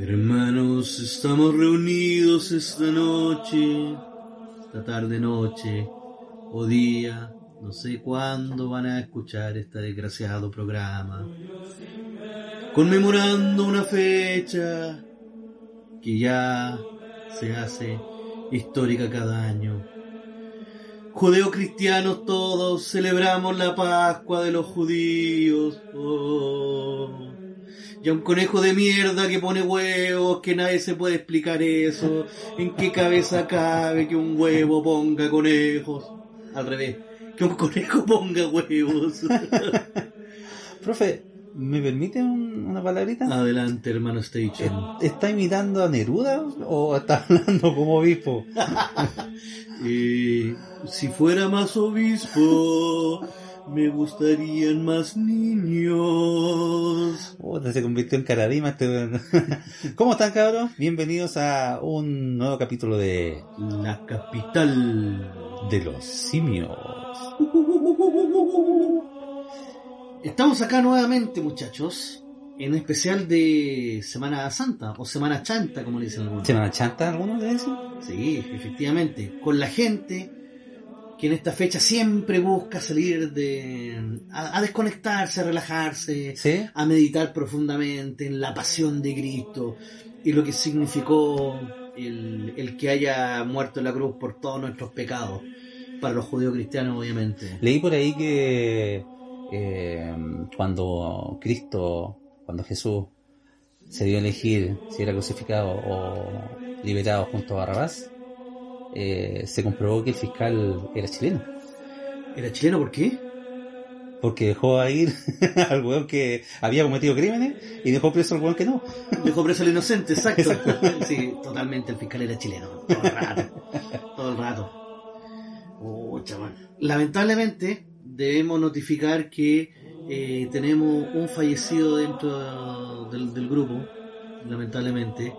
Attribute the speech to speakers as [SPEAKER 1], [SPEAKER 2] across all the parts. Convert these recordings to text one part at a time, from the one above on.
[SPEAKER 1] Hermanos, estamos reunidos esta noche, esta tarde noche o día, no sé cuándo van a escuchar este desgraciado programa, conmemorando una fecha que ya se hace histórica cada año. Judeocristianos todos celebramos la Pascua de los judíos. oh. Y a un conejo de mierda que pone huevos, que nadie se puede explicar eso. ¿En qué cabeza cabe que un huevo ponga conejos? Al revés, que un conejo ponga huevos.
[SPEAKER 2] Profe, ¿me permite un- una palabrita?
[SPEAKER 1] Ah, Adelante, hermano Station.
[SPEAKER 2] ¿Está imitando a Neruda o está hablando como obispo?
[SPEAKER 1] Eh, si fuera más obispo, me gustarían más niños.
[SPEAKER 2] Puta, se convirtió en caradima este... weón. ¿Cómo están, cabros? Bienvenidos a un nuevo capítulo de,
[SPEAKER 1] La capital.
[SPEAKER 2] de Los Simios.
[SPEAKER 1] Estamos acá nuevamente, muchachos. En especial de Semana Santa o Semana Chanta, como le dicen algunos.
[SPEAKER 2] ¿Semana Chanta algunos de esos?
[SPEAKER 1] Sí, efectivamente. Con la gente que en esta fecha siempre busca salir de. a, a desconectarse, a relajarse,
[SPEAKER 2] ¿Sí?
[SPEAKER 1] a meditar profundamente en la pasión de Cristo y lo que significó el, el que haya muerto en la cruz por todos nuestros pecados. Para los judíos cristianos, obviamente.
[SPEAKER 2] Leí por ahí que eh, cuando Cristo, cuando Jesús se dio a elegir si era crucificado o liberado junto a Barrabás, eh, se comprobó que el fiscal era chileno.
[SPEAKER 1] ¿Era chileno por qué?
[SPEAKER 2] Porque dejó a ir al weón que había cometido crímenes y dejó preso al weón que no.
[SPEAKER 1] Dejó preso al inocente, exacto. Sí, totalmente, el fiscal era chileno. Todo el rato. Todo el rato. Oh, chaval. Lamentablemente, debemos notificar que eh, tenemos un fallecido dentro del, del grupo. Lamentablemente.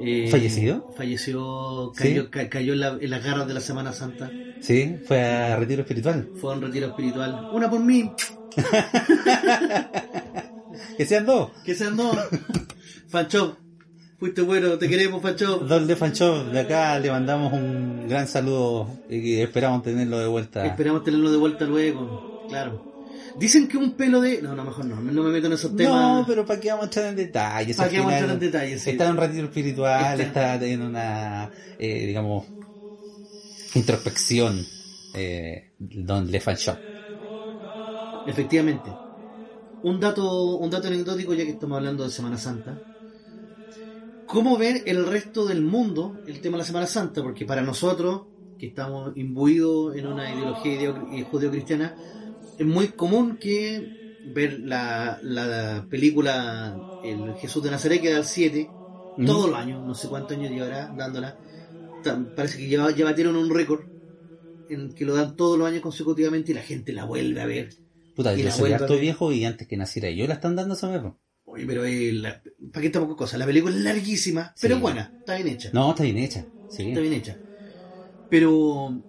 [SPEAKER 1] Eh,
[SPEAKER 2] ¿Fallecido?
[SPEAKER 1] Falleció,
[SPEAKER 2] Sí.
[SPEAKER 1] cayó, ca- cayó en, la- en las garras de la Semana Santa.
[SPEAKER 2] Sí, fue a retiro espiritual.
[SPEAKER 1] Fue a un retiro espiritual. Una por mí,
[SPEAKER 2] Que sean dos.
[SPEAKER 1] que sean dos. Fancho, fuiste bueno, te queremos, Fancho.
[SPEAKER 2] Don Fan Shop, de acá le mandamos un gran saludo y esperamos tenerlo de vuelta.
[SPEAKER 1] Esperamos tenerlo de vuelta luego, claro. Dicen que un pelo de... No, no, mejor no, no me meto en esos temas.
[SPEAKER 2] No, pero para qué vamos a entrar en detalles.
[SPEAKER 1] ¿Para
[SPEAKER 2] Al
[SPEAKER 1] qué vamos a
[SPEAKER 2] final,
[SPEAKER 1] entrar en detalles? Sí.
[SPEAKER 2] Está en un retiro espiritual,
[SPEAKER 1] Está-
[SPEAKER 2] está, teniendo una, eh, digamos, introspección, eh, Don Fan Shop.
[SPEAKER 1] Efectivamente. Un dato, un dato anecdótico ya que estamos hablando de Semana Santa. ¿Cómo ver el resto del mundo el tema de la Semana Santa? Porque para nosotros, que estamos imbuidos en una ideología ideo- eh, judeocristiana, es muy común que ver la, la película El Jesús de Nazaret que da el 7
[SPEAKER 2] Mm.
[SPEAKER 1] todos los años, no sé cuántos años llevará dándola. Tan- Parece que ya, ya batieron un récord en que lo dan todos los años consecutivamente y la gente la vuelve a ver.
[SPEAKER 2] Mm. Puta,
[SPEAKER 1] y
[SPEAKER 2] yo
[SPEAKER 1] la
[SPEAKER 2] soy
[SPEAKER 1] vuelta
[SPEAKER 2] harto
[SPEAKER 1] de-
[SPEAKER 2] viejo y antes que naciera yo la están dando esa mierda.
[SPEAKER 1] Oye, pero eh, la- ¿para qué estamos con cosas? La película es larguísima,
[SPEAKER 2] Sí.
[SPEAKER 1] pero es buena, está bien hecha.
[SPEAKER 2] No, está bien hecha. Sí.
[SPEAKER 1] Está bien hecha. Pero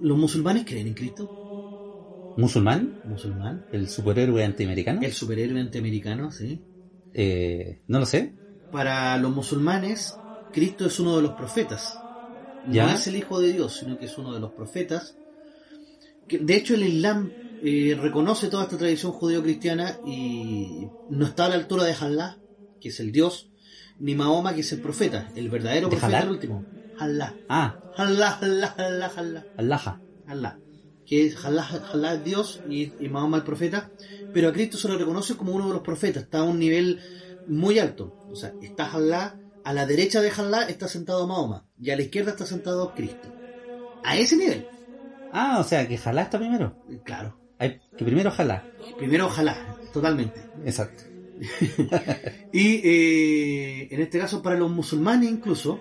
[SPEAKER 1] los musulmanes creen en Cristo.
[SPEAKER 2] ¿Musulmán?
[SPEAKER 1] Musulmán.
[SPEAKER 2] ¿El superhéroe antiamericano?
[SPEAKER 1] El superhéroe antiamericano, sí.
[SPEAKER 2] Eh, no lo sé.
[SPEAKER 1] Para los musulmanes, Cristo es uno de los profetas. No
[SPEAKER 2] ¿Ya?
[SPEAKER 1] es el hijo de Dios, sino que es uno de los profetas. Que, de hecho, el Islam eh, reconoce toda esta tradición judeo-cristiana y no está a la altura de Allah, que es el Dios, ni Mahoma, que es el profeta, el verdadero
[SPEAKER 2] ¿De
[SPEAKER 1] profeta,
[SPEAKER 2] Jalá?
[SPEAKER 1] el último. Allah.
[SPEAKER 2] Ah,
[SPEAKER 1] Allah, Allah, Allah, Allah.
[SPEAKER 2] Allaha.
[SPEAKER 1] Allah, que es Allah, Allah es Dios y, y Mahoma el profeta, pero a Cristo se lo reconoce como uno de los profetas, está a un nivel muy alto. O sea, está Allah, a la derecha de Allah está sentado Mahoma y a la izquierda está sentado Cristo. A ese nivel,
[SPEAKER 2] Ah, o sea, que Jalá está primero.
[SPEAKER 1] claro.
[SPEAKER 2] Hay, que primero Jalá.
[SPEAKER 1] Primero Jalá, totalmente.
[SPEAKER 2] Exacto.
[SPEAKER 1] Y eh, en este caso, para los musulmanes incluso,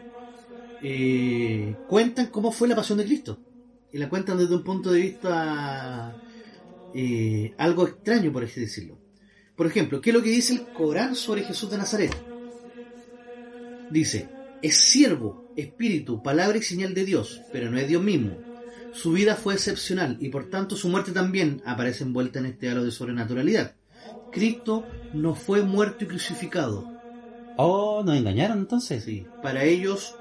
[SPEAKER 1] eh, cuentan cómo fue la pasión de Cristo. Y la cuentan desde un punto de vista eh, algo extraño, por así decirlo. Por ejemplo, ¿qué es lo que dice el Corán sobre Jesús de Nazaret? Dice, es siervo, espíritu, palabra y señal de Dios, pero no es Dios mismo. Su vida fue excepcional y por tanto su muerte también aparece envuelta en este halo de sobrenaturalidad. Cristo no fue muerto y crucificado,
[SPEAKER 2] Oh, nos engañaron entonces.
[SPEAKER 1] Sí, para ellos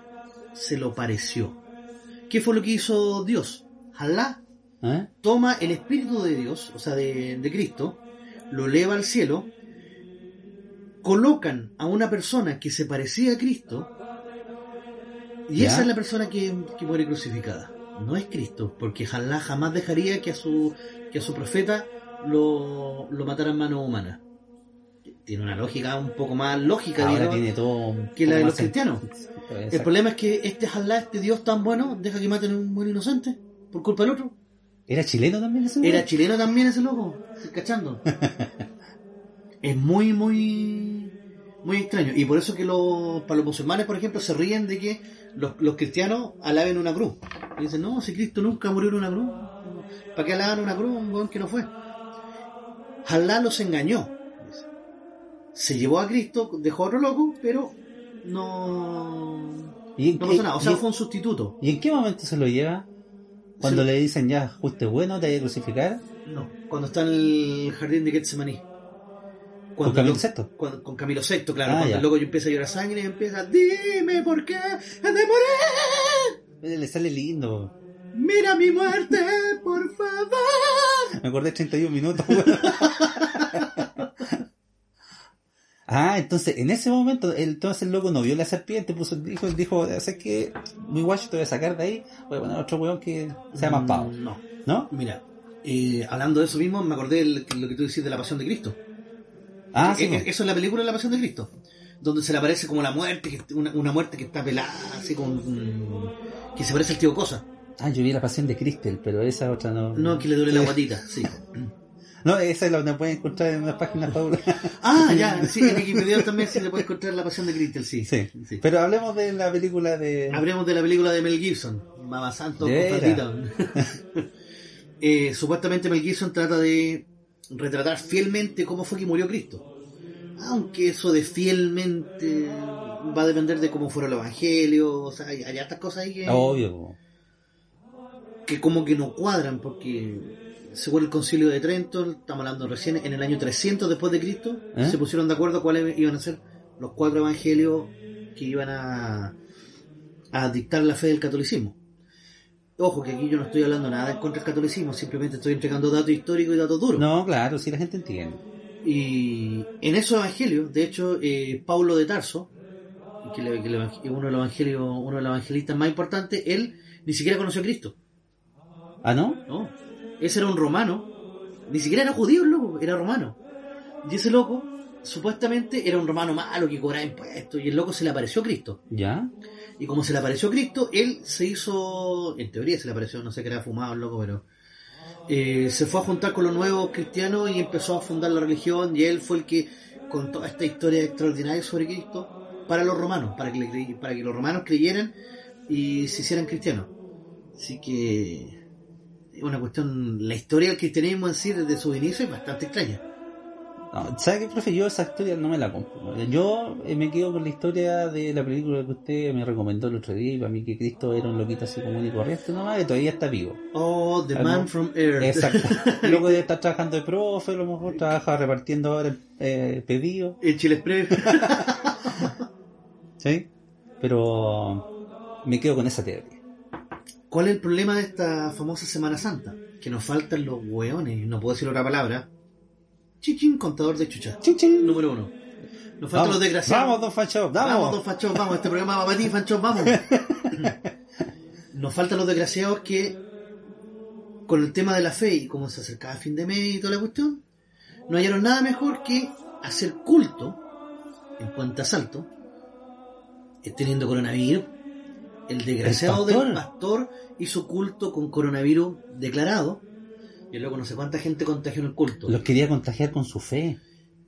[SPEAKER 1] se lo pareció. ¿Qué fue lo que hizo Dios? Alá
[SPEAKER 2] ¿Eh?
[SPEAKER 1] toma el espíritu de Dios, o sea, de, de Cristo, lo eleva al cielo, colocan a una persona que se parecía a Cristo, y
[SPEAKER 2] Ya.
[SPEAKER 1] esa es la persona que, que muere crucificada. No es Cristo, porque Alá jamás dejaría que a su, que a su profeta lo, lo mataran mano humana. Tiene una lógica un poco más lógica,
[SPEAKER 2] Ahora
[SPEAKER 1] digamos.
[SPEAKER 2] tiene todo. un
[SPEAKER 1] que la de los
[SPEAKER 2] poco más sen-
[SPEAKER 1] cristianos.
[SPEAKER 2] Exacto.
[SPEAKER 1] El problema es que este Jalá, este Dios tan bueno, deja que maten a un buen inocente por culpa del otro.
[SPEAKER 2] ¿Era chileno también ese
[SPEAKER 1] Era
[SPEAKER 2] güey?
[SPEAKER 1] chileno también ese loco, ¿estás cachando. es muy, muy, muy extraño. Y por eso que los, para los musulmanes, por ejemplo, se ríen de que los, los cristianos alaben una cruz. Y dicen, no, si Cristo nunca murió en una cruz, ¿para qué alaban una cruz? Un weón que no fue. Jalá los engañó. dice. Se llevó a Cristo, dejó a otro loco, pero no,
[SPEAKER 2] ¿Y, en
[SPEAKER 1] no
[SPEAKER 2] qué-
[SPEAKER 1] pasó nada, o sea,
[SPEAKER 2] y-
[SPEAKER 1] fue un sustituto.
[SPEAKER 2] y en qué momento se lo lleva? Cuando
[SPEAKER 1] Se-
[SPEAKER 2] le dicen ya, usted es bueno, te hay que crucificar.
[SPEAKER 1] No, cuando está en el jardín de Getsemaní.
[SPEAKER 2] ¿Con
[SPEAKER 1] Cuando
[SPEAKER 2] Camilo
[SPEAKER 1] el loco-
[SPEAKER 2] VI?
[SPEAKER 1] cuando- con Camilo Sexto, claro.
[SPEAKER 2] Ah,
[SPEAKER 1] cuando
[SPEAKER 2] ya.
[SPEAKER 1] el loco ya empieza a llorar sangre y empieza, dime por qué he de morir.
[SPEAKER 2] Le sale lindo.
[SPEAKER 1] Mira mi muerte, por favor.
[SPEAKER 2] Me acordé de 31 minutos. weón. ah, entonces en ese momento, el- entonces el loco no vio la serpiente, puso, dijo, dijo, sé que mi guacho te voy a sacar de ahí, voy a poner otro weón que sea
[SPEAKER 1] Mm.
[SPEAKER 2] más pavo,
[SPEAKER 1] No,
[SPEAKER 2] ¿no?
[SPEAKER 1] mira. eh, hablando de eso mismo, me acordé del- lo que tú decís de la pasión de Cristo.
[SPEAKER 2] Ah, sí.
[SPEAKER 1] Eh, eh, Eso es la película de la pasión de Cristo. Donde se le aparece como la muerte, que- una, una muerte que está pelada, así con. mm, que se parece al tío Cosa.
[SPEAKER 2] Ah, yo vi la pasión de Cristel, pero esa otra no.
[SPEAKER 1] No, que le duele la guatita, sí.
[SPEAKER 2] No, esa es la que pueden encontrar en unas páginas fabulosas.
[SPEAKER 1] Ah, ya, sí, en Wikipedia también se le puede encontrar La Pasión de Crystal, sí.
[SPEAKER 2] Sí.
[SPEAKER 1] Sí.
[SPEAKER 2] Pero hablemos de la película de.
[SPEAKER 1] Hablemos de la película de Mel Gibson, Mamá Santo,
[SPEAKER 2] De
[SPEAKER 1] compadrita. Eh, Supuestamente Mel Gibson trata de retratar fielmente cómo fue que murió Cristo. Aunque eso de fielmente va a depender de cómo fueron los evangelios, o sea, hay, hay hartas cosas ahí que,
[SPEAKER 2] Obvio. po.
[SPEAKER 1] que como que no cuadran, porque según el concilio de Trento, estamos hablando recién, en el año 300 después de Cristo,
[SPEAKER 2] ¿Eh?
[SPEAKER 1] se pusieron de acuerdo cuáles iban a ser los cuatro evangelios que iban a, a dictar la fe del catolicismo. Ojo, que aquí yo no estoy hablando nada en contra del catolicismo, simplemente estoy entregando datos históricos y datos duros.
[SPEAKER 2] No, claro, sí la gente entiende.
[SPEAKER 1] Y en esos evangelios, de hecho, eh, Paulo de Tarso, que le- que le- uno, de los evangelios, uno de los evangelistas más importantes, él ni siquiera conoció a Cristo.
[SPEAKER 2] ¿Ah, no?
[SPEAKER 1] No, ese era un romano. Ni siquiera era judío el loco, era romano. Y ese loco, supuestamente, era un romano malo que cobraba impuestos. Y el loco se le apareció Cristo.
[SPEAKER 2] ¿Ya?
[SPEAKER 1] Y como se le apareció Cristo, él se hizo. En teoría se le apareció, no sé qué era fumado el loco, pero. eh, se fue a juntar con los nuevos cristianos y empezó a fundar la religión. Y él fue el que contó esta historia extraordinaria sobre Cristo para los romanos, para que, le crey- para que los romanos creyeran y se hicieran cristianos. Así que es una cuestión, la historia del cristianismo en sí desde su inicio es bastante extraña.
[SPEAKER 2] No, ¿Sabe qué, profe? Yo esa historia no me la compro. Yo eh, me quedo con la historia de la película que usted me recomendó el otro día y para mí que Cristo era un loquito así común y corriente nomás que todavía está vivo.
[SPEAKER 1] Oh, The
[SPEAKER 2] Ah,
[SPEAKER 1] Man
[SPEAKER 2] no.
[SPEAKER 1] from Earth.
[SPEAKER 2] Exacto. Luego de estar trabajando de profe, a lo mejor trabaja repartiendo ahora eh, pedidos.
[SPEAKER 1] El Chile Express.
[SPEAKER 2] ¿Sí? Pero me quedo con esa teoría.
[SPEAKER 1] ¿Cuál es el problema de esta famosa Semana Santa? Que nos faltan los hueones, no puedo decir otra palabra. Chichín, contador de chucha.
[SPEAKER 2] Chin, chin.
[SPEAKER 1] Número uno. Nos faltan los desgraciados.
[SPEAKER 2] vamos, don Facho, vamos.
[SPEAKER 1] Vamos, dos fachos, vamos, este programa va para ti, fachos, vamos. Nos faltan los desgraciados que, con el tema de la fe y como se acercaba fin de mes y toda la cuestión, no hallaron nada mejor que hacer culto en Puente Asalto, eh, teniendo coronavirus. El desgraciado
[SPEAKER 2] El pastor.
[SPEAKER 1] del pastor hizo culto con coronavirus declarado. Y luego no sé cuánta gente contagió en el culto.
[SPEAKER 2] Los quería contagiar con su fe.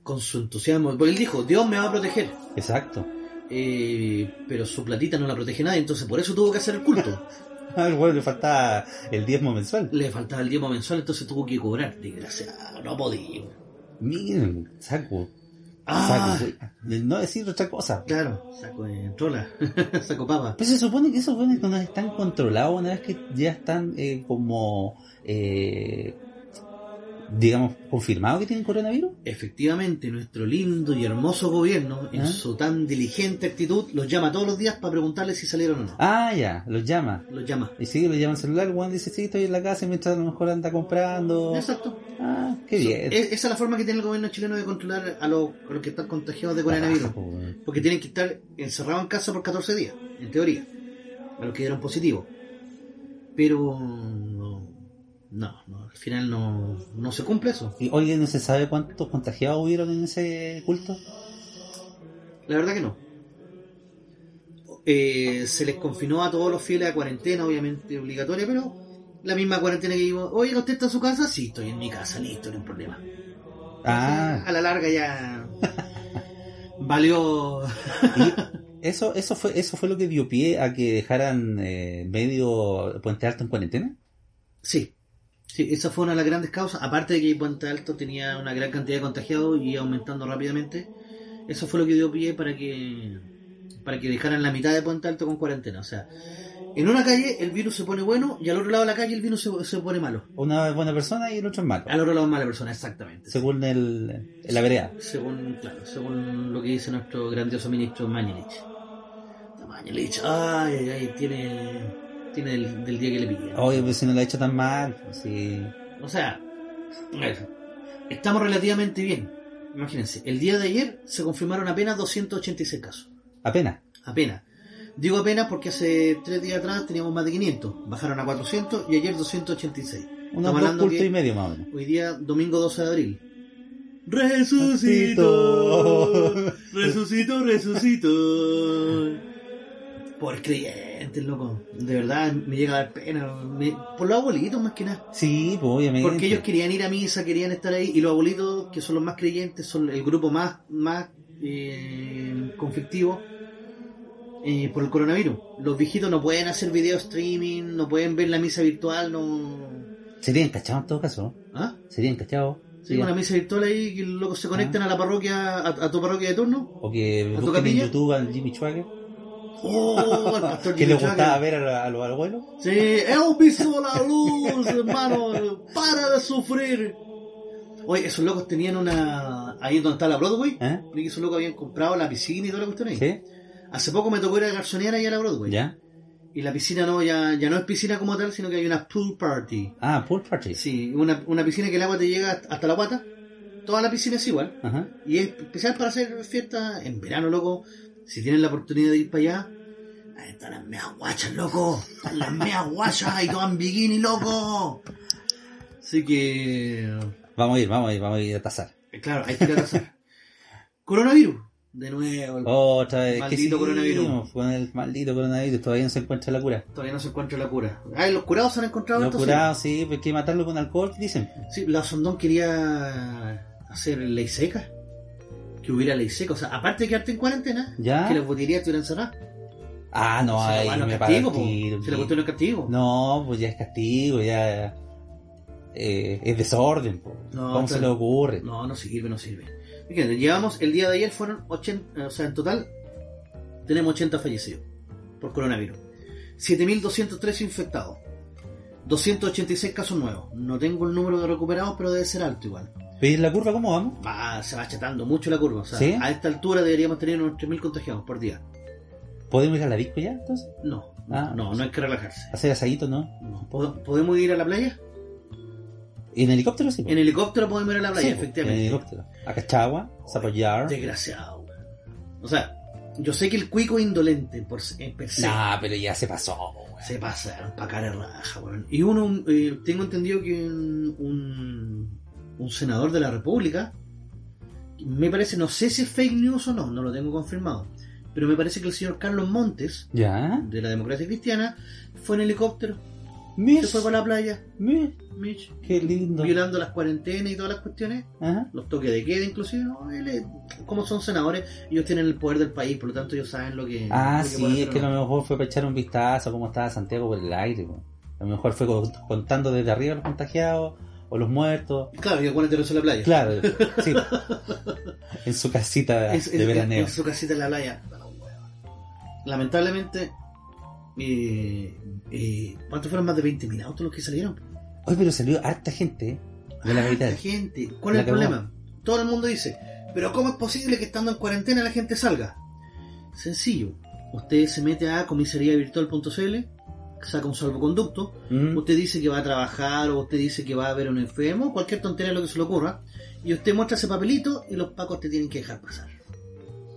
[SPEAKER 1] con su entusiasmo. Porque él dijo, Dios me va a proteger.
[SPEAKER 2] Exacto.
[SPEAKER 1] Eh, pero su platita no la protege nadie, entonces por eso tuvo que hacer el culto.
[SPEAKER 2] Al güey le faltaba el diezmo mensual.
[SPEAKER 1] Le faltaba el tiempo mensual, entonces tuvo que cobrar. Desgraciado, no podía.
[SPEAKER 2] Miren, saco.
[SPEAKER 1] Ah,
[SPEAKER 2] Saco, güey. De no decir otra cosa.
[SPEAKER 1] claro, saco eh, trola, saco papa.
[SPEAKER 2] Pues se supone que esos buenos cuando están controlados, una vez que ya están eh, como, eh, digamos, confirmados que tienen coronavirus.
[SPEAKER 1] Efectivamente, nuestro lindo y hermoso gobierno, en
[SPEAKER 2] ¿Ah?
[SPEAKER 1] su tan diligente actitud, los llama todos los días para preguntarle si salieron o no.
[SPEAKER 2] Ah, ya, los llama.
[SPEAKER 1] Los llama.
[SPEAKER 2] Y sigue, le llama el celular, Juan dice, sí, estoy en la casa mientras a lo mejor anda comprando.
[SPEAKER 1] Exacto.
[SPEAKER 2] Ah, qué
[SPEAKER 1] Eso-
[SPEAKER 2] bien.
[SPEAKER 1] es- esa es la forma que tiene el gobierno chileno de controlar a, los- a los que están contagiados de
[SPEAKER 2] Carajo,
[SPEAKER 1] coronavirus.
[SPEAKER 2] güey.
[SPEAKER 1] Porque tienen que estar encerrados en casa por 14 días, en teoría, a los que dieron positivo. Pero no, no, no, al final no, no se cumple eso.
[SPEAKER 2] Y oye, no se sabe cuántos contagiados hubieron en ese culto.
[SPEAKER 1] La verdad que no. Eh, se les confinó a todos los fieles a cuarentena, obviamente obligatoria, pero la misma cuarentena que digo, oye, ¿usted está en su casa? Sí, estoy en mi casa, listo, no hay problema.
[SPEAKER 2] Ah,
[SPEAKER 1] A la larga ya valió
[SPEAKER 2] y eso, eso fue, eso fue lo que dio pie a que dejaran eh, medio Puente Alto en cuarentena.
[SPEAKER 1] Sí, sí, esa fue una de las grandes causas. Aparte de que Puente Alto tenía una gran cantidad de contagiados y aumentando rápidamente, eso fue lo que dio pie para que para que dejaran la mitad de Puente Alto con cuarentena. O sea, en una calle el virus se pone bueno y al otro lado de la calle el virus se, se pone malo.
[SPEAKER 2] Una es buena persona y el otro es malo.
[SPEAKER 1] Al otro lado es mala persona, exactamente.
[SPEAKER 2] según el, la vereda.
[SPEAKER 1] Según, claro, según lo que dice nuestro grandioso ministro Mañalich. Mañalich, ay, ay, ay, tiene, tiene del, del día que le pilla.
[SPEAKER 2] Oye, pero si no la ha hecho tan mal, pues sí.
[SPEAKER 1] O sea, eh, estamos relativamente bien. Imagínense, el día de ayer se confirmaron apenas 286 casos.
[SPEAKER 2] Apenas.
[SPEAKER 1] Apenas. Digo apenas porque hace tres días atrás teníamos más de 500. Bajaron a 400 y ayer 286.
[SPEAKER 2] Unos dos
[SPEAKER 1] hablando
[SPEAKER 2] cultos
[SPEAKER 1] que-
[SPEAKER 2] y medio más o menos.
[SPEAKER 1] Hoy día, domingo 12 de abril. Resucitó. Resucitó, resucitó. Por creyentes, loco. De verdad, me llega a dar pena. Me- Por los abuelitos, más que nada.
[SPEAKER 2] Sí, pues obviamente.
[SPEAKER 1] Porque ellos querían ir a misa, querían estar ahí, y los abuelitos, que son los más creyentes, son el grupo más, más eh, conflictivo eh, por el coronavirus. Los viejitos no pueden hacer video streaming, no pueden ver la misa virtual, no...
[SPEAKER 2] Serían cachados en todo caso.
[SPEAKER 1] ¿Ah?
[SPEAKER 2] Serían cachados.
[SPEAKER 1] Sí, una misa virtual ahí, que los se conecten
[SPEAKER 2] Ah.
[SPEAKER 1] a la parroquia, a, a tu parroquia de turno.
[SPEAKER 2] O que
[SPEAKER 1] ¿A tu
[SPEAKER 2] busquen en
[SPEAKER 1] capilla?
[SPEAKER 2] YouTube al Jimmy Schwager.
[SPEAKER 1] ¡Oh! al pastor
[SPEAKER 2] Que les
[SPEAKER 1] Jimmy
[SPEAKER 2] gustaba
[SPEAKER 1] Chávez.
[SPEAKER 2] ver a, la- a los abuelos.
[SPEAKER 1] Sí, hemos visto la luz, hermano, para de sufrir. Oye, esos locos tenían una... Ahí donde está la Broadway.
[SPEAKER 2] ¿Eh?
[SPEAKER 1] Porque esos locos habían comprado la piscina y toda la cuestión ahí.
[SPEAKER 2] ¿Sí?
[SPEAKER 1] Hace poco me tocó ir a Garzonera y a la Broadway.
[SPEAKER 2] ¿Ya?
[SPEAKER 1] Y la piscina no, ya, ya no es piscina como tal, sino que hay una pool party.
[SPEAKER 2] Ah, Pool Party.
[SPEAKER 1] Sí, una, una piscina que el agua te llega hasta la guata. Toda la piscina es igual.
[SPEAKER 2] Ajá.
[SPEAKER 1] Y es especial para hacer fiestas en verano, loco. Si tienen la oportunidad de ir para allá, ahí están las meas guachas, loco. Están las meas guachas y todas en bikini, loco. Así que
[SPEAKER 2] Vamos a ir, vamos a ir, vamos a ir a tasar.
[SPEAKER 1] Eh, Claro, hay que ir a tasar. Coronavirus. De nuevo. el-
[SPEAKER 2] Otra vez.
[SPEAKER 1] Maldito
[SPEAKER 2] seguimos
[SPEAKER 1] coronavirus.
[SPEAKER 2] Con el maldito coronavirus todavía no se encuentra la cura.
[SPEAKER 1] Todavía no se encuentra la cura. Ah, los curados se han encontrado
[SPEAKER 2] Los
[SPEAKER 1] entonces?
[SPEAKER 2] curados, sí, pues hay que matarlo con alcohol, dicen.
[SPEAKER 1] Sí, la Sondón quería hacer ley seca. Que hubiera ley seca. O sea, aparte de quedarte en cuarentena,
[SPEAKER 2] ¿Ya?
[SPEAKER 1] que las boterías estuvieran cerradas.
[SPEAKER 2] Ah, no,
[SPEAKER 1] Se
[SPEAKER 2] ahí
[SPEAKER 1] lo van a
[SPEAKER 2] me para el
[SPEAKER 1] castigo, po.
[SPEAKER 2] tiro,
[SPEAKER 1] Se le
[SPEAKER 2] sí.
[SPEAKER 1] cuestión el castigo.
[SPEAKER 2] No, pues ya es castigo, ya eh, es desorden. po.
[SPEAKER 1] No,
[SPEAKER 2] ¿Cómo
[SPEAKER 1] pero-
[SPEAKER 2] se le ocurre?
[SPEAKER 1] No, no sirve, no sirve. Fíjate, llevamos, el día de ayer fueron 80, o sea, en total tenemos 80 fallecidos por coronavirus. 7.203 infectados. 286 casos nuevos. No tengo el número de recuperados, pero debe ser alto igual.
[SPEAKER 2] ¿Veis la curva cómo vamos?
[SPEAKER 1] Va, se va achatando mucho la curva. O sea,
[SPEAKER 2] ¿Sí?
[SPEAKER 1] a esta altura deberíamos tener unos 3.000 contagiados por día.
[SPEAKER 2] ¿Podemos ir a la disco ya entonces?
[SPEAKER 1] No,
[SPEAKER 2] Ah,
[SPEAKER 1] no, no hay que relajarse.
[SPEAKER 2] ¿Hacer asadito, no?
[SPEAKER 1] No. ¿Pod- ¿Podemos ir a la playa?
[SPEAKER 2] ¿Y en helicóptero sí? po?
[SPEAKER 1] En helicóptero podemos ir a la playa,
[SPEAKER 2] Sí, po, En
[SPEAKER 1] efectivamente.
[SPEAKER 2] helicóptero. A Cachagua, Zapallar.
[SPEAKER 1] Desgraciado, güey. O sea, yo sé que el cuico es indolente por, eh, per se.
[SPEAKER 2] Nah, pero ya se pasó. po, weón.
[SPEAKER 1] Se pasaron pa' cara de raja, weón. Y uno, eh, tengo entendido que un, un, un senador de la República, me parece, no sé si es fake news o no, no lo tengo confirmado, pero me parece que el señor Carlos Montes,
[SPEAKER 2] ¿Ya?
[SPEAKER 1] de la democracia cristiana, fue en helicóptero Se
[SPEAKER 2] Mitch,
[SPEAKER 1] fue para la playa,
[SPEAKER 2] Mitch,
[SPEAKER 1] Mitch,
[SPEAKER 2] qué lindo. Ah.
[SPEAKER 1] violando las cuarentenas y todas las cuestiones,
[SPEAKER 2] Ajá.
[SPEAKER 1] los toques de queda inclusive, no, él es- como son senadores, ellos tienen el poder del país, por lo tanto ellos saben lo que...
[SPEAKER 2] Ah,
[SPEAKER 1] lo que pueden
[SPEAKER 2] sí, es
[SPEAKER 1] hacer
[SPEAKER 2] que
[SPEAKER 1] o
[SPEAKER 2] lo
[SPEAKER 1] no.
[SPEAKER 2] mejor fue para echar un vistazo a cómo estaba Santiago por el aire. po. A lo mejor fue co- contando desde arriba los contagiados o los muertos.
[SPEAKER 1] Claro, y acuérdate de la playa.
[SPEAKER 2] Claro, sí. En su casita
[SPEAKER 1] Es-
[SPEAKER 2] de
[SPEAKER 1] es-
[SPEAKER 2] veraneo.
[SPEAKER 1] en su casita en la playa. Lamentablemente, eh, eh, ¿cuántos fueron más de 20.000 autos los que salieron?
[SPEAKER 2] Oye, pero salió harta gente ¿eh? de la
[SPEAKER 1] Harta
[SPEAKER 2] capital.
[SPEAKER 1] gente. ¿Cuál
[SPEAKER 2] La
[SPEAKER 1] es el
[SPEAKER 2] cagó.
[SPEAKER 1] problema? Todo el mundo dice, pero ¿cómo es posible que estando en cuarentena la gente salga? Sencillo. Usted se mete a comisariavirtual.cl, saca un salvoconducto,
[SPEAKER 2] Mm.
[SPEAKER 1] usted dice que va a trabajar o usted dice que va a ver a un enfermo, cualquier tontería lo que se le ocurra, y usted muestra ese papelito y los pacos te tienen que dejar pasar.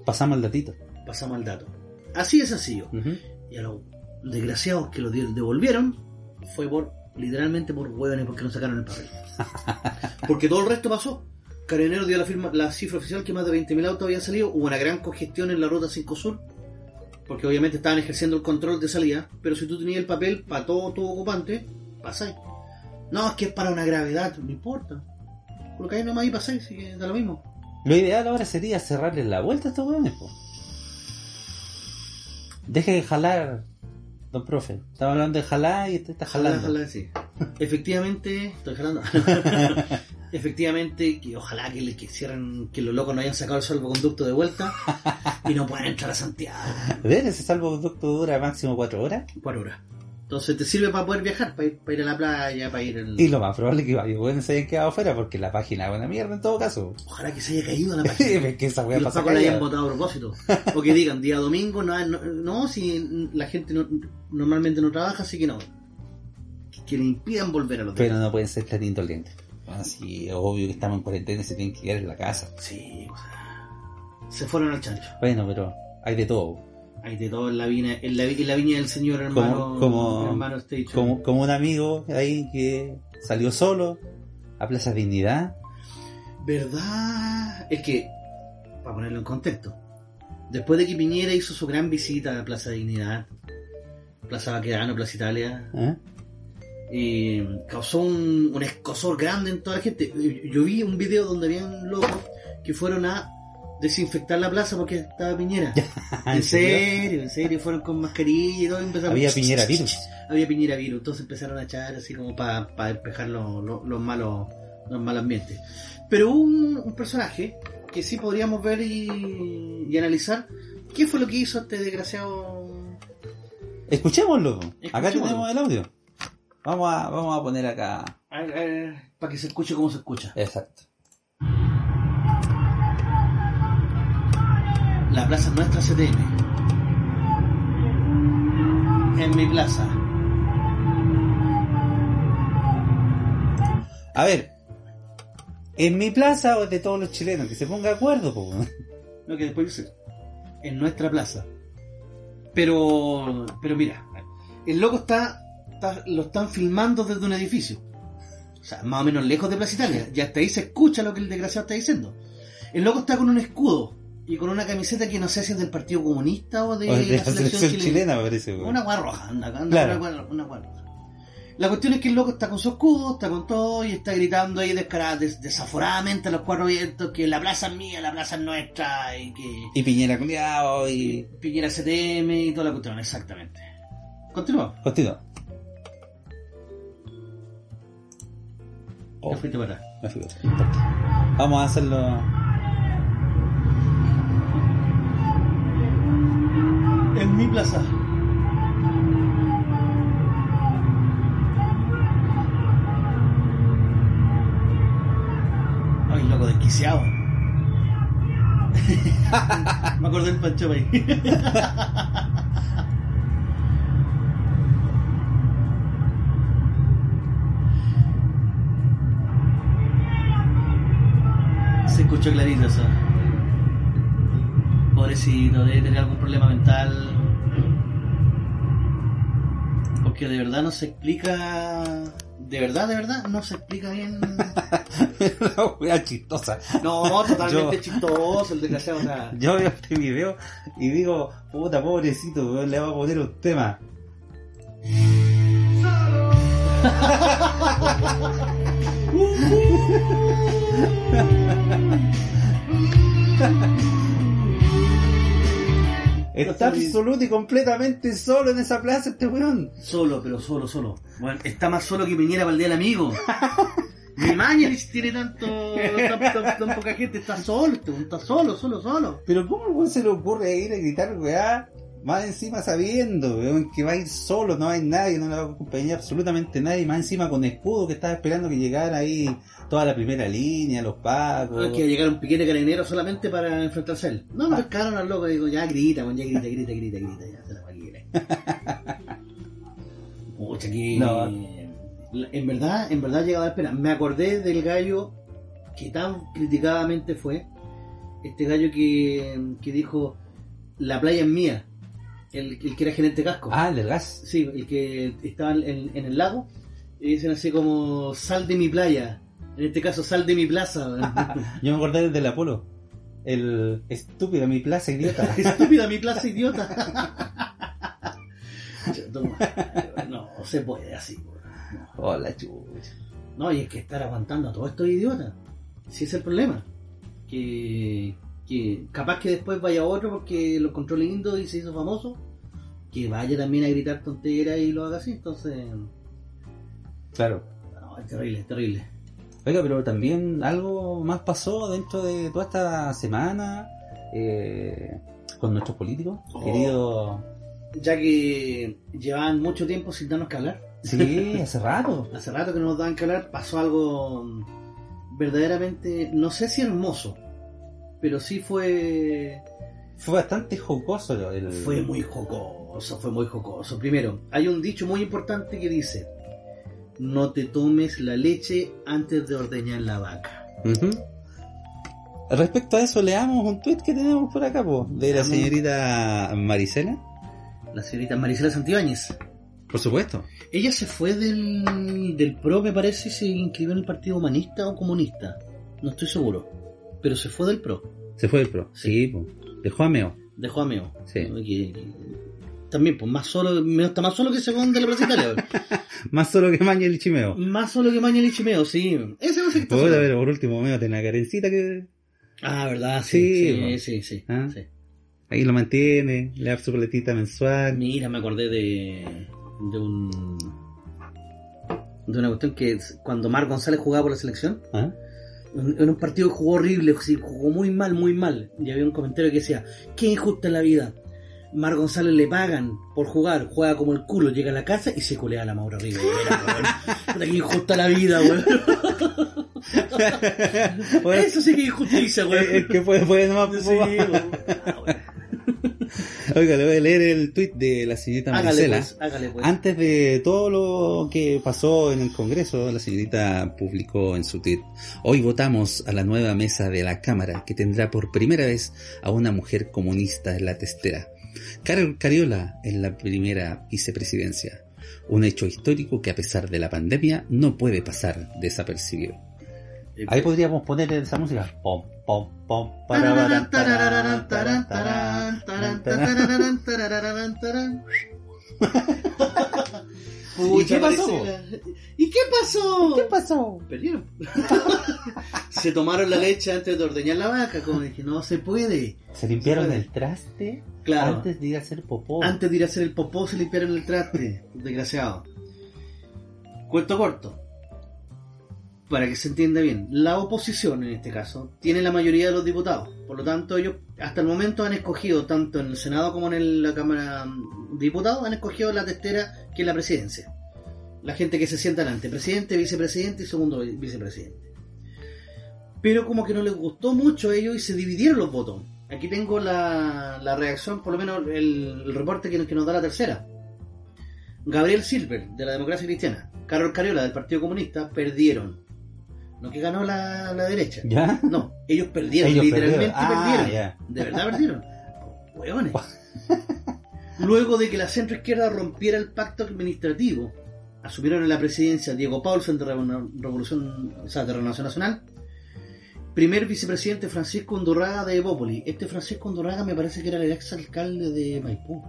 [SPEAKER 2] Pasamos el datito.
[SPEAKER 1] Pasamos al dato. Así es sencillo.
[SPEAKER 2] Ujú.
[SPEAKER 1] Y a los desgraciados que lo di- devolvieron fue por literalmente por hueones porque no sacaron el papel. Porque todo el resto pasó. Carabinero dio la, firma, la cifra oficial que más de 20.000 autos habían salido. Hubo una gran congestión en la ruta 5 Sur. Porque obviamente estaban ejerciendo el control de salida. Pero si tú tenías el papel para todo tu ocupante, pasáis. No, es que es para una gravedad. No importa. Colocáis nomás y pasáis. Así que da lo mismo.
[SPEAKER 2] Lo ideal ahora sería cerrarles la vuelta a estos hueones, po. Deje de jalar, don profe. Estaba hablando de jalar y usted está
[SPEAKER 1] Ojalá,
[SPEAKER 2] jalando.
[SPEAKER 1] ojalá, sí. Efectivamente, estoy jalando. Efectivamente, que ojalá que, le- que cierren, que los locos no hayan sacado el salvoconducto de vuelta y no puedan entrar a Santiago
[SPEAKER 2] ¿Ven? Ese salvoconducto dura máximo cuatro horas.
[SPEAKER 1] por hora. Entonces te sirve para poder viajar, para ir, para ir a la playa, para ir al...
[SPEAKER 2] Y lo más probable es que varios hueones se hayan quedado fuera porque la página es una mierda en todo caso.
[SPEAKER 1] Ojalá que se haya caído la página.
[SPEAKER 2] es que esa
[SPEAKER 1] Y
[SPEAKER 2] hueá
[SPEAKER 1] los
[SPEAKER 2] pasa
[SPEAKER 1] pacos la hayan
[SPEAKER 2] callada.
[SPEAKER 1] votado a propósito. O que digan, día domingo, no, no, no, si la gente no- normalmente no trabaja, así que no. Que, que le impidan volver a los
[SPEAKER 2] Pero no pueden ser tan indolentes. Así, obvio que estamos en cuarentena y se tienen que quedar en la casa.
[SPEAKER 1] Sí, o sea, se fueron al chancho.
[SPEAKER 2] Bueno, pero hay de todo.
[SPEAKER 1] Hay de todo en la viña, en la, vi- en la viña del señor hermano,
[SPEAKER 2] Como- como-
[SPEAKER 1] hermano Station.
[SPEAKER 2] Como, como un amigo ahí que salió solo a Plaza Dignidad.
[SPEAKER 1] ¿Verdad? Es que, para ponerlo en contexto, después de que Piñera hizo su gran visita a Plaza Dignidad, Plaza Baquedano, Plaza Italia,
[SPEAKER 2] ¿eh?
[SPEAKER 1] eh, causó un, un escosor grande en toda la gente. Yo- Yo vi un video donde habían locos que fueron a desinfectar la plaza porque estaba Piñera. Ah, ¿En serio? ¿En serio? Fueron con mascarilla y todo. y empezaron-
[SPEAKER 2] Había Piñera virus.
[SPEAKER 1] había Piñera virus, entonces empezaron a echar así como para despejar los, los- los malos los malos ambientes. Pero hubo un, un personaje que sí podríamos ver y, y analizar qué fue lo que hizo este desgraciado.
[SPEAKER 2] Escuchémoslo. Acá
[SPEAKER 1] Escuchémoslo.
[SPEAKER 2] tenemos el audio. Vamos a, vamos a poner acá.
[SPEAKER 1] para que se escuche como se escucha.
[SPEAKER 2] Exacto.
[SPEAKER 1] La plaza es nuestra CTM. En mi plaza.
[SPEAKER 2] A ver. En mi plaza o es de todos los chilenos, que se ponga de acuerdo, po.
[SPEAKER 1] Lo que después dice. En nuestra plaza. Pero. Pero mira. El loco está. está- lo están filmando desde un edificio. O sea, más o menos lejos de Plaza Italia. Y hasta ahí se escucha lo que el desgraciado está diciendo. El loco está con un escudo. Y con una camiseta que no sé si es del Partido Comunista o de,
[SPEAKER 2] O
[SPEAKER 1] la
[SPEAKER 2] de la
[SPEAKER 1] selección,
[SPEAKER 2] selección
[SPEAKER 1] chilena.
[SPEAKER 2] chilena, me parece, po.
[SPEAKER 1] Una guarda roja, anda, anda,
[SPEAKER 2] Claro.
[SPEAKER 1] una, guarda- una guarda roja. La cuestión es que el loco está con su escudo, está con todo y está gritando ahí descarada, des- desaforadamente a los cuatro vientos que la plaza es mía, la plaza es nuestra y que
[SPEAKER 2] Y Piñera culiao y.
[SPEAKER 1] Piñera CTM y toda la cuestión, exactamente. Continúa, ya
[SPEAKER 2] Continúa. Oh,
[SPEAKER 1] fuiste para atrás.
[SPEAKER 2] me fui. No importa. Vamos a hacerlo.
[SPEAKER 1] En mi plaza. Ay, loco, desquiciado. Me acordé del Pancho ahí. Se escuchó clarito eso. Pobrecito, debe tener algún problema mental. Porque de verdad no se explica. De verdad, de verdad, no se explica bien.
[SPEAKER 2] Una wea chistosa.
[SPEAKER 1] No, totalmente
[SPEAKER 2] Yo-
[SPEAKER 1] chistoso el desgraciado. o sea,
[SPEAKER 2] Yo veo este video y digo, puta pobrecito, weón, le va a poner un tema.
[SPEAKER 3] Solo
[SPEAKER 2] Está absoluto y completamente solo en esa plaza este weón.
[SPEAKER 1] Solo, pero solo, solo. Bueno, está más solo que Piñera para el día del amigo. Ni Mañalich tiene tanto, tan, tan- tan poca gente, está solo, este weón, está solo, solo, solo.
[SPEAKER 2] Pero ¿cómo al weón se le ocurre ir a gritar weá? Más encima sabiendo, weón, que va a ir solo, no hay nadie, no le va a acompañar absolutamente nadie, más encima con escudo que estaba esperando que llegara ahí toda la primera línea, los pacos.
[SPEAKER 1] Ah, que llegar un piquete carabinero solamente para enfrentarse a él. No, me
[SPEAKER 2] Ah.
[SPEAKER 1] pescaron al loco, digo, ya grita, weón, ya grita, grita, grita, grita, ya se la cualquiera. Pucha, que...
[SPEAKER 2] No.
[SPEAKER 1] La- En verdad, en verdad llegaba a dar pena. Me acordé del gallo que tan criticadamente fue, este gallo que, que dijo, la playa es mía, el, el que era gerente casco.
[SPEAKER 2] Ah, el del gas.
[SPEAKER 1] Sí, el que estaba en, en el lago. Y dicen así como, sal de mi playa. En este caso, sal de mi plaza.
[SPEAKER 2] Yo me acordé del del Apolo. El estúpido, mi plaza idiota.
[SPEAKER 1] Estúpida mi plaza, idiota. no, se puede así. güey.
[SPEAKER 2] Hola, chucha.
[SPEAKER 1] No, y es que estar aguantando a todos estos idiotas. Si es el problema. Que, que capaz que después vaya otro porque lo encontró lindo y se hizo famoso. Que vaya también a gritar tonteras y lo haga así. Entonces,
[SPEAKER 2] Claro.
[SPEAKER 1] no, es terrible, es terrible.
[SPEAKER 2] Oiga, pero también algo más pasó dentro de toda esta semana eh, con nuestros políticos.
[SPEAKER 1] Oh.
[SPEAKER 2] Querido.
[SPEAKER 1] Ya que llevaban mucho tiempo sin darnos que hablar.
[SPEAKER 2] Sí, hace rato.
[SPEAKER 1] Hace rato que no nos daban que hablar, pasó algo mm, verdaderamente, no sé si hermoso, pero sí fue,
[SPEAKER 2] Fue bastante jocoso el.
[SPEAKER 1] fue muy jocoso, fue muy jocoso. Primero, hay un dicho muy importante que dice, no te tomes la leche antes de ordeñar la vaca.
[SPEAKER 2] Ujú. Respecto a eso, leamos un tweet que tenemos por acá, po, de la
[SPEAKER 1] Leamos.
[SPEAKER 2] señorita Maricela.
[SPEAKER 1] La señorita Marisela Santibáñez.
[SPEAKER 2] Por supuesto.
[SPEAKER 1] Ella se fue del, del PRO, me parece, y se inscribió en el Partido Humanista o Comunista. No estoy seguro, pero se fue del PRO.
[SPEAKER 2] Se fue el pro. Sí, po. Dejó a Meo.
[SPEAKER 1] Dejó a Meo.
[SPEAKER 2] Sí.
[SPEAKER 1] ¿no? Que- también, pues más solo, Meo está más solo que según de la presentaria.
[SPEAKER 2] Más solo que Maña el Chimeo.
[SPEAKER 1] más solo que Mañalich y Meo, sí. Ese no sé qué está
[SPEAKER 2] Puta,
[SPEAKER 1] solo.
[SPEAKER 2] pero por último, Meo tiene una carencita que
[SPEAKER 1] Ah, verdad, sí.
[SPEAKER 2] Sí,
[SPEAKER 1] Sí,
[SPEAKER 2] pues.
[SPEAKER 1] sí, sí,
[SPEAKER 2] Ah.
[SPEAKER 1] sí.
[SPEAKER 2] ahí lo mantiene, le da su platita mensual.
[SPEAKER 1] Mira, me acordé de. de un. de una cuestión que es cuando Mar González jugaba por la selección.
[SPEAKER 2] ¿Ah?
[SPEAKER 1] En en un partido que jugó horrible, sí, jugó muy mal, muy mal. Y había un comentario que decía, qué injusta es la vida. Mar González le pagan por jugar, juega como el culo, llega a la casa y se culea a la Maura Rivera. weón. Puta, qué injusta la vida, weón.
[SPEAKER 2] Bueno,
[SPEAKER 1] Eso sí que es injusticia, weón.
[SPEAKER 2] el- el que puede, puede nomás.
[SPEAKER 1] Sí,
[SPEAKER 2] po.
[SPEAKER 1] weón. Ah, weón.
[SPEAKER 2] Oiga, le voy a leer el tweet de la señorita
[SPEAKER 1] Hágale
[SPEAKER 2] Maricela.
[SPEAKER 1] pues, hágale pues.
[SPEAKER 2] Antes de todo lo que pasó en el Congreso, la señorita publicó en su tweet, hoy votamos a la nueva mesa de la Cámara que tendrá por primera vez a una mujer comunista en la testera. Carol Cariola en la primera vicepresidencia. Un hecho histórico que a pesar de la pandemia no puede pasar desapercibido.
[SPEAKER 1] Eh,
[SPEAKER 2] Ahí podríamos poner esa música. Pom, pom, pom,
[SPEAKER 1] Tararán,
[SPEAKER 2] parabarán,
[SPEAKER 1] tararán,
[SPEAKER 2] tararán,
[SPEAKER 1] tararán,
[SPEAKER 2] tararán,
[SPEAKER 1] tararán,
[SPEAKER 2] tararán, tararán.
[SPEAKER 1] tararán, tararán, tararán.
[SPEAKER 2] ¿Y qué
[SPEAKER 1] Pucha,
[SPEAKER 2] pasó?
[SPEAKER 1] Marisela. ¿Y qué pasó?
[SPEAKER 2] pasó?
[SPEAKER 1] Perdieron. se tomaron la leche antes de ordeñar la vaca, como dije, no se puede.
[SPEAKER 2] Se limpiaron el traste
[SPEAKER 1] Claro. Antes,
[SPEAKER 2] antes de ir a hacer popó.
[SPEAKER 1] de ir a hacer el popó se limpiaron el traste, desgraciado. Cuento corto. Para que se entienda bien, la oposición en este caso tiene la mayoría de los diputados. Por lo tanto, ellos hasta el momento han escogido, tanto en el Senado como en el- la Cámara de Diputados, han escogido la testera que es la presidencia. La gente que se sienta delante, presidente, vicepresidente y segundo vi- vicepresidente. pero como que no les gustó mucho a ellos y se dividieron los votos. Aquí tengo la, la reacción, por lo menos el, el reporte que, nos- que nos da la tercera. Gabriel Silver, de la democracia cristiana, Carol Cariola, del Partido Comunista, perdieron. No que ganó la, la derecha.
[SPEAKER 2] ¿Ya?
[SPEAKER 1] No, ellos perdieron,
[SPEAKER 2] Ellos
[SPEAKER 1] literalmente
[SPEAKER 2] perdieron. Ah,
[SPEAKER 1] perdieron.
[SPEAKER 2] ya.
[SPEAKER 1] De verdad perdieron. Hueones. Luego de que la centroizquierda rompiera el pacto administrativo, asumieron en la presidencia Diego Paulsen de Revo- Revolución, o sea, de Renovación Nacional, primer vicepresidente Francisco Undurraga de Evópoli. Este Francisco Undurraga me parece que era el ex alcalde de Maipú,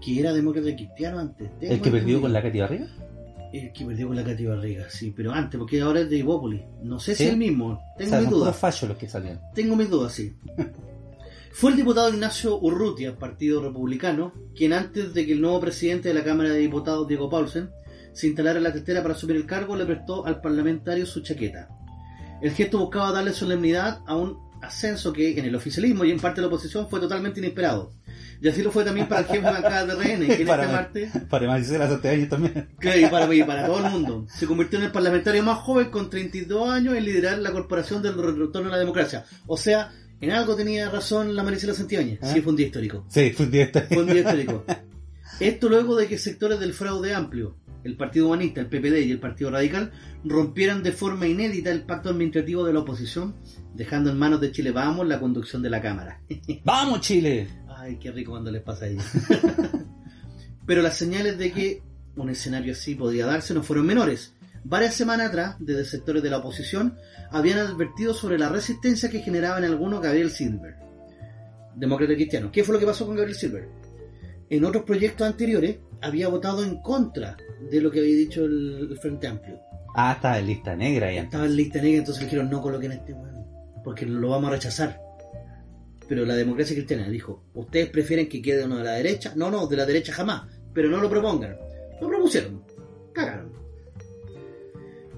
[SPEAKER 1] que era demócrata cristiano antes. de
[SPEAKER 2] ¿El
[SPEAKER 1] Maipú.
[SPEAKER 2] que perdió con la Katy Barriga?
[SPEAKER 1] El que perdió con la Katy Barriga, sí, pero antes, porque ahora es de Hipópolis. No sé si
[SPEAKER 2] ¿Sí?
[SPEAKER 1] es el mismo,
[SPEAKER 2] O
[SPEAKER 1] tengo
[SPEAKER 2] sea,
[SPEAKER 1] mis
[SPEAKER 2] son puros
[SPEAKER 1] dudas.
[SPEAKER 2] fallos los que salieron.
[SPEAKER 1] Tengo mis dudas, sí. Fue el diputado Ignacio Urrutia, Partido Republicano, quien antes de que el nuevo presidente de la Cámara de Diputados, Diego Paulsen, se instalara en la testera para asumir el cargo, le prestó al parlamentario su chaqueta. El gesto buscaba darle solemnidad a un ascenso que en el oficialismo y en parte de la oposición fue totalmente inesperado. Y así lo fue también para el jefe de bancada de RN, que en
[SPEAKER 2] Para
[SPEAKER 1] este
[SPEAKER 2] mí.
[SPEAKER 1] martes
[SPEAKER 2] Para Maricela Santiago también.
[SPEAKER 1] Claro, y para, y para todo el mundo. Se convirtió en el parlamentario más joven con 32 años en liderar la corporación del retorno a la democracia. O sea, en algo tenía razón la Maricela Santiañez.
[SPEAKER 2] ¿Ah?
[SPEAKER 1] Sí, fue un día histórico.
[SPEAKER 2] Sí, fue un directo.
[SPEAKER 1] Fue un día histórico. Esto luego de que sectores del fraude amplio, el Partido Humanista, el PPD y el Partido Radical, rompieran de forma inédita el pacto administrativo de la oposición, dejando en manos de Chile Vamos la conducción de la Cámara.
[SPEAKER 2] ¡Vamos, Chile!
[SPEAKER 1] Ay, qué rico cuando les pasa a ellos. Pero las señales de que un escenario así podía darse no fueron menores. Varias semanas atrás, desde sectores de la oposición, habían advertido sobre la resistencia que generaba en algunos Gabriel Silver, demócrata cristiano. ¿Qué fue lo que pasó con Gabriel Silver? En otros proyectos anteriores había votado en contra de lo que había dicho el, el Frente Amplio.
[SPEAKER 2] Ah, estaba en lista negra ya.
[SPEAKER 1] Estaba en lista negra, entonces le dijeron no coloquen a este weón, porque lo vamos a rechazar. Pero la democracia cristiana dijo, ustedes prefieren que quede uno de la derecha, no, no, de la derecha jamás, pero no lo propongan. Lo propusieron, cagaron.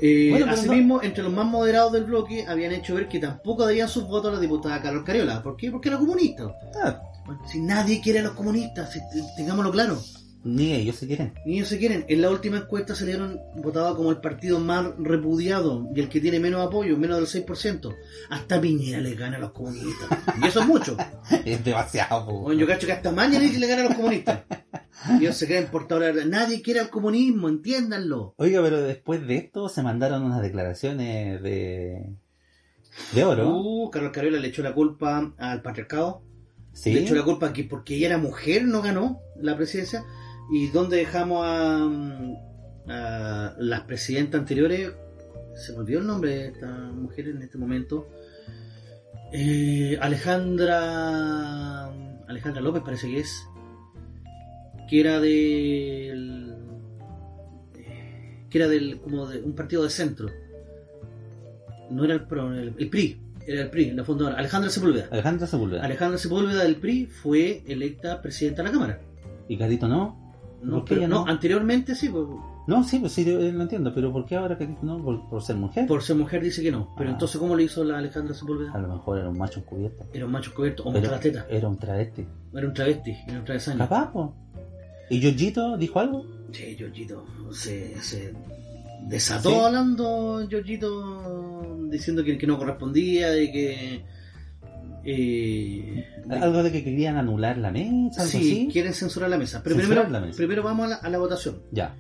[SPEAKER 1] Eh,
[SPEAKER 2] Bueno, pero
[SPEAKER 1] asimismo, entre los más moderados del bloque habían hecho ver que tampoco darían sus votos a la diputada Carol Cariola. ¿Por qué? Porque era comunista.
[SPEAKER 2] Ah,
[SPEAKER 1] Bueno, si nadie quiere a los comunistas, si- tengámoslo claro.
[SPEAKER 2] ni ellos se quieren.
[SPEAKER 1] Ni ellos se quieren. En la última encuesta salieron votados como el partido más repudiado y el que tiene menos apoyo, menos del 6%. Hasta Piñera le gana a los comunistas. Y eso es mucho.
[SPEAKER 2] Es demasiado, po.
[SPEAKER 1] Bueno, yo cacho que hasta Mañana le gana a los comunistas. Y ellos se creen portadores. de la verdad. Nadie quiere al comunismo, entiéndanlo.
[SPEAKER 2] Oiga, pero después de esto se mandaron unas declaraciones de. de oro.
[SPEAKER 1] Uh, Carlos Cariola le echó la culpa al patriarcado.
[SPEAKER 2] sí.
[SPEAKER 1] Le echó la culpa que porque ella era mujer no ganó la presidencia. ¿Y dónde dejamos a, mm, a las presidentas anteriores? Se me olvidó el nombre de esta mujer en este momento. Eh, Alejandra. Alejandra López parece que es. Que era del. eh, Que era del. como de un partido de centro. No era el PRO, el, el PRI. Era el PRI, la fundadora. Alejandra Sepúlveda.
[SPEAKER 2] Alejandra Sepúlveda.
[SPEAKER 1] Alejandra Sepúlveda del PRI fue electa presidenta de la Cámara.
[SPEAKER 2] ¿Y Carito no?
[SPEAKER 1] No,
[SPEAKER 2] ¿Por qué
[SPEAKER 1] pero-
[SPEAKER 2] ella
[SPEAKER 1] no,
[SPEAKER 2] no?
[SPEAKER 1] anteriormente sí, por,
[SPEAKER 2] No, sí, pues sí, yo, eh, lo entiendo, pero ¿por qué ahora Carito no? ¿Por, por ser mujer?
[SPEAKER 1] por ser mujer dice que no. Pero
[SPEAKER 2] Ah.
[SPEAKER 1] entonces, ¿cómo le hizo la Alejandra Sepúlveda?
[SPEAKER 2] A lo mejor era un macho encubierto.
[SPEAKER 1] Era un macho cubierto, o
[SPEAKER 2] Pero-
[SPEAKER 1] mostraba las tetas.
[SPEAKER 2] Era un travesti.
[SPEAKER 1] Era un travesti, era un travesaño.
[SPEAKER 2] Capaz, po. ¿Y Giorgito dijo algo?
[SPEAKER 1] Sí, Giorgito se, se desató
[SPEAKER 2] ¿Sí?
[SPEAKER 1] hablando, Giorgito diciendo que, que no correspondía, de que... eh, de-
[SPEAKER 2] Algo de que querían anular la mesa, algo
[SPEAKER 1] sí,
[SPEAKER 2] así.
[SPEAKER 1] quieren censurar la mesa. Pero
[SPEAKER 2] Censurar
[SPEAKER 1] primero,
[SPEAKER 2] la mesa.
[SPEAKER 1] primero vamos a la- a la votación.
[SPEAKER 2] Ya.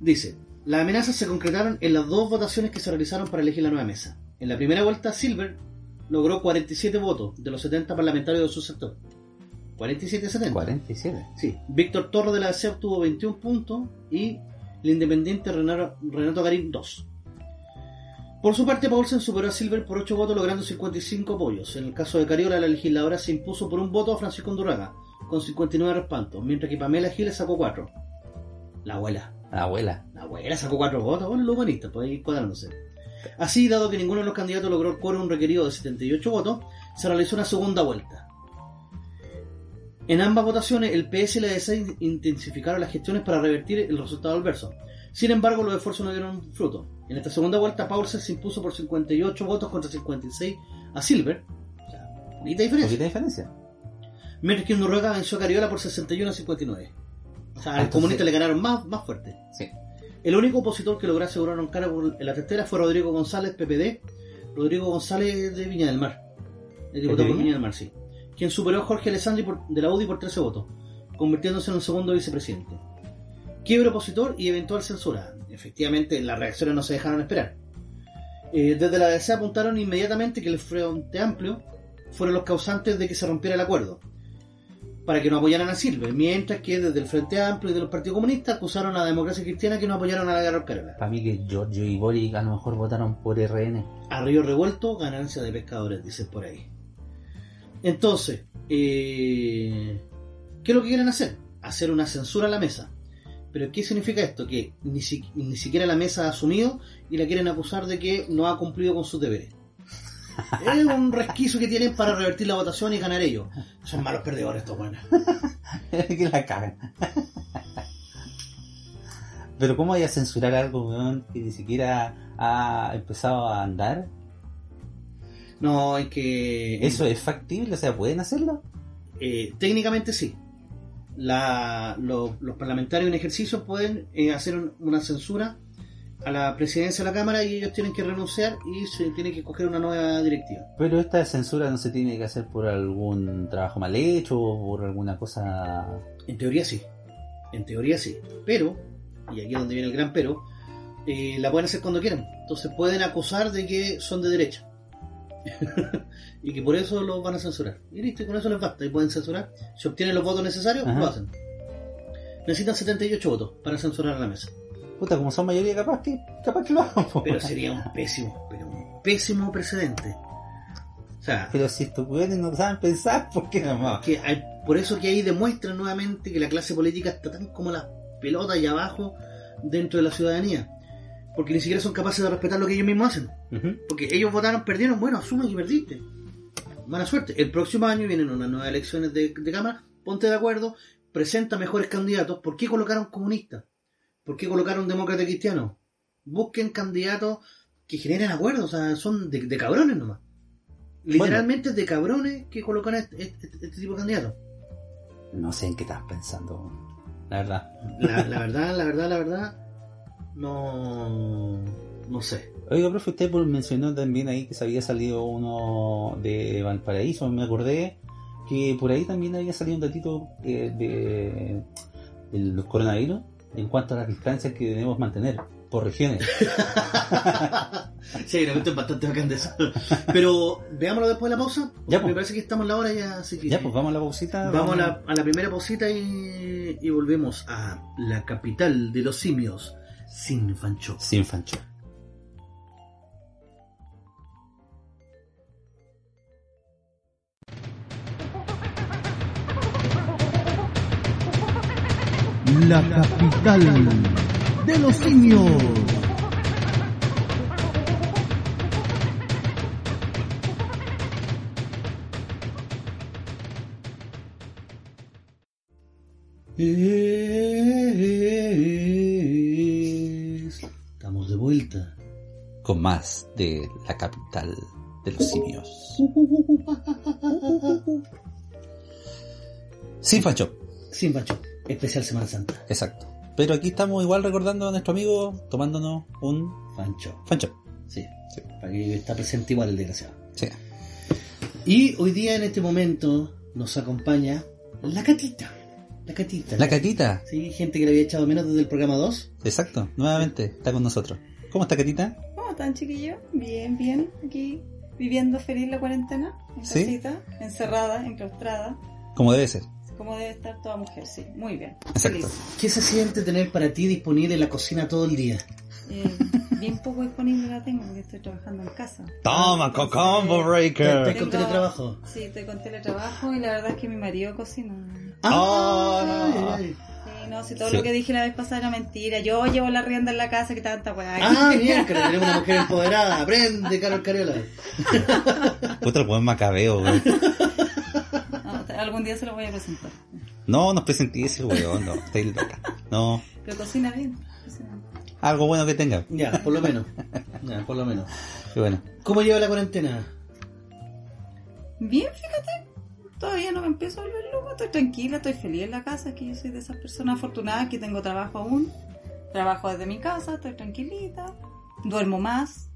[SPEAKER 1] Dice, las amenazas se concretaron en las dos votaciones que se realizaron para elegir la nueva mesa. En la primera vuelta, Silver logró 47 votos de los 70 parlamentarios de su sector. 47-70.
[SPEAKER 2] 47.
[SPEAKER 1] Sí. Víctor Torres de la DC obtuvo 21 puntos y el independiente Renato, Renato Garín 2. Por su parte, Paulsen superó a Silver por 8 votos, logrando 55 apoyos. En el caso de Cariola, la legisladora se impuso por un voto a Francisco Undurraga, con 59 respaldos, mientras que Pamela Giles sacó 4. La abuela.
[SPEAKER 2] La abuela.
[SPEAKER 1] La abuela sacó cuatro votos, bueno, los humanistas, pues ahí cuadrándose. Así, dado que ninguno de los candidatos logró el quórum requerido de 78 votos, se realizó una segunda vuelta. En ambas votaciones, el PS y la DC in- intensificaron las gestiones para revertir el resultado adverso. Sin embargo, los esfuerzos no dieron fruto. En esta segunda vuelta, Paulsen se impuso por 58 votos contra 56 a Silver. O sea, poquita diferencia.
[SPEAKER 2] Poquita diferencia.
[SPEAKER 1] Mientras que Noruega venció a Cariola por 61 a 59. O sea, al
[SPEAKER 2] Entonces-
[SPEAKER 1] comunista le ganaron más, más fuerte.
[SPEAKER 2] Sí.
[SPEAKER 1] El único opositor que logró asegurar un cargo en la testera fue Rodrigo González, PPD, Rodrigo González de Viña del Mar, el diputado de
[SPEAKER 2] de Viña?
[SPEAKER 1] Viña del Mar, sí, quien superó a Jorge Alessandri por- de la UDI por 13 votos, convirtiéndose en un segundo vicepresidente. Quiebre opositor y eventual censura. Efectivamente, las reacciones no se dejaron esperar. Eh, desde la DC apuntaron inmediatamente que el Frente Amplio fueron los causantes de que se rompiera el acuerdo para que no apoyaran a Silver, mientras que desde el Frente Amplio y de los Partidos Comunistas acusaron a la democracia cristiana que no apoyaron a la guerra Carola.
[SPEAKER 2] Para mí que Giorgio y Boric a lo mejor votaron por RN.
[SPEAKER 1] A río revuelto, ganancia de pescadores, dicen por ahí. Entonces, eh, ¿qué es lo que quieren hacer? Hacer una censura a la mesa. Pero ¿qué significa esto? Que ni, si- ni siquiera la mesa ha asumido y la quieren acusar de que no ha cumplido con sus deberes. Es un resquicio que tienen para revertir la votación y ganar ellos. Son malos perdedores estos buenos.
[SPEAKER 2] que la cagan. Pero ¿cómo voy a censurar algo, weón, que ni siquiera ha empezado a andar?
[SPEAKER 1] No, es que...
[SPEAKER 2] ¿Eso es factible? O sea, ¿pueden hacerlo?
[SPEAKER 1] Eh, técnicamente sí. La- lo- los parlamentarios en ejercicio pueden eh, hacer un- una censura a la presidencia de la Cámara y ellos tienen que renunciar y se tienen que escoger una nueva directiva.
[SPEAKER 2] Pero esta censura no se tiene que hacer por algún trabajo mal hecho o por alguna cosa...
[SPEAKER 1] En teoría sí. En teoría sí. Pero, y aquí es donde viene el gran pero, eh, la pueden hacer cuando quieran. Entonces pueden acusar de que son de derecha. y que por eso los van a censurar. Y listo, y con eso les basta. Y pueden censurar. Si obtienen los votos necesarios,
[SPEAKER 2] Ajá.
[SPEAKER 1] lo hacen. Necesitan 78 votos para censurar a la mesa.
[SPEAKER 2] Puta, como son mayoría, capaz que, capaz que lo hagan. po.
[SPEAKER 1] Pero sería un pésimo, pero un pésimo precedente. O sea,
[SPEAKER 2] Pero si estos weones no saben pensar, ¿por qué nomás?
[SPEAKER 1] que hay- por eso que ahí demuestra nuevamente que la clase política está tan como las pelotas allá abajo dentro de la ciudadanía. Porque ni siquiera son capaces de respetar lo que ellos mismos hacen.
[SPEAKER 2] Ujú.
[SPEAKER 1] Porque ellos votaron, perdieron, bueno, asumen que perdiste. Mala suerte. El próximo año vienen unas nuevas elecciones de, de Cámara, ponte de acuerdo, presenta mejores candidatos. ¿Por qué colocaron comunistas? ¿Por qué colocaron demócratas cristianos? Busquen candidatos que generen acuerdos, o sea, son de, de cabrones nomás. Literalmente de cabrones que colocan a este, este- este tipo de candidatos.
[SPEAKER 2] No sé en qué estás pensando, weón. la verdad.
[SPEAKER 1] La, la verdad, la verdad, la verdad, no, no sé.
[SPEAKER 2] Oiga, profe, usted por- mencionó también ahí que se había salido uno de Valparaíso, me acordé que por ahí también había salido un datito eh, de, del coronavirus en cuanto a las distancias que debemos mantener por regiones.
[SPEAKER 1] Sí, realmente es bastante bacán de eso. Pero veámoslo después de la pausa.
[SPEAKER 2] Ya,
[SPEAKER 1] me
[SPEAKER 2] pues.
[SPEAKER 1] parece que estamos en la hora ya, así que
[SPEAKER 2] Ya, pues vamos a la pausita.
[SPEAKER 1] vamos a la, a la primera pausita y, y volvemos a la capital de los simios, Sinfancho.
[SPEAKER 2] Sin fancho.
[SPEAKER 4] La capital de los simios.
[SPEAKER 1] Estamos de vuelta.
[SPEAKER 2] Con más de la capital de los simios. Sin fancho.
[SPEAKER 1] Sinfancho, especial Semana Santa.
[SPEAKER 2] Exacto. Pero aquí estamos igual recordando a nuestro amigo tomándonos un
[SPEAKER 1] Fancho,
[SPEAKER 2] fancho.
[SPEAKER 1] sí.
[SPEAKER 2] Sí.
[SPEAKER 1] Para que está presente igual el desgraciado.
[SPEAKER 2] Sí.
[SPEAKER 1] Y hoy día en este momento nos acompaña la catita. La catita.
[SPEAKER 2] La catita,
[SPEAKER 1] Sí, gente que le había echado menos desde el programa 2.
[SPEAKER 2] exacto, nuevamente está con nosotros. ¿Cómo está catita?
[SPEAKER 3] ¿Cómo están, chiquillos? Bien, bien. Aquí viviendo feliz la cuarentena. En
[SPEAKER 2] Sí.
[SPEAKER 3] casita, encerrada, enclaustrada.
[SPEAKER 2] Como debe ser.
[SPEAKER 3] Como debe estar toda mujer, sí. Muy bien.
[SPEAKER 2] Exacto.
[SPEAKER 3] Feliz.
[SPEAKER 1] ¿Qué se siente tener para ti disponible la cocina todo el día?
[SPEAKER 3] Eh, bien poco disponible la tengo porque estoy trabajando en casa.
[SPEAKER 2] Toma, co- combo
[SPEAKER 1] ¿Estás
[SPEAKER 2] breaker.
[SPEAKER 1] con
[SPEAKER 3] Tengo-
[SPEAKER 1] teletrabajo?
[SPEAKER 3] Sí, estoy con teletrabajo y la verdad es que mi marido cocina.
[SPEAKER 2] Ah, no.
[SPEAKER 1] ay, ay.
[SPEAKER 3] Sí, no, si todo
[SPEAKER 2] Sí.
[SPEAKER 3] lo que dije la vez pasada era mentira. Yo llevo la rienda en la casa, que tanta weá.
[SPEAKER 1] Ah, bien, que tenemos una mujer empoderada. Aprende, Carol Cariola.
[SPEAKER 2] Otro buen macabeo, weón.
[SPEAKER 3] No, t- algún día se lo voy a presentar.
[SPEAKER 2] No nos presenté ese weón, no, estáis loca. No,
[SPEAKER 3] Pero cocina bien. cocina bien.
[SPEAKER 2] algo bueno que tenga.
[SPEAKER 1] Ya, por lo menos. Ya, por lo menos.
[SPEAKER 2] Y bueno,
[SPEAKER 1] ¿Cómo lleva la cuarentena?
[SPEAKER 3] Bien, fíjate. Todavía no me empiezo a volver loco. Estoy tranquila, estoy feliz en la casa. Es que yo soy de esas personas afortunadas que tengo trabajo aún. Trabajo desde mi casa, estoy tranquilita. Duermo más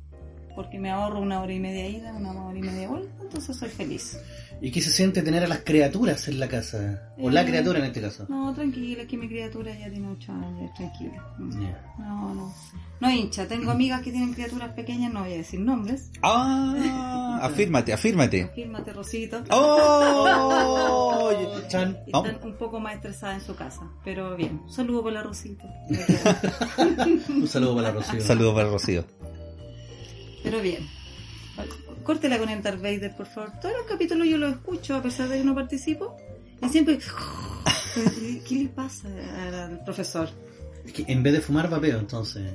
[SPEAKER 3] porque me ahorro una hora y media ida, una hora y media vuelta. Entonces soy feliz.
[SPEAKER 1] ¿Y qué se siente tener a las criaturas en la casa? O la
[SPEAKER 3] Eh.
[SPEAKER 1] criatura en este caso.
[SPEAKER 3] No, tranquila, es que mi criatura ya tiene ocho años, tranquila. Mm.
[SPEAKER 1] Ya.
[SPEAKER 3] No, no. No hincha. Tengo amigas que tienen criaturas pequeñas, no voy a decir nombres.
[SPEAKER 2] ah, afírmate, afírmate.
[SPEAKER 3] Fírmate, Rosito.
[SPEAKER 2] Oh,
[SPEAKER 1] Chan.
[SPEAKER 3] Y
[SPEAKER 2] Vamos.
[SPEAKER 3] Están un poco más estresadas en su casa, pero bien. Un saludo por la Rosito.
[SPEAKER 1] Un saludo para la Rocío.
[SPEAKER 2] Saludos para el Rocío.
[SPEAKER 3] Pero bien. Córtela con el Darth Vader, por favor. Todos los capítulos yo los escucho, a pesar de que no participo. Y siempre... ¿Qué le pasa al profesor?
[SPEAKER 1] Es que en vez de fumar, vapeo, entonces.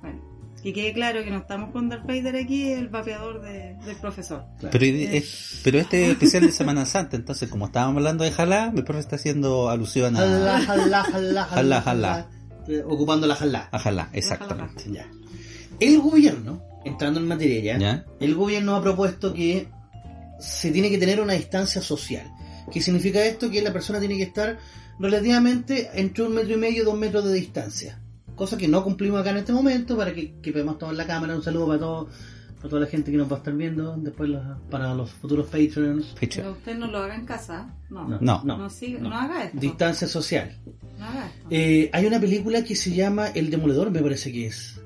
[SPEAKER 3] Bueno, que quede claro que no estamos con Darth Vader aquí, el vapeador de- del profesor.
[SPEAKER 2] Pero, es- pero este es especial de Semana Santa, entonces como estábamos hablando de jalá, mi profe está haciendo alusión a,
[SPEAKER 1] Jalá, jalá, jalá,
[SPEAKER 2] Jalá, jalá.
[SPEAKER 1] Eh, Ocupando la jalá.
[SPEAKER 2] a jalá, exactamente.
[SPEAKER 1] Ya. El gobierno, entrando en materia ya,
[SPEAKER 2] ¿Ya?
[SPEAKER 1] el gobierno ha propuesto que se tiene que tener una distancia social. ¿Qué significa esto? Que la persona tiene que estar relativamente entre un metro y medio y dos metros de distancia. Cosa que no cumplimos acá en este momento para que, que podamos tomar la cámara. Un saludo para todos. Para toda la gente que nos va a estar viendo, después los- para los futuros patrons.
[SPEAKER 2] Fecha.
[SPEAKER 3] Pero usted no lo haga en casa, no.
[SPEAKER 1] No,
[SPEAKER 3] No,
[SPEAKER 2] No.
[SPEAKER 3] siga-
[SPEAKER 1] no.
[SPEAKER 3] no haga esto.
[SPEAKER 1] Distancia social.
[SPEAKER 3] No haga esto.
[SPEAKER 1] Eh, hay una película que se llama El Demoledor, me parece que es.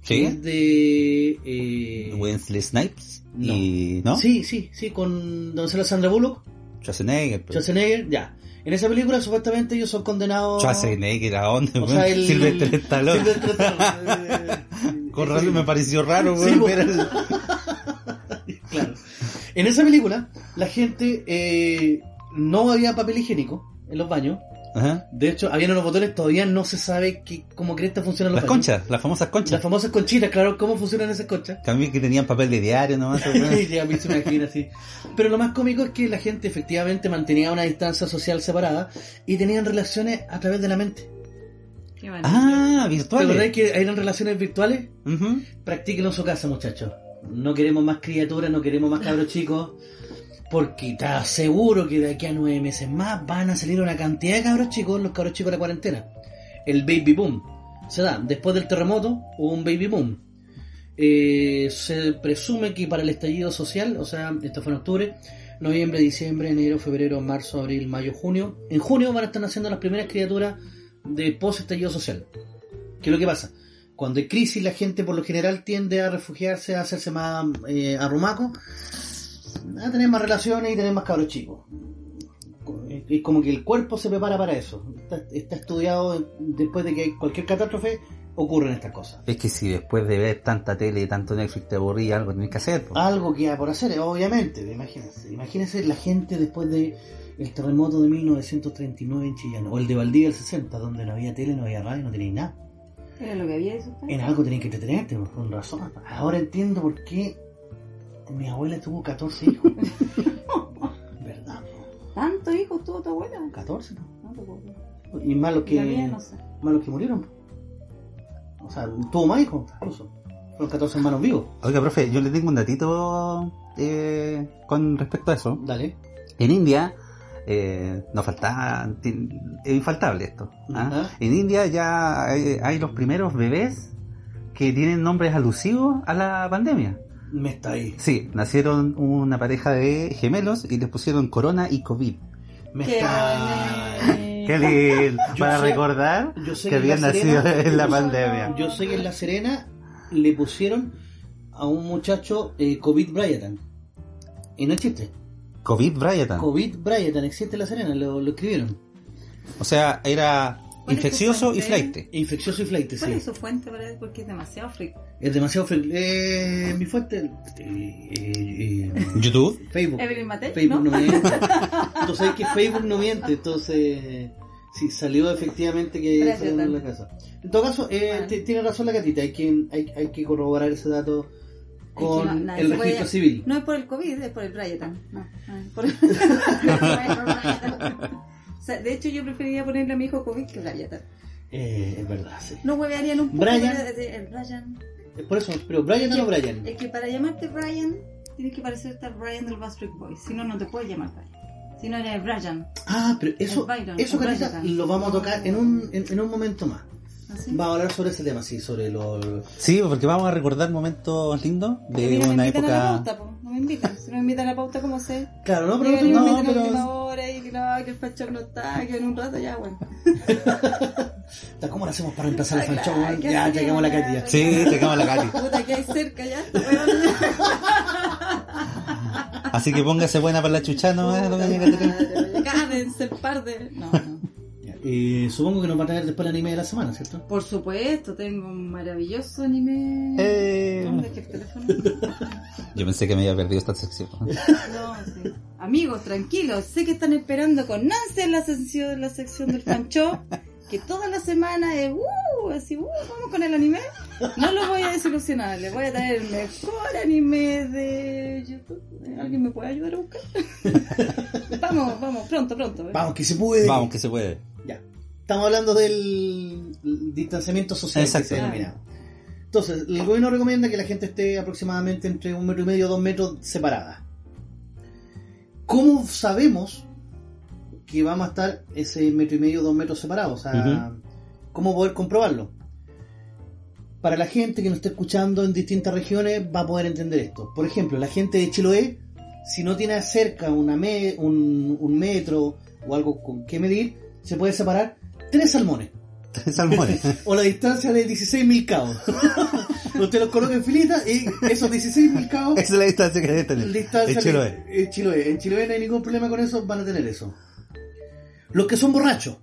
[SPEAKER 2] ¿Sí?
[SPEAKER 1] Es de. eh,
[SPEAKER 2] Wensley Snipes y... ¿No?
[SPEAKER 1] Sí, sí, sí, con Don Sandra Bullock,
[SPEAKER 2] Schwarzenegger. pero-
[SPEAKER 1] Schwarzenegger, ya. En esa película supuestamente ellos son condenados.
[SPEAKER 2] Schwarzenegger, ¿a dónde?
[SPEAKER 1] O sea,
[SPEAKER 2] weón?
[SPEAKER 1] el-
[SPEAKER 2] Sylvester Stallone.
[SPEAKER 1] Sylvester Stallone, eh,
[SPEAKER 2] Con
[SPEAKER 1] eh,
[SPEAKER 2] razón me pareció raro, weón,
[SPEAKER 1] Sí,
[SPEAKER 2] ver al-
[SPEAKER 1] Claro. En esa película, la gente eh, no había papel higiénico en los baños.
[SPEAKER 2] Ajá.
[SPEAKER 1] De hecho, habían unos botones, todavía no se sabe qué- cómo cresta funcionan los
[SPEAKER 2] Las
[SPEAKER 1] baños.
[SPEAKER 2] conchas, las famosas
[SPEAKER 1] Las
[SPEAKER 2] conchas.
[SPEAKER 1] famosas conchitas, claro, cómo funcionan esas conchas.
[SPEAKER 2] También que tenían papel de diario nomás. weón.
[SPEAKER 1] Sí, a mí se me imagina así. Pero lo más cómico es que la gente efectivamente mantenía una distancia social separada y tenían relaciones a través de la mente.
[SPEAKER 3] Qué bueno.
[SPEAKER 2] ah,
[SPEAKER 1] ¿Te acordás
[SPEAKER 2] virtuales.
[SPEAKER 1] que eran relaciones virtuales?
[SPEAKER 2] Ujú.
[SPEAKER 1] Practíquenlo en su casa, muchachos. No queremos más criaturas, no queremos más cabros chicos. Porque te aseguro que de aquí a nueve meses más van a salir una cantidad de cabros chicos, los cabros chicos de la cuarentena. El baby boom. Se da, después del terremoto hubo un baby boom. Eh, se presume que para el estallido social, o sea, esto fue en octubre, noviembre, diciembre, enero, febrero, marzo, abril, mayo, junio. En junio van a estar naciendo las primeras criaturas de post estallido social. ¿Qué es lo que pasa? Cuando hay crisis, la gente por lo general tiende a refugiarse, a hacerse más eh, arrumaco, a tener más relaciones y tener más cabros chicos. Es como que el cuerpo se prepara para eso. Está, está estudiado después de que hay cualquier catástrofe ocurren estas cosas.
[SPEAKER 2] Es que si después de ver tanta tele y tanto Netflix te aburrí, algo tenés que hacer. po.
[SPEAKER 1] Algo que hay por hacer, obviamente, imagínense. Imagínense la gente después de el terremoto de 1939 en Chillán, o el de Valdivia del 60, donde no había tele, no había radio, no teníais nada.
[SPEAKER 3] Era lo que había de usted.
[SPEAKER 1] En algo tenías que entretenerte, pues, con razón. Ahora entiendo por qué mi abuela tuvo 14 hijos. ¿Verdad? po?
[SPEAKER 3] ¿Tantos hijos tuvo tu abuela?
[SPEAKER 1] 14, po.
[SPEAKER 3] No te puedo creer.
[SPEAKER 1] Y más los
[SPEAKER 3] La mía
[SPEAKER 1] que,
[SPEAKER 3] no sé.
[SPEAKER 1] más los que murieron. po. O sea, tuvo más hijos, incluso. Fueron 14 hermanos vivos.
[SPEAKER 2] Oiga, profe, yo le tengo un datito eh, con respecto a eso.
[SPEAKER 1] Dale.
[SPEAKER 2] En India, eh, nos faltaba, ti- es infaltable esto. ¿ah?
[SPEAKER 1] Ajá.
[SPEAKER 2] En India ya hay, hay los primeros bebés que tienen nombres alusivos a la pandemia.
[SPEAKER 1] Me está ahí.
[SPEAKER 2] Sí, nacieron una pareja de gemelos y les pusieron corona y COVID.
[SPEAKER 1] Me
[SPEAKER 3] Qué
[SPEAKER 1] está ahí.
[SPEAKER 3] bueno.
[SPEAKER 2] Qué lindo,
[SPEAKER 1] Yo
[SPEAKER 2] para
[SPEAKER 1] sé-
[SPEAKER 2] recordar
[SPEAKER 1] Yo sé
[SPEAKER 2] que
[SPEAKER 1] en La
[SPEAKER 2] habían nacido
[SPEAKER 1] Serena-
[SPEAKER 2] en la
[SPEAKER 1] yo sé-
[SPEAKER 2] pandemia.
[SPEAKER 1] Yo sé que en La Serena le pusieron a un muchacho eh, COVID Bryatan. Y no es chiste.
[SPEAKER 2] COVID Bryant.
[SPEAKER 1] COVID Bryatan existe en La Serena, lo- lo escribieron.
[SPEAKER 2] O sea, era
[SPEAKER 3] ¿Cuál es tu
[SPEAKER 2] infeccioso y
[SPEAKER 3] fuente?
[SPEAKER 2] flight.
[SPEAKER 1] Infeccioso y flight,
[SPEAKER 3] ¿Cuál
[SPEAKER 1] sí.
[SPEAKER 3] es su fuente para él? Porque es demasiado freak.
[SPEAKER 1] Es demasiado feliz. Eh, mi fuente. eh, eh, eh,
[SPEAKER 2] YouTube.
[SPEAKER 1] Facebook.
[SPEAKER 3] Evelyn Matei,
[SPEAKER 1] Facebook no,
[SPEAKER 3] ¿no?
[SPEAKER 1] miente. Tú sabes que Facebook no miente, entonces. Sí, salió efectivamente que
[SPEAKER 3] Gracias,
[SPEAKER 1] salió en la
[SPEAKER 3] Dante.
[SPEAKER 1] casa. En todo caso, eh,
[SPEAKER 3] Vale.
[SPEAKER 1] ti- tiene razón la gatita, hay que, hay, hay que corroborar ese dato con
[SPEAKER 3] Es que no- nadie
[SPEAKER 1] el
[SPEAKER 3] se puede-
[SPEAKER 1] registro civil.
[SPEAKER 3] No es por el COVID, es por el Rayatan. No, no es por el... O sea, de hecho, yo preferiría ponerle a mi hijo COVID que Rayatan.
[SPEAKER 1] Eh, es verdad, sí.
[SPEAKER 3] No huevearían un poco.
[SPEAKER 1] Brian.
[SPEAKER 3] pero- de- el Brian.
[SPEAKER 1] Es por eso, pero Brian o no Brian.
[SPEAKER 3] Es que para llamarte Brian, tienes que parecerte a Brian del Backstreet Boys. Si no, no te puedes llamar Brian. Si no, eres Brian.
[SPEAKER 1] Ah, pero eso,
[SPEAKER 3] el Byron,
[SPEAKER 1] eso
[SPEAKER 3] el
[SPEAKER 1] gatita,
[SPEAKER 3] Byron.
[SPEAKER 1] lo vamos a tocar en un, en, en un momento más.
[SPEAKER 3] ¿Así?
[SPEAKER 1] Vamos a hablar sobre ese tema, sí, sobre los.
[SPEAKER 2] Sí, porque vamos a recordar momentos lindos de
[SPEAKER 3] Porque a mí no
[SPEAKER 2] una
[SPEAKER 3] me invitan a la
[SPEAKER 2] época.
[SPEAKER 3] pauta, po. no me invitan. Si no me invitan a la pauta, ¿cómo sé?
[SPEAKER 1] Claro, no,
[SPEAKER 3] Pero,
[SPEAKER 1] pero.
[SPEAKER 3] no,
[SPEAKER 1] no,
[SPEAKER 3] me pero... última
[SPEAKER 1] pero
[SPEAKER 3] hora y que no, que el fachón no está, que en un rato ya, bueno.
[SPEAKER 1] ¿Cómo lo hacemos para empezar el
[SPEAKER 3] Ay,
[SPEAKER 1] fanchón?
[SPEAKER 3] ay, qué
[SPEAKER 1] Ya,
[SPEAKER 3] hacemos,
[SPEAKER 1] llegamos a la
[SPEAKER 3] ya,
[SPEAKER 1] cantidad.
[SPEAKER 3] ya.
[SPEAKER 2] Sí, te cama la Katy.
[SPEAKER 3] Puta, que hay cerca ya. esta weá.
[SPEAKER 2] Así que póngase buena para la chucha, ¿no? eh, doña Caterina?
[SPEAKER 3] Cádense el par de... No, no.
[SPEAKER 1] Ya, eh, supongo que nos va a traer después el anime de la semana, ¿cierto?
[SPEAKER 3] Por supuesto, tengo un maravilloso anime.
[SPEAKER 2] Eh,
[SPEAKER 3] ¿Dónde es que el teléfono?
[SPEAKER 2] Yo pensé que me había perdido esta sección.
[SPEAKER 3] No, sí. Amigos, tranquilos, sé que están esperando con ansia la, sección- la sección del fan show que toda la semana es, uh, así, uh, vamos con el anime, no lo voy a desilusionar, les voy a traer el mejor anime de YouTube. ¿Alguien me puede ayudar a buscar? vamos, vamos, pronto, pronto.
[SPEAKER 1] Vamos, que se puede.
[SPEAKER 2] Vamos, que se puede.
[SPEAKER 1] Ya. Estamos hablando del distanciamiento social. que se
[SPEAKER 2] Exacto.
[SPEAKER 1] denomina. Entonces, el gobierno recomienda que la gente esté aproximadamente entre un metro y medio dos metros separada. ¿Cómo sabemos que vamos a estar ese metro y medio, dos metros separados? O sea,
[SPEAKER 2] Ujú.
[SPEAKER 1] ¿cómo poder comprobarlo? Para la gente que nos está escuchando en distintas regiones va a poder entender esto. Por ejemplo, la gente de Chiloé, si no tiene cerca una me- un, un metro o algo con que medir, se puede separar tres salmones
[SPEAKER 2] Salmones.
[SPEAKER 1] o la distancia de 16.000 cabos. Usted los coloca en filita y esos 16.000 cabos,
[SPEAKER 2] Esa es la distancia que debe tener.
[SPEAKER 1] distancia
[SPEAKER 2] Eh, En Chiloé.
[SPEAKER 1] de- en Chiloé. En Chiloé no hay ningún problema con eso, van a tener eso. Los que son borrachos,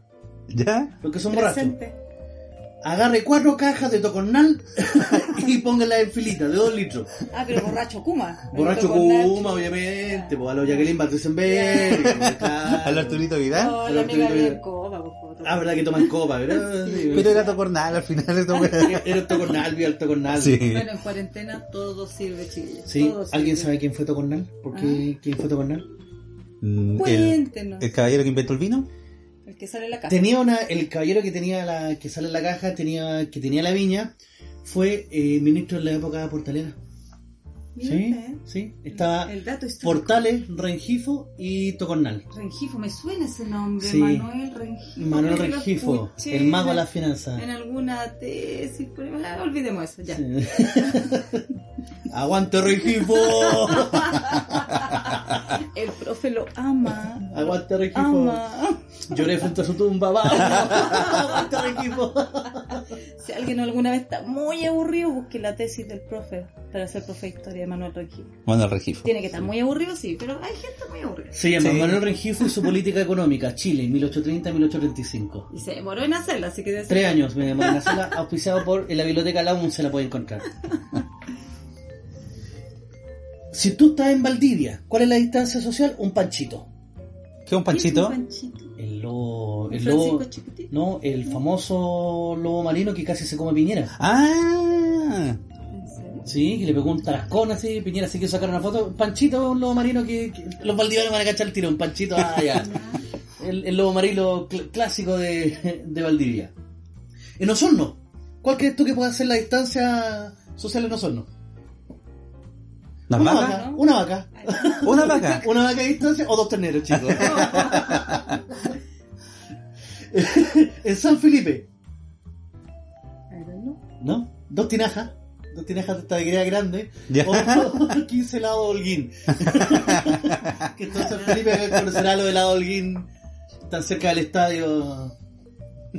[SPEAKER 2] ¿Ya?
[SPEAKER 1] los que son borrachos,
[SPEAKER 3] Presente.
[SPEAKER 1] agarre cuatro cajas de tocornal y pónganlas en filita de dos litros.
[SPEAKER 3] Ah, pero borracho Kuma.
[SPEAKER 1] Borracho
[SPEAKER 3] Con
[SPEAKER 1] Kuma,
[SPEAKER 3] Nacho.
[SPEAKER 1] obviamente, pues a los Jacqueline Van Dusenberg, claro.
[SPEAKER 2] Al Arturito Vidal.
[SPEAKER 3] No,
[SPEAKER 1] Pero
[SPEAKER 3] la amiga
[SPEAKER 1] tú- tú-
[SPEAKER 3] de Coba, por favor.
[SPEAKER 1] Ah, verdad que toman copa, ¿verdad? Sí,
[SPEAKER 2] Pero era tocornal al final. Esta wea.
[SPEAKER 1] Era tocornal, vio el tocornal.
[SPEAKER 2] sí.
[SPEAKER 3] Bueno, en cuarentena todo sirve, chiquillos.
[SPEAKER 1] Sí, Ah.
[SPEAKER 3] todo sirve.
[SPEAKER 1] ¿alguien sabe quién fue Tocornal? ¿Por qué quién fue Tocornal?
[SPEAKER 2] Mm, El,
[SPEAKER 3] Cuéntenos.
[SPEAKER 2] el caballero que inventó el vino.
[SPEAKER 3] El que sale en la casa.
[SPEAKER 1] Tenía una, el caballero que tenía la, que sale en la caja, tenía, que tenía la viña, fue eh, ministro en la época portalera. Sí,
[SPEAKER 3] Mira, eh.
[SPEAKER 1] sí. Estaba
[SPEAKER 3] El dato histórico.
[SPEAKER 1] Portales, Rengifo y Tocornal.
[SPEAKER 3] Rengifo, me suena ese nombre,
[SPEAKER 1] Sí.
[SPEAKER 3] Manuel Rengifo.
[SPEAKER 1] Manuel
[SPEAKER 3] Creo que lo
[SPEAKER 1] Rengifo,
[SPEAKER 3] escuché
[SPEAKER 1] el mago de
[SPEAKER 3] en-
[SPEAKER 1] las finanzas.
[SPEAKER 3] En alguna tesis, pero ah, olvidemos eso, ya.
[SPEAKER 1] ¡Aguante Rengifo!
[SPEAKER 3] El profe lo ama.
[SPEAKER 1] ¡Aguante Rengifo!
[SPEAKER 3] Ama.
[SPEAKER 1] Lloré frente a su tumba, vamos. ¡Aguante Rengifo!
[SPEAKER 3] Si alguien alguna vez está muy aburrido, busque la tesis del profe para ser profe de historia de Manuel Rengifo.
[SPEAKER 2] Bueno, el regifo.
[SPEAKER 3] Tiene que estar muy aburrido, sí, pero hay gente muy aburrida.
[SPEAKER 1] Se llama
[SPEAKER 2] Sí.
[SPEAKER 1] Manuel Rengifo y su política económica, Chile, 1830-1835.
[SPEAKER 3] Y se demoró en hacerla, así que debe ser-
[SPEAKER 1] Tres años me demoré en hacerla, auspiciado por en la biblioteca Laun se la puede encontrar. Si tú estás en Valdivia, ¿cuál es la distancia social? Un panchito.
[SPEAKER 2] ¿Qué un
[SPEAKER 3] Es
[SPEAKER 2] panchito?
[SPEAKER 3] un panchito.
[SPEAKER 1] El lobo, el
[SPEAKER 3] El
[SPEAKER 1] lobo,
[SPEAKER 3] Francisco chiquitito.
[SPEAKER 1] no, el famoso lobo marino que casi se come Piñera.
[SPEAKER 2] Ah,
[SPEAKER 3] ¿En serio?
[SPEAKER 1] Sí, que le pegó un tarascón así, Piñera se quiso sacar una foto. Panchito, un lobo marino que, que los valdivianos van a cachar el tiro, un panchito, ah, ya. El, el lobo marino cl- clásico de, de Valdivia. En Osorno, ¿cuál crees tú que puede ser la distancia social en Osorno?
[SPEAKER 2] las
[SPEAKER 1] una
[SPEAKER 2] vacas.
[SPEAKER 1] vaca, una vaca.
[SPEAKER 3] Ay, no.
[SPEAKER 2] Una vaca.
[SPEAKER 1] Una vaca de distancia o dos terneros, chicos. en San Felipe,
[SPEAKER 3] Ay, no.
[SPEAKER 1] ¿no? Dos tinajas. Dos tinajas de estabilidad grande.
[SPEAKER 2] Ya.
[SPEAKER 1] O 15 helados de holguín. que entonces San Felipe conocerá los helados de holguín tan cerca del estadio.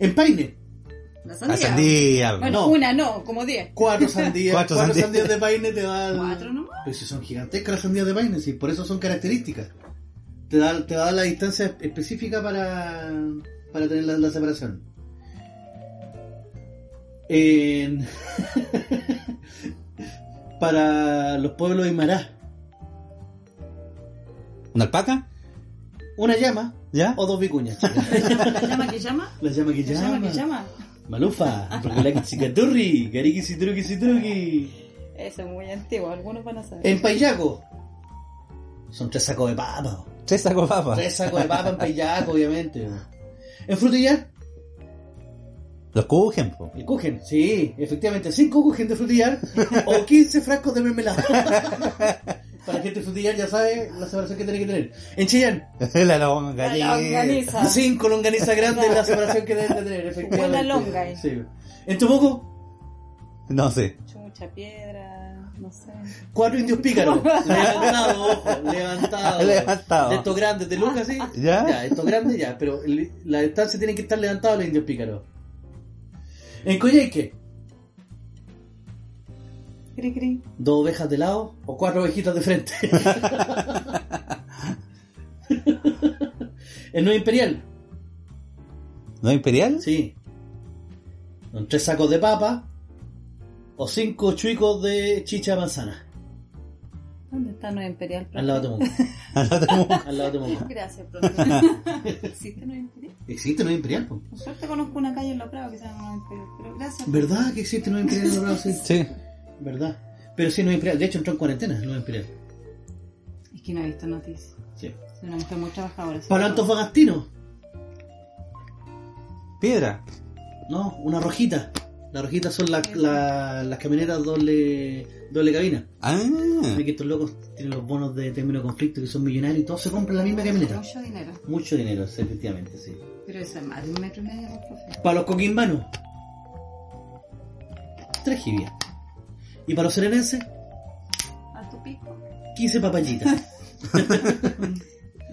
[SPEAKER 1] en Paine,
[SPEAKER 3] La sandía.
[SPEAKER 2] La sandía.
[SPEAKER 3] Bueno,
[SPEAKER 1] No.
[SPEAKER 3] una no, como diez.
[SPEAKER 1] cuatro sandías.
[SPEAKER 2] Cuatro
[SPEAKER 1] cuatro
[SPEAKER 2] sandías.
[SPEAKER 1] sandías de Paine te va al-
[SPEAKER 3] Cuatro nomás.
[SPEAKER 1] Pero si son gigantescas las sandías de Paine, sí, por eso son características. Te da, te va a dar la distancia específica para, para tener la, la separación. En- para los pueblos de Aymara,
[SPEAKER 2] ¿Una alpaca?
[SPEAKER 1] una llama
[SPEAKER 2] ¿Ya?
[SPEAKER 1] o dos vicuñas. chicos.
[SPEAKER 3] La llama que llama.
[SPEAKER 1] La llama que
[SPEAKER 3] La
[SPEAKER 1] llama.
[SPEAKER 3] llama que llama.
[SPEAKER 1] Malufa, Chicaturri, Gariki Citruki Citruki.
[SPEAKER 3] Eso es muy antiguo, algunos van a saber.
[SPEAKER 1] En Payaco. Son tres sacos de papa.
[SPEAKER 2] Tres sacos papas.
[SPEAKER 1] Tres sacos de papa en Payaco, obviamente. En Frutillar,
[SPEAKER 2] Los cujen, po.
[SPEAKER 1] El cujen, sí, efectivamente, 5 cujen de frutillar o 15 frascos de mermelada. Para la gente de frutillar ya sabe la separación que tiene que tener. En Chillán,
[SPEAKER 2] La
[SPEAKER 3] La
[SPEAKER 2] longaniza.
[SPEAKER 3] longaniza.
[SPEAKER 1] 5 longanizas grandes la separación que deben de tener, efectivamente.
[SPEAKER 3] Buena longa, eh.
[SPEAKER 1] Sí. En Temuco,
[SPEAKER 2] No sé.
[SPEAKER 3] Mucha piedra, no sé.
[SPEAKER 1] cuatro indios pícaros. Levantado, ojo, levantado.
[SPEAKER 2] Levantado.
[SPEAKER 1] De estos grandes, de Lucas, sí.
[SPEAKER 2] ¿Ya?
[SPEAKER 1] Ya, estos grandes ya, pero el- la distancia tienen que estar levantados los indios pícaros. En Coyhaique,
[SPEAKER 3] Cri cri.
[SPEAKER 1] dos ovejas de lado o cuatro ovejitas de frente. el nuevo imperial,
[SPEAKER 2] ¿No imperial?
[SPEAKER 1] sí. Son tres sacos de papa o cinco chuicos de chicha de manzana.
[SPEAKER 3] Ah, ¿Dónde está Nueva Imperial? profe?
[SPEAKER 1] Al lado de Temuco.
[SPEAKER 2] Al lado de Temuco.
[SPEAKER 1] Al lado de Temuco.
[SPEAKER 3] Gracias, profe. ¿Existe Nueva Imperial?
[SPEAKER 1] Existe Nueva Imperial, po.
[SPEAKER 3] Por suerte conozco una calle en La Prado que se llama Nueva Imperial, pero gracias.
[SPEAKER 1] ¿Verdad que existe Nueva Imperial en Bravo? Sí.
[SPEAKER 2] Sí.
[SPEAKER 1] ¿Verdad? Pero sí, Nueva Imperial. De hecho, entró en cuarentena Nueva Imperial.
[SPEAKER 3] Es que no he visto noticias.
[SPEAKER 1] Sí.
[SPEAKER 3] Soy una mujer muy trabajadora. sí.
[SPEAKER 1] Para Antofagastino.
[SPEAKER 2] Piedra.
[SPEAKER 1] No, una rojita. Las rojitas son las- la- las camionetas doble, doble cabina.
[SPEAKER 2] Ah.
[SPEAKER 1] Ve que estos locos tienen los bonos de término de conflicto que son millonarios y todos se compran la misma camioneta.
[SPEAKER 3] Mucho dinero.
[SPEAKER 1] Mucho dinero, sí, efectivamente, sí.
[SPEAKER 3] Pero eso es más de un metro y medio, profe.
[SPEAKER 1] Para los coquimbanos, tres jibias. Y para los serenenses,
[SPEAKER 3] ¿A tu pico?
[SPEAKER 1] 15 papayitas.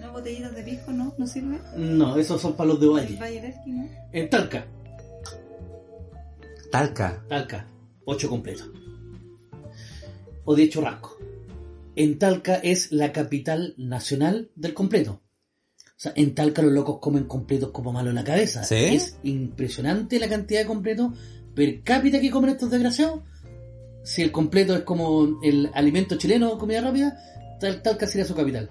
[SPEAKER 3] ¿No botellitas de pisco, no? ¿No sirve?
[SPEAKER 1] No, esos son para los de
[SPEAKER 3] ¿El
[SPEAKER 1] Valle.
[SPEAKER 3] Valle del Elqui, no?
[SPEAKER 1] En Talca,
[SPEAKER 2] Talca.
[SPEAKER 1] Talca, 8 completos. O 10 churrascos. En Talca es la capital nacional del completo. O sea, en Talca los locos comen completos como malo en la cabeza.
[SPEAKER 2] ¿Sí?
[SPEAKER 1] Es impresionante la cantidad de completos per cápita que comen estos desgraciados. Si el completo es como el alimento chileno, comida rápida, Tal- Talca sería su capital.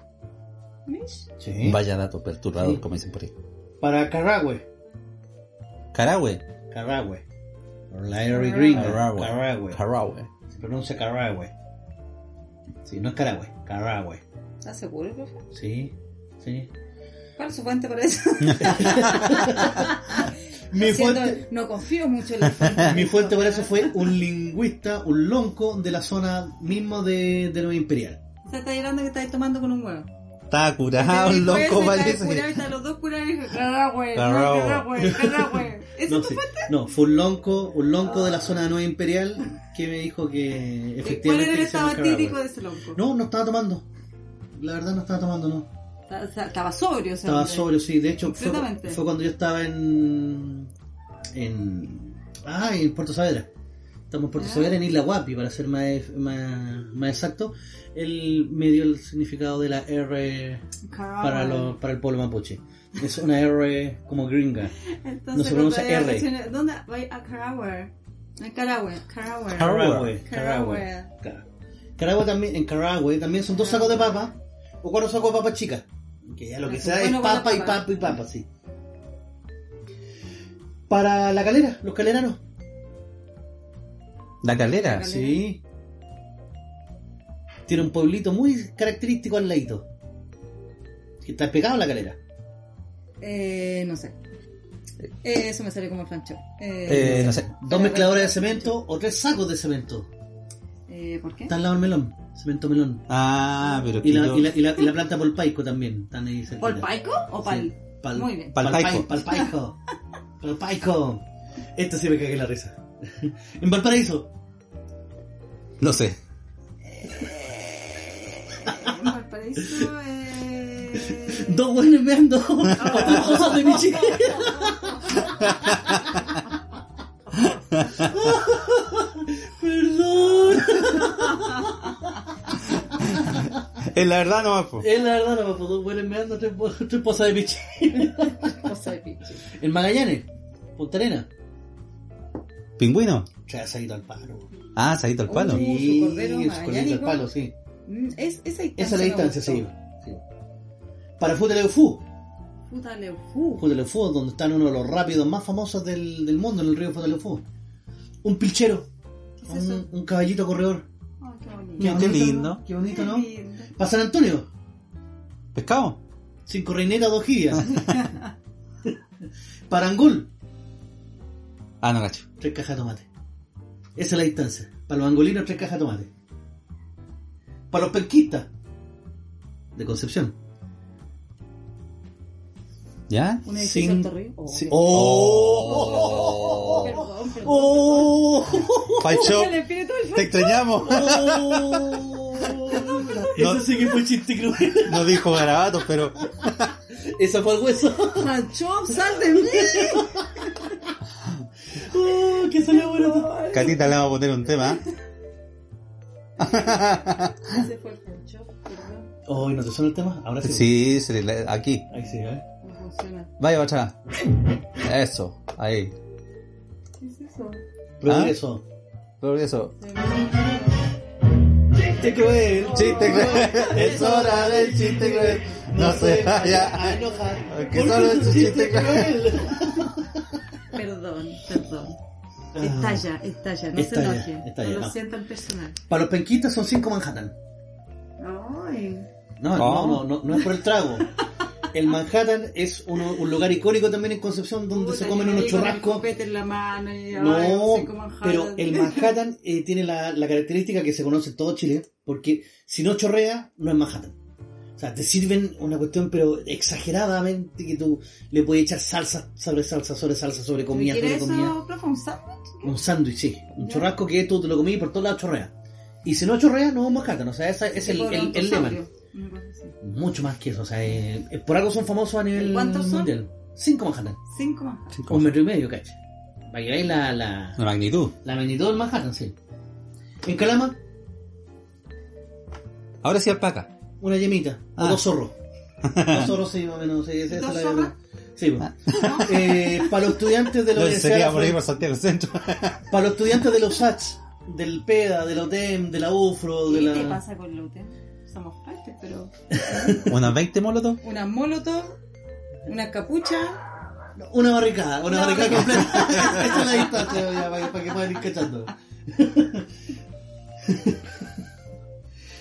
[SPEAKER 3] ¿Mish?
[SPEAKER 1] Sí.
[SPEAKER 2] Vaya dato perturbador,
[SPEAKER 1] Sí.
[SPEAKER 2] como dicen por ahí.
[SPEAKER 1] Para Carragüe.
[SPEAKER 2] Carahue.
[SPEAKER 1] Carragüe. Larry Green.
[SPEAKER 2] Carahue.
[SPEAKER 1] Carragüe.
[SPEAKER 2] Carahue.
[SPEAKER 1] Se pronuncia Carragüe. Sí, no es Caragüe, Carragüe.
[SPEAKER 3] ¿Estás seguro, profe?
[SPEAKER 1] Sí, sí.
[SPEAKER 3] ¿Cuál es su fuente para eso?
[SPEAKER 1] Mi
[SPEAKER 3] Siendo-
[SPEAKER 1] fuente,
[SPEAKER 3] No confío mucho en la fuente.
[SPEAKER 1] mi fuente para eso fue un lingüista, un lonco de la zona mismo de, de Nueva Imperial.
[SPEAKER 3] Se está llorando que estáis tomando con un huevo.
[SPEAKER 2] Está
[SPEAKER 1] Ah,
[SPEAKER 2] curado,
[SPEAKER 3] Te dijo eso,
[SPEAKER 2] loco,
[SPEAKER 3] está
[SPEAKER 2] parece.
[SPEAKER 3] curado, están los dos curados y dije, Carahue,
[SPEAKER 2] Carahue.
[SPEAKER 3] Carahue, Carahue. Eso eh,
[SPEAKER 1] No, sí. no, fue un lonco, un lonco de la zona de Nueva Imperial que me dijo que
[SPEAKER 3] fue- Ah. ¿Cuál
[SPEAKER 1] efectivamente
[SPEAKER 3] era el
[SPEAKER 1] que se llama
[SPEAKER 3] estado
[SPEAKER 1] Carragüe.
[SPEAKER 3] típico de ese loco?
[SPEAKER 1] No, no estaba tomando. La verdad no estaba tomando, no.
[SPEAKER 3] Ta- ta- Estaba sobrio, o sea,
[SPEAKER 1] Estaba
[SPEAKER 3] hombre.
[SPEAKER 1] sobrio, sí. De hecho, fue,
[SPEAKER 3] Completamente.
[SPEAKER 1] fue cuando yo estaba en. en. Ah, en Puerto Saavedra. Estamos en Puerto
[SPEAKER 3] Ah.
[SPEAKER 1] Saavedra, en Isla Guapi, para ser más, e-, más, más exacto. Él me dio el significado de la R
[SPEAKER 3] Carahue.
[SPEAKER 1] para, los- para el pueblo mapuche. Es una R como gringa.
[SPEAKER 3] Entonces,
[SPEAKER 1] no se pronuncia
[SPEAKER 3] cuando hay
[SPEAKER 1] R.
[SPEAKER 3] ocasiones- ¿Dónde? Voy a Carahue. En Carahue, Carahue.
[SPEAKER 1] Carahue. Carahue.
[SPEAKER 3] Carahue.
[SPEAKER 1] Ca- Carahue también, en Carahue también
[SPEAKER 3] Ah.
[SPEAKER 1] son dos sacos de papa o cuatro sacos de papa chicas. Que ya lo que sea
[SPEAKER 3] Ah, pues Bueno,
[SPEAKER 1] es
[SPEAKER 3] buena
[SPEAKER 1] papa y
[SPEAKER 3] papa.
[SPEAKER 1] papa y papa, sí. Para la calera, los caleranos.
[SPEAKER 2] La calera.
[SPEAKER 3] Calera.
[SPEAKER 1] Sí. Tiene un pueblito muy característico al ladito. Que está pegado a la calera.
[SPEAKER 3] Eh, no sé. Eh, eso me salió como franchón.
[SPEAKER 2] Eh, no sé.
[SPEAKER 1] Dos mezcladores de cemento o tres sacos de cemento.
[SPEAKER 3] Eh, ¿Por qué?
[SPEAKER 1] Está al lado del melón. Cemento melón.
[SPEAKER 2] Ah, pero que
[SPEAKER 1] Y la,
[SPEAKER 2] yo-
[SPEAKER 1] y la, y la, y la planta polpaico también. Están ahí cerquita.
[SPEAKER 3] ¿Polpaico o pal?
[SPEAKER 1] Sí, pal-
[SPEAKER 3] Muy bien.
[SPEAKER 2] Palpaico.
[SPEAKER 1] Palpaico. Palpaico. Palpaico. Esto sí me cagué la risa. En Valparaíso.
[SPEAKER 2] No sé.
[SPEAKER 3] En Valparaíso, eh...
[SPEAKER 1] Dos buenos veando. cosas de Michi. Perdón.
[SPEAKER 2] Es la verdad no po.
[SPEAKER 1] Es la verdad, no me puedo huelen meando tres, po- tres pozas de pichi.
[SPEAKER 3] Cosa de piche.
[SPEAKER 1] En Magallanes, Punta Arena.
[SPEAKER 2] Pingüino.
[SPEAKER 1] Trasadito al palo.
[SPEAKER 2] Ah, salito al palo.
[SPEAKER 3] Uy.
[SPEAKER 1] Sí,
[SPEAKER 3] Uh, su cordero
[SPEAKER 1] su cordero al
[SPEAKER 3] magallánico.
[SPEAKER 1] palo, sí.
[SPEAKER 3] Mm, Es, esa distancia.
[SPEAKER 1] Esa es la
[SPEAKER 3] me
[SPEAKER 1] distancia, sí.
[SPEAKER 3] gustó.
[SPEAKER 1] sí. Para Futeleufú.
[SPEAKER 3] Puta Leufú.
[SPEAKER 1] Futeleufú, donde están uno de los rápidos más famosos del, del mundo en el río Futeleufú. Un pilchero,
[SPEAKER 3] ¿Qué es eso?
[SPEAKER 1] un, un caballito corredor.
[SPEAKER 3] Ay, qué
[SPEAKER 2] Qué
[SPEAKER 3] bonito.
[SPEAKER 1] bonito,
[SPEAKER 2] lindo.
[SPEAKER 1] ¿no? Qué bonito, ¿no?
[SPEAKER 3] Qué lindo.
[SPEAKER 1] Para San Antonio,
[SPEAKER 2] ¿Pescado?
[SPEAKER 1] cinco reinetas, dos gigas. Para Angol,
[SPEAKER 2] Ah, no gacho.
[SPEAKER 1] tres cajas de tomate. Esa es la distancia. Para los angolinos, tres cajas de tomate. Para los penquistas, de Concepción.
[SPEAKER 2] ¿Ya?
[SPEAKER 3] Un edificio
[SPEAKER 1] Sin-
[SPEAKER 3] en Torrey. Oh,
[SPEAKER 1] Sí.
[SPEAKER 3] qué-
[SPEAKER 1] ¡Oh!
[SPEAKER 3] Perdón, perdón.
[SPEAKER 1] ¡Oh!
[SPEAKER 2] Pancho,
[SPEAKER 3] El espíritu del
[SPEAKER 2] Uh, te extrañamos.
[SPEAKER 1] Eso sí que fue chiste cruel.
[SPEAKER 2] No dijo garabatos, pero
[SPEAKER 1] Eso fue al hueso.
[SPEAKER 3] Pancho, sal de mí.
[SPEAKER 1] Oh, que salió bueno.
[SPEAKER 2] Catita le vamos a poner un tema. ¿eh?
[SPEAKER 3] Ese Ah, fue el Pancho, perdón.
[SPEAKER 1] Oh, ¿no te suena el tema? Ahora sí.
[SPEAKER 2] Sí, ¿Ah? se le- aquí.
[SPEAKER 1] Ahí sí, ¿eh?
[SPEAKER 3] No funciona.
[SPEAKER 2] Vaya para atrás. Eso, ahí.
[SPEAKER 3] ¿Qué es eso?
[SPEAKER 1] Progreso.
[SPEAKER 2] Progreso.
[SPEAKER 3] Se me-
[SPEAKER 1] chiste cruel.
[SPEAKER 2] Chiste cruel. Es hora del chiste cruel. No se vaya a
[SPEAKER 1] enojar.
[SPEAKER 2] Que solo es un chiste cruel.
[SPEAKER 3] Perdón, perdón. Estalla, estalla, no
[SPEAKER 1] Ah. Estalla,
[SPEAKER 3] se enoje.
[SPEAKER 1] estalla, ah.
[SPEAKER 3] no lo
[SPEAKER 1] no.
[SPEAKER 3] sientan personal.
[SPEAKER 1] Para los penquistas son 5 Manhattan.
[SPEAKER 3] Ay,
[SPEAKER 1] No, no, no,
[SPEAKER 2] ¿Cómo?
[SPEAKER 1] no, no es por el trago. El Manhattan es uno- un lugar icónico también en Concepción donde
[SPEAKER 3] puta,
[SPEAKER 1] se comen
[SPEAKER 3] yo
[SPEAKER 1] unos
[SPEAKER 3] ahí con el
[SPEAKER 1] churrascos.
[SPEAKER 3] copete en la mano y, ay,
[SPEAKER 1] No,
[SPEAKER 3] sé cómo
[SPEAKER 1] pero
[SPEAKER 3] jalan.
[SPEAKER 1] el Manhattan eh, tiene la, la característica que se conoce en todo Chile, porque si no chorrea, no es Manhattan. O sea, te sirven una cuestión, pero exageradamente, que tú le puedes echar salsa sobre salsa, sobre salsa, sobre comida,
[SPEAKER 3] ¿Quiere
[SPEAKER 1] sobre comida.
[SPEAKER 3] eso, profe? ¿Un sándwich?
[SPEAKER 1] Un sándwich, sí. Un
[SPEAKER 3] Ya.
[SPEAKER 1] churrasco que tú te lo comí y por todos lados chorrea. Y si no chorrea, no es Manhattan. O sea, esa, es el,
[SPEAKER 3] Tipo
[SPEAKER 1] el, el
[SPEAKER 3] brontosaurio,
[SPEAKER 1] lema.
[SPEAKER 3] una cosa así.
[SPEAKER 1] Mucho más que eso. O sea, eh, eh, por algo son famosos a nivel
[SPEAKER 3] ¿Cuántos son?
[SPEAKER 1] mundial. Cinco Manhattan.
[SPEAKER 3] Cinco más.
[SPEAKER 1] Un metro y medio, cacha. Para que veáis la... la...
[SPEAKER 2] Una magnitud.
[SPEAKER 1] La magnitud del Manhattan, sí. En Calama,
[SPEAKER 2] Ahora sí alpaca.
[SPEAKER 1] una yemita. O
[SPEAKER 2] Ah.
[SPEAKER 1] dos zorros. Dos zorros, sí, más o menos. Sí, esa- esa
[SPEAKER 3] ¿Dos
[SPEAKER 1] es la-
[SPEAKER 3] zorras?
[SPEAKER 1] Sí, pues. Eh, para los estudiantes de la
[SPEAKER 2] Ah. No, sería
[SPEAKER 1] universidad.
[SPEAKER 2] por ahí por Santiago Centro.
[SPEAKER 1] Para los estudiantes de los SATS, del PEDA, de la OTEM, de la UFRO, de
[SPEAKER 3] ¿Qué te
[SPEAKER 1] la.
[SPEAKER 3] pasa con Lute? Somos fuertes, pero...
[SPEAKER 2] Unas 20 molotov.
[SPEAKER 3] Una molotov, una capucha,
[SPEAKER 1] Una barricada, una
[SPEAKER 3] Una
[SPEAKER 1] barricada
[SPEAKER 3] barricada.
[SPEAKER 1] completa. esa es la distancia, ya, para, que- para que puedan ir cachando.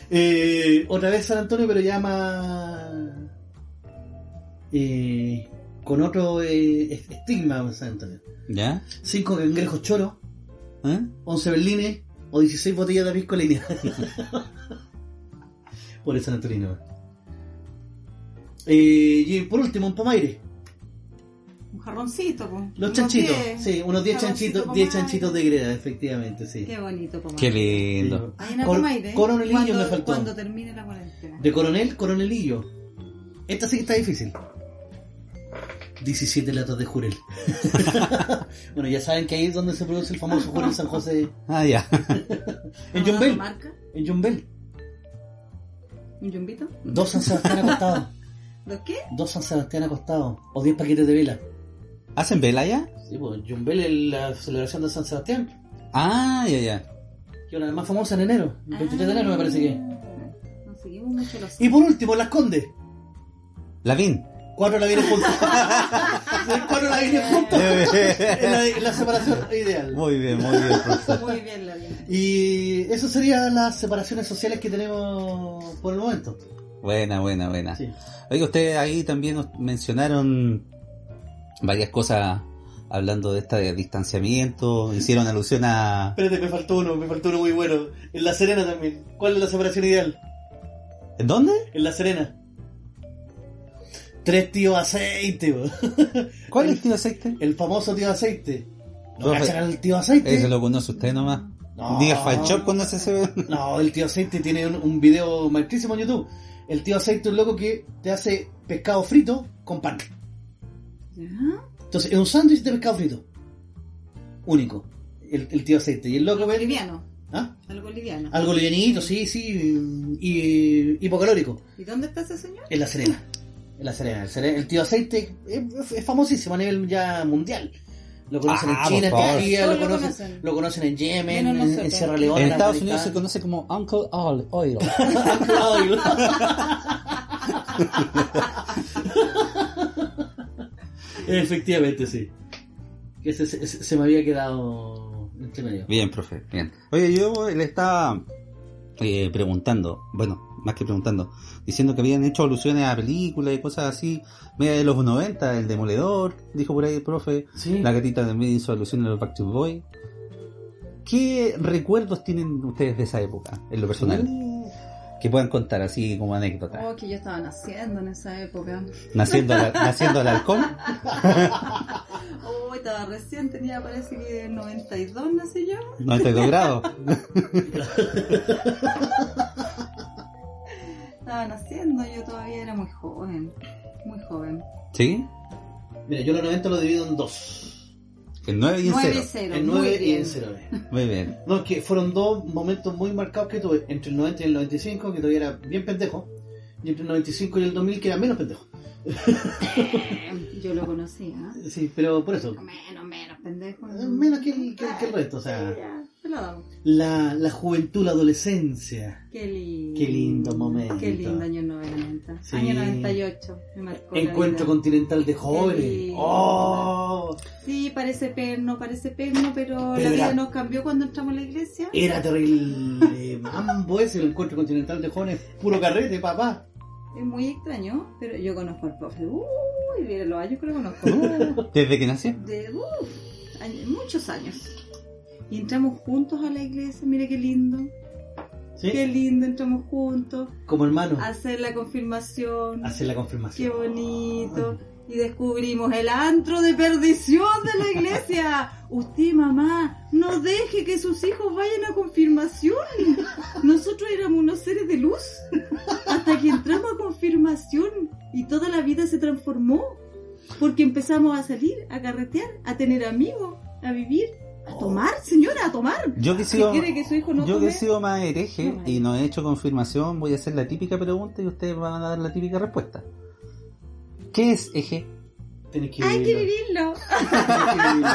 [SPEAKER 1] Eh, otra vez San Antonio, pero ya más. eh, con otro eh, est- estigma, San Antonio.
[SPEAKER 2] ¿Ya?
[SPEAKER 1] 5 cangrejos choros,
[SPEAKER 2] ¿Eh?
[SPEAKER 1] 11 berlines o 16 botellas de pisco línea. por el San Antonino. Eh, y por último, un pomaire.
[SPEAKER 3] un jarroncito. po.
[SPEAKER 1] Los
[SPEAKER 3] Unos
[SPEAKER 1] chanchitos.
[SPEAKER 3] diez.
[SPEAKER 1] Sí, unos 10
[SPEAKER 3] Jarroncito
[SPEAKER 1] chanchitos,
[SPEAKER 3] pomaire.
[SPEAKER 1] 10 chanchitos de greda, efectivamente, sí.
[SPEAKER 3] Qué bonito, Pomar.
[SPEAKER 2] Qué lindo.
[SPEAKER 3] Hay una
[SPEAKER 1] Cor-
[SPEAKER 3] Pomaire
[SPEAKER 1] coronelillo
[SPEAKER 3] cuando,
[SPEAKER 1] me faltó.
[SPEAKER 3] cuando termine la cuarentena.
[SPEAKER 1] De coronel, coronelillo. Esta sí que está difícil. 17 latas de jurel. bueno, ya saben que ahí es donde se produce el famoso jurel San José.
[SPEAKER 2] Ah, ya.
[SPEAKER 1] En
[SPEAKER 3] ¿Vamos a
[SPEAKER 1] Jumbel,
[SPEAKER 3] marca?
[SPEAKER 1] en Jumbel.
[SPEAKER 3] ¿Un yumbito?
[SPEAKER 1] Dos San Sebastián acostados.
[SPEAKER 3] ¿Los qué?
[SPEAKER 1] Dos San Sebastián acostados. O 10 paquetes de vela.
[SPEAKER 2] ¿Hacen vela ya?
[SPEAKER 1] Sí, pues Jumbel es la celebración de San Sebastián,
[SPEAKER 2] Ah, ya, ya.
[SPEAKER 1] que es la más famosa en enero, el 23 de enero me parece que. es.
[SPEAKER 3] Ah, No seguimos mucho los...
[SPEAKER 1] Y por último, Las Condes.
[SPEAKER 2] Lavín.
[SPEAKER 1] Cuatro la vienen juntos. Cuatro la vienen juntos. Es la, es la separación ideal.
[SPEAKER 2] Muy bien, muy bien, profesor.
[SPEAKER 3] Muy bien, la vida.
[SPEAKER 1] Y eso serían las separaciones sociales que tenemos por el momento.
[SPEAKER 2] Buena, buena, buena.
[SPEAKER 1] Sí.
[SPEAKER 2] Oiga, ustedes ahí también nos mencionaron varias cosas hablando de esta de distanciamiento, hicieron alusión a
[SPEAKER 1] Espérate, me faltó uno, me faltó uno muy bueno. En La Serena también. ¿Cuál es la separación ideal?
[SPEAKER 2] ¿En dónde?
[SPEAKER 1] En La Serena. Tres tíos aceite, bo.
[SPEAKER 2] ¿Cuál es el tío aceite?
[SPEAKER 1] El famoso tío aceite. ¿No
[SPEAKER 2] Profe,
[SPEAKER 1] cachan al tío aceite?
[SPEAKER 2] Ese lo conoce usted nomás.
[SPEAKER 1] No.
[SPEAKER 2] Diga Falchop conoce ese.
[SPEAKER 1] No, el tío aceite tiene un, un video maestrísimo en YouTube. El tío aceite es un loco que te hace pescado frito con pan.
[SPEAKER 3] ¿Ya?
[SPEAKER 1] Entonces, es un sándwich de pescado frito. Único. El, el tío aceite. Y el loco ve-
[SPEAKER 3] Liviano.
[SPEAKER 1] ¿Ah?
[SPEAKER 3] Algo liviano.
[SPEAKER 1] Algo livianito, sí, sí. Y, hipocalórico.
[SPEAKER 3] ¿Y dónde está ese señor?
[SPEAKER 1] En la Serena. En la Serena. El, Serena- el tío aceite es, es- es famosísimo a nivel ya mundial. Lo conocen
[SPEAKER 2] Ah,
[SPEAKER 1] en China,
[SPEAKER 2] por
[SPEAKER 1] en
[SPEAKER 2] favor.
[SPEAKER 1] Turquía,
[SPEAKER 3] Todos
[SPEAKER 1] lo
[SPEAKER 3] lo
[SPEAKER 1] conocen,
[SPEAKER 3] conocen.
[SPEAKER 1] lo conocen en Yemen,
[SPEAKER 3] Menos
[SPEAKER 1] en- en,
[SPEAKER 3] nosotros.
[SPEAKER 1] Sierra Leona.
[SPEAKER 2] En Estados Unidos se
[SPEAKER 1] Afganistán.
[SPEAKER 2] conoce como Uncle Oil. Oil.
[SPEAKER 1] Claudio. Efectivamente, sí. Ese, se- se- se me había quedado entre medio.
[SPEAKER 2] Bien, profe, bien. Oye, yo le estaba eh, preguntando, bueno, más que preguntando, diciendo que habían hecho alusiones a películas y cosas así, media de los 90, El Demoledor, dijo por ahí el profe,
[SPEAKER 1] Sí.
[SPEAKER 2] la gatita también hizo alusión a los Backstreet Boys. ¿Qué recuerdos tienen ustedes de esa época, en lo personal?
[SPEAKER 1] Uh.
[SPEAKER 2] Que puedan contar así como anécdota.
[SPEAKER 3] Oh, que yo estaba naciendo en esa época.
[SPEAKER 2] Naciendo, al- naciendo al alcohol.
[SPEAKER 3] Oh, estaba recién, tenía parece que 92, no sé yo.
[SPEAKER 2] 92 grados.
[SPEAKER 3] Estaba naciendo, yo todavía era muy joven. Muy joven.
[SPEAKER 2] ¿Sí?
[SPEAKER 1] Mira, yo los 90 lo divido en dos.
[SPEAKER 2] El 9 y el
[SPEAKER 3] 9 y
[SPEAKER 2] 0.
[SPEAKER 3] 0.
[SPEAKER 1] en 9 y en 0.
[SPEAKER 2] Muy bien.
[SPEAKER 1] No, es que fueron dos momentos muy marcados que tuve. Entre el 90 y el 95, que todavía era bien pendejo. Y entre el 95 y el 2000, que era menos pendejo.
[SPEAKER 3] Yo lo ¿ah? conocía.
[SPEAKER 1] Sí, pero por eso.
[SPEAKER 3] Menos, menos, pendejo.
[SPEAKER 1] Eh, Menos que el, que el- que el resto, o sea.
[SPEAKER 3] Ya. Se la damos.
[SPEAKER 1] La, la juventud, la adolescencia.
[SPEAKER 3] Qué lindo.
[SPEAKER 1] Qué lindo momento.
[SPEAKER 3] Qué lindo año 90.
[SPEAKER 1] Sí.
[SPEAKER 3] Año 98. Me marcó la
[SPEAKER 1] Encuentro
[SPEAKER 3] vida.
[SPEAKER 1] continental de jóvenes.
[SPEAKER 3] Sí.
[SPEAKER 1] ¡Oh!
[SPEAKER 3] Sí, parece perno, parece perno, pero,
[SPEAKER 1] Pero
[SPEAKER 3] la vida
[SPEAKER 1] era-
[SPEAKER 3] nos cambió cuando entramos a la iglesia.
[SPEAKER 1] Era terrible mambo ese, el encuentro continental de jóvenes. Puro carrete, papá.
[SPEAKER 3] Es muy extraño, pero yo conozco al profe. Uy, de los años que lo
[SPEAKER 1] Uh.
[SPEAKER 3] conozco.
[SPEAKER 2] ¿Desde que nació?
[SPEAKER 3] de uh, años- muchos años. Y entramos juntos a la iglesia, mira qué lindo.
[SPEAKER 1] ¿Eh?
[SPEAKER 3] Qué
[SPEAKER 1] ¿Sí?
[SPEAKER 3] Ah, lindo, entramos juntos.
[SPEAKER 1] Como hermano.
[SPEAKER 3] A hacer la confirmación.
[SPEAKER 1] Hacer la
[SPEAKER 3] Qué
[SPEAKER 1] confirmación.
[SPEAKER 3] bonito. Y descubrimos el antro de perdición de la iglesia. Usted, mamá, no deje que sus hijos vayan a confirmación. Nosotros éramos unos seres de luz. Hasta que entramos a confirmación y toda la vida se transformó. Porque empezamos a salir, a carretear, a tener amigos, a vivir, a tomar,
[SPEAKER 2] Oh.
[SPEAKER 3] señora, a tomar.
[SPEAKER 2] Yo que he
[SPEAKER 3] Si
[SPEAKER 2] sido,
[SPEAKER 3] quiere que su hijo no
[SPEAKER 2] yo que he
[SPEAKER 3] tome-
[SPEAKER 2] sido más hereje
[SPEAKER 3] No,
[SPEAKER 2] y no he hecho confirmación, voy a hacer la típica pregunta y ustedes van a dar la típica respuesta. ¿Qué es eje?
[SPEAKER 1] Tenés que
[SPEAKER 3] Hay que
[SPEAKER 1] vivirlo.
[SPEAKER 3] vivirlo.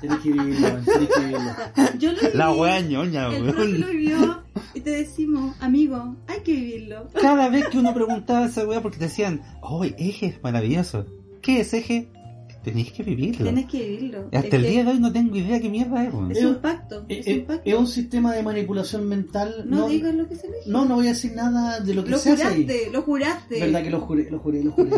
[SPEAKER 1] Tenés que vivirlo. Tenés que vivirlo.
[SPEAKER 3] Yo lo
[SPEAKER 2] La
[SPEAKER 3] viví.
[SPEAKER 2] wea ñoña,
[SPEAKER 3] El profe
[SPEAKER 2] weón.
[SPEAKER 3] lo vivió y te decimos, amigo, hay que vivirlo.
[SPEAKER 2] Cada vez que uno preguntaba esa weá porque te decían, oh, eje es maravilloso. ¿Qué es eje? Tenéis que vivirlo.
[SPEAKER 3] Tienes que vivirlo.
[SPEAKER 2] Y Hasta
[SPEAKER 3] Es
[SPEAKER 2] el
[SPEAKER 3] que
[SPEAKER 2] día de hoy no tengo idea qué mierda es, weón.
[SPEAKER 3] Es un pacto.
[SPEAKER 1] Es,
[SPEAKER 3] Es un pacto.
[SPEAKER 1] Eh, es un sistema de manipulación mental.
[SPEAKER 3] No digas lo que se elige.
[SPEAKER 1] no, no voy a decir nada de eh, lo que
[SPEAKER 3] Lo
[SPEAKER 1] se hace ahí.
[SPEAKER 3] juraste, lo juraste.
[SPEAKER 1] Verdad que lo juré, lo juré, lo juré.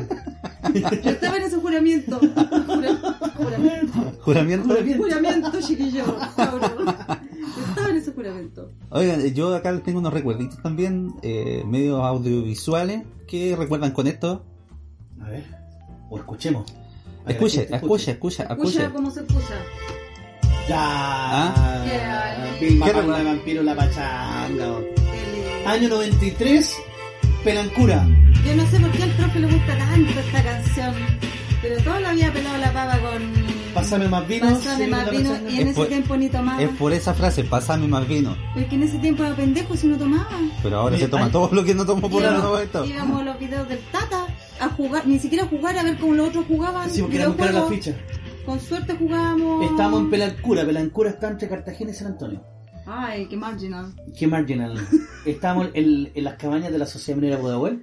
[SPEAKER 3] Yo estaba en ese juramento. Jura- juramento.
[SPEAKER 2] Juramento.
[SPEAKER 3] Juramento, chiquillo. cabrón. Yo estaba en ese juramento.
[SPEAKER 2] Oigan, yo acá tengo unos recuerditos también, eh, medios audiovisuales, que recuerdan con esto.
[SPEAKER 1] A ver, o escuchemos. Para que
[SPEAKER 2] Escuche,
[SPEAKER 1] la gente
[SPEAKER 2] escucha, escucha, escuche.
[SPEAKER 3] Escucha cómo se escucha.
[SPEAKER 1] Ya.
[SPEAKER 3] Yeah.
[SPEAKER 1] Pim, pam,
[SPEAKER 2] ¿Qué
[SPEAKER 1] pam,
[SPEAKER 2] recuerda?
[SPEAKER 1] vampiro la pachanga.
[SPEAKER 3] El- eh,
[SPEAKER 1] Año 93, Pelancura.
[SPEAKER 3] Yo no sé por qué al profe le gusta tanto esta canción. Pero todo lo había pelado la pava con.
[SPEAKER 1] Pásame más vino.
[SPEAKER 3] Pasame más vino. Y en
[SPEAKER 2] Es
[SPEAKER 3] ese
[SPEAKER 2] por-
[SPEAKER 3] tiempo ni tomaba.
[SPEAKER 2] Es por esa frase, pasame más vino.
[SPEAKER 3] Porque en ese tiempo era pendejo si no tomaba.
[SPEAKER 2] Pero ahora
[SPEAKER 1] Bien,
[SPEAKER 2] se toma
[SPEAKER 1] ay.
[SPEAKER 2] todo lo que no tomó por
[SPEAKER 3] Íbamos-
[SPEAKER 2] no esto.
[SPEAKER 3] Íbamos a los videos del Tata a jugar, ni siquiera a jugar, a ver cómo los otros jugaban.
[SPEAKER 1] Sí, porque era muy cara la
[SPEAKER 3] videojuegos.
[SPEAKER 1] ficha.
[SPEAKER 3] Con suerte jugábamos.
[SPEAKER 1] Estamos en Pelancura. Pelancura está entre Cartagena y San Antonio.
[SPEAKER 3] Ay, qué marginal.
[SPEAKER 1] Qué marginal. Estábamos en, en las cabañas de la Sociedad Minera Pudahuel.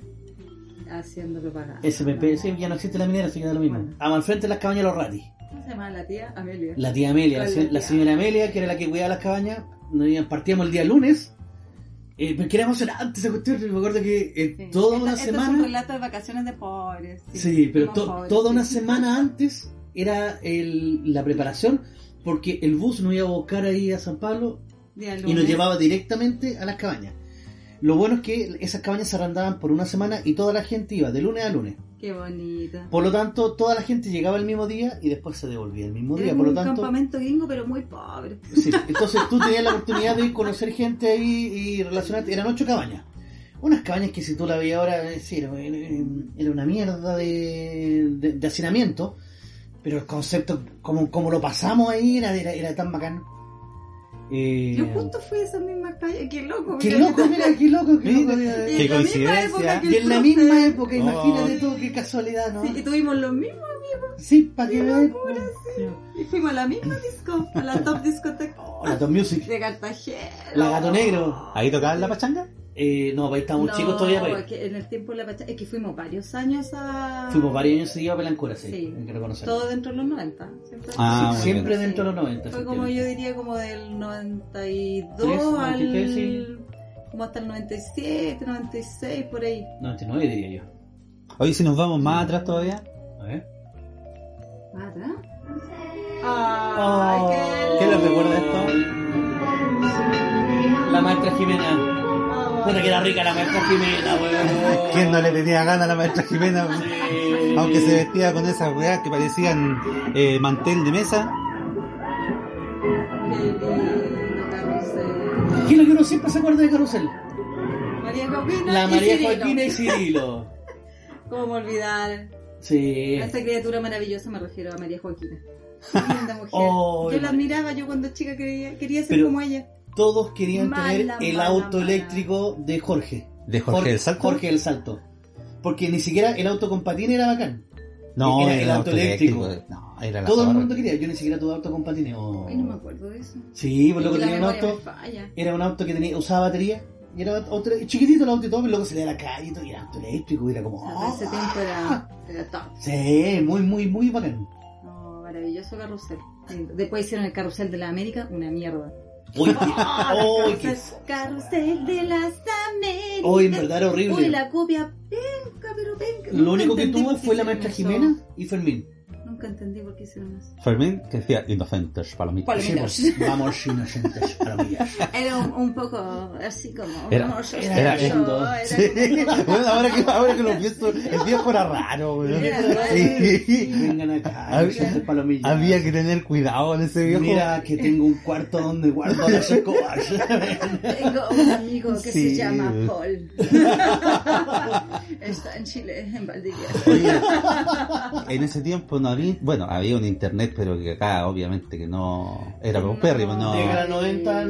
[SPEAKER 3] Haciendo propaganda.
[SPEAKER 1] SMP, sí, ya no existe la minera, así que da lo mismo.
[SPEAKER 3] Bueno.
[SPEAKER 1] Vamos al frente de las cabañas de los ratis.
[SPEAKER 3] ¿Cómo se llama la tía? Amelia.
[SPEAKER 1] La tía Amelia, la,
[SPEAKER 3] Con
[SPEAKER 1] se-
[SPEAKER 3] la
[SPEAKER 1] la
[SPEAKER 3] tía.
[SPEAKER 1] señora Amelia, que era la que cuidaba las cabañas, nos iban- partíamos el día lunes, eh, porque era emocionante esa cuestión, me acuerdo que eh,
[SPEAKER 3] Sí.
[SPEAKER 1] toda
[SPEAKER 3] Esta-
[SPEAKER 1] una
[SPEAKER 3] esto Es un
[SPEAKER 1] semana,
[SPEAKER 3] relato de vacaciones de pobres.
[SPEAKER 1] sí, pero
[SPEAKER 3] somos
[SPEAKER 1] to-
[SPEAKER 3] pobres,
[SPEAKER 1] toda
[SPEAKER 3] sí.
[SPEAKER 1] una semana antes era el- la preparación, porque el bus nos iba a buscar ahí a San Pablo
[SPEAKER 3] Día
[SPEAKER 1] y nos
[SPEAKER 3] lunes.
[SPEAKER 1] llevaba directamente a las cabañas. Lo bueno es que esas cabañas se arrendaban por una semana y toda la gente iba de lunes a lunes.
[SPEAKER 3] Qué bonita.
[SPEAKER 1] Por lo tanto, toda la gente llegaba el mismo día y después se devolvía el mismo
[SPEAKER 3] Era
[SPEAKER 1] día.
[SPEAKER 3] como
[SPEAKER 1] Por lo
[SPEAKER 3] un
[SPEAKER 1] tanto,
[SPEAKER 3] campamento gringo, pero muy pobre.
[SPEAKER 1] Sí, entonces tú tenías la oportunidad de ir a conocer gente ahí y relacionarte. Eran ocho cabañas. Unas cabañas que si tú la veías ahora, eh, sí, era, era una mierda de, de, de hacinamiento. Pero el concepto, como, como lo pasamos ahí, era, era, era tan bacán. Eh,
[SPEAKER 3] Yo justo fui a esas mismas calles. Qué loco.
[SPEAKER 1] qué
[SPEAKER 3] mira,
[SPEAKER 1] loco, mira, qué loco, qué loco.
[SPEAKER 3] Y
[SPEAKER 2] Qué
[SPEAKER 3] en la misma
[SPEAKER 2] coincidencia.
[SPEAKER 3] época
[SPEAKER 1] Y
[SPEAKER 3] que el
[SPEAKER 1] en la
[SPEAKER 3] profe-
[SPEAKER 1] misma época, imagínate
[SPEAKER 2] Ay.
[SPEAKER 1] tú, qué casualidad, ¿no?
[SPEAKER 3] Sí, y tuvimos los mismos amigos.
[SPEAKER 1] Sí, para que
[SPEAKER 3] Qué
[SPEAKER 1] veas. pues.
[SPEAKER 3] locura,
[SPEAKER 1] Sí.
[SPEAKER 3] Y fuimos a la misma disco, a la top discoteca
[SPEAKER 1] Oh, la Top Music,
[SPEAKER 3] de Cartagena.
[SPEAKER 1] la Gato Negro.
[SPEAKER 2] ¿Ahí tocaban la pachanga?
[SPEAKER 1] Eh, no, ahí estábamos
[SPEAKER 3] No,
[SPEAKER 1] chicos todavía. pues. para ir.
[SPEAKER 3] es que en el tiempo de la pachanga, es que fuimos varios años a...
[SPEAKER 1] Fuimos varios años seguidos a Pelancura, sí,
[SPEAKER 3] Sí.
[SPEAKER 1] hay que reconocerlo.
[SPEAKER 3] Todo dentro de los 90. siempre.
[SPEAKER 2] Ah,
[SPEAKER 1] Sí,
[SPEAKER 2] muy
[SPEAKER 1] siempre
[SPEAKER 3] bien.
[SPEAKER 1] dentro de los 90.
[SPEAKER 3] Fue como yo
[SPEAKER 1] efectivamente.
[SPEAKER 3] diría como del 92
[SPEAKER 1] Tres,
[SPEAKER 3] al...
[SPEAKER 1] 93, sí.
[SPEAKER 3] Como hasta el 97, 96, por ahí.
[SPEAKER 1] 99 diría
[SPEAKER 2] Oye, si nos vamos más atrás todavía.
[SPEAKER 1] yo. A ver.
[SPEAKER 3] ¿Verdad?
[SPEAKER 1] Oh.
[SPEAKER 3] Ay,
[SPEAKER 2] ¿Qué
[SPEAKER 3] lindo.
[SPEAKER 2] les recuerda esto?
[SPEAKER 1] La maestra Jimena.
[SPEAKER 3] Ay,
[SPEAKER 1] Puta que era rica la maestra Jimena, weón.
[SPEAKER 2] ¿Quién no le tenía ganas a la maestra Jimena? Aunque se vestía con esas weas que parecían eh, mantel de mesa.
[SPEAKER 3] qué lindo, carrusel.
[SPEAKER 1] ¿Qué es lo que uno siempre se acuerda de Carrusel?
[SPEAKER 3] María Joaquina
[SPEAKER 1] La
[SPEAKER 3] y
[SPEAKER 1] María
[SPEAKER 3] Cirilo.
[SPEAKER 1] Joaquina y Cirilo.
[SPEAKER 3] ¿Cómo olvidar?
[SPEAKER 1] Sí.
[SPEAKER 3] A esta criatura maravillosa me refiero a María Joaquina. Qué linda mujer.
[SPEAKER 1] Oh,
[SPEAKER 3] yo la admiraba, yo cuando chica quería, quería ser
[SPEAKER 1] Pero-
[SPEAKER 3] como ella.
[SPEAKER 1] Todos querían
[SPEAKER 3] Mala,
[SPEAKER 1] tener el
[SPEAKER 3] mala,
[SPEAKER 1] auto
[SPEAKER 3] mala.
[SPEAKER 1] eléctrico de Jorge.
[SPEAKER 2] De Jorge del Salto.
[SPEAKER 1] Jorge del Salto. Porque ni siquiera el auto con patín era bacán.
[SPEAKER 2] No,
[SPEAKER 1] Era el auto eléctrico.
[SPEAKER 2] No, era la
[SPEAKER 1] Todo el
[SPEAKER 2] zorra.
[SPEAKER 1] mundo quería, yo ni siquiera tuve auto con patines. Oh. o-
[SPEAKER 3] Ay, no me acuerdo de eso.
[SPEAKER 1] Sí, por lo que
[SPEAKER 3] la
[SPEAKER 1] tenía un
[SPEAKER 3] memoria me
[SPEAKER 1] auto,
[SPEAKER 3] falla.
[SPEAKER 1] era un auto que tenía, usaba batería, y era otro, y chiquitito el auto y todo, pero luego salía a la calle y todo, y era auto eléctrico, y era como.
[SPEAKER 3] Ah, ese
[SPEAKER 1] "Ah".
[SPEAKER 3] tiempo era, era top.
[SPEAKER 1] Sí, muy, muy, muy bacán.
[SPEAKER 3] No, maravilloso carrusel. Después hicieron el carrusel de la América, una mierda.
[SPEAKER 1] Uy, qué- uy, qué-
[SPEAKER 3] Carrusel- carrusel de las Américas.
[SPEAKER 1] uy, en verdad era horrible.
[SPEAKER 3] Uy, la copia penca, pero penca.
[SPEAKER 1] Lo único que
[SPEAKER 3] entendí
[SPEAKER 1] tuvo
[SPEAKER 3] por qué
[SPEAKER 1] fue la
[SPEAKER 3] hicieron
[SPEAKER 1] maestra
[SPEAKER 3] eso.
[SPEAKER 1] Jimena y Fermín.
[SPEAKER 3] Nunca entendí por qué hicieron eso.
[SPEAKER 2] Fermín que decía inocentes palomitas.
[SPEAKER 3] Palomitas.
[SPEAKER 1] Sí, pues, vamos inocentes para mí.
[SPEAKER 3] Era un, un poco así como.
[SPEAKER 2] Era-
[SPEAKER 3] no, yo-
[SPEAKER 2] era
[SPEAKER 3] yo-
[SPEAKER 2] lindo.
[SPEAKER 3] era
[SPEAKER 2] Sí.
[SPEAKER 3] como-
[SPEAKER 2] Bueno, ahora que, ahora que lo pienso, el viejo era raro, weón.
[SPEAKER 3] Era raro.
[SPEAKER 2] Sí.
[SPEAKER 1] Vengan acá,
[SPEAKER 2] Había-
[SPEAKER 1] inocentes palomillas.
[SPEAKER 2] Había que tener cuidado en ese viejo.
[SPEAKER 1] Mira que tengo un cuarto donde guardo las escobas.
[SPEAKER 3] Tengo un amigo que
[SPEAKER 2] Sí.
[SPEAKER 3] se llama Paul. Está en Chile, en Valdivia.
[SPEAKER 2] Oye, en ese tiempo no había, bueno, había un internet, pero que acá obviamente que no era paupérrimo, no.
[SPEAKER 1] Llega la 90,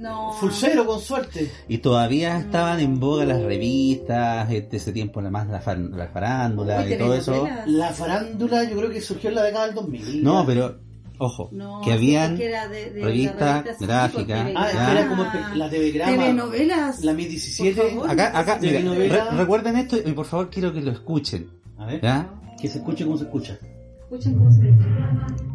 [SPEAKER 3] No.
[SPEAKER 1] Fulcero mm, con suerte.
[SPEAKER 2] Y todavía estaban en boga las revistas, este, ese tiempo la más la, far- la farándula
[SPEAKER 3] Uy,
[SPEAKER 2] y todo eso.
[SPEAKER 3] telenovelas.
[SPEAKER 1] La farándula yo creo que surgió en la década del 2000.
[SPEAKER 2] No, pero ojo,
[SPEAKER 3] No,
[SPEAKER 2] que
[SPEAKER 3] sí,
[SPEAKER 2] habían
[SPEAKER 3] porque era de- de-
[SPEAKER 2] revistas,
[SPEAKER 3] de revistas, sí,
[SPEAKER 2] gráficas,
[SPEAKER 3] porque
[SPEAKER 1] Ah, es que
[SPEAKER 2] ya.
[SPEAKER 1] era como espe- la TV Grama.
[SPEAKER 3] Telenovelas.
[SPEAKER 1] La Mi 17.
[SPEAKER 3] Por favor.
[SPEAKER 2] acá, acá, mira,
[SPEAKER 1] telenovela.
[SPEAKER 2] re- recuerden esto y por favor quiero que lo escuchen,
[SPEAKER 1] A ver.
[SPEAKER 2] ¿ya?
[SPEAKER 1] Que se escuche como se escucha.
[SPEAKER 3] Escuchen cómo se ve.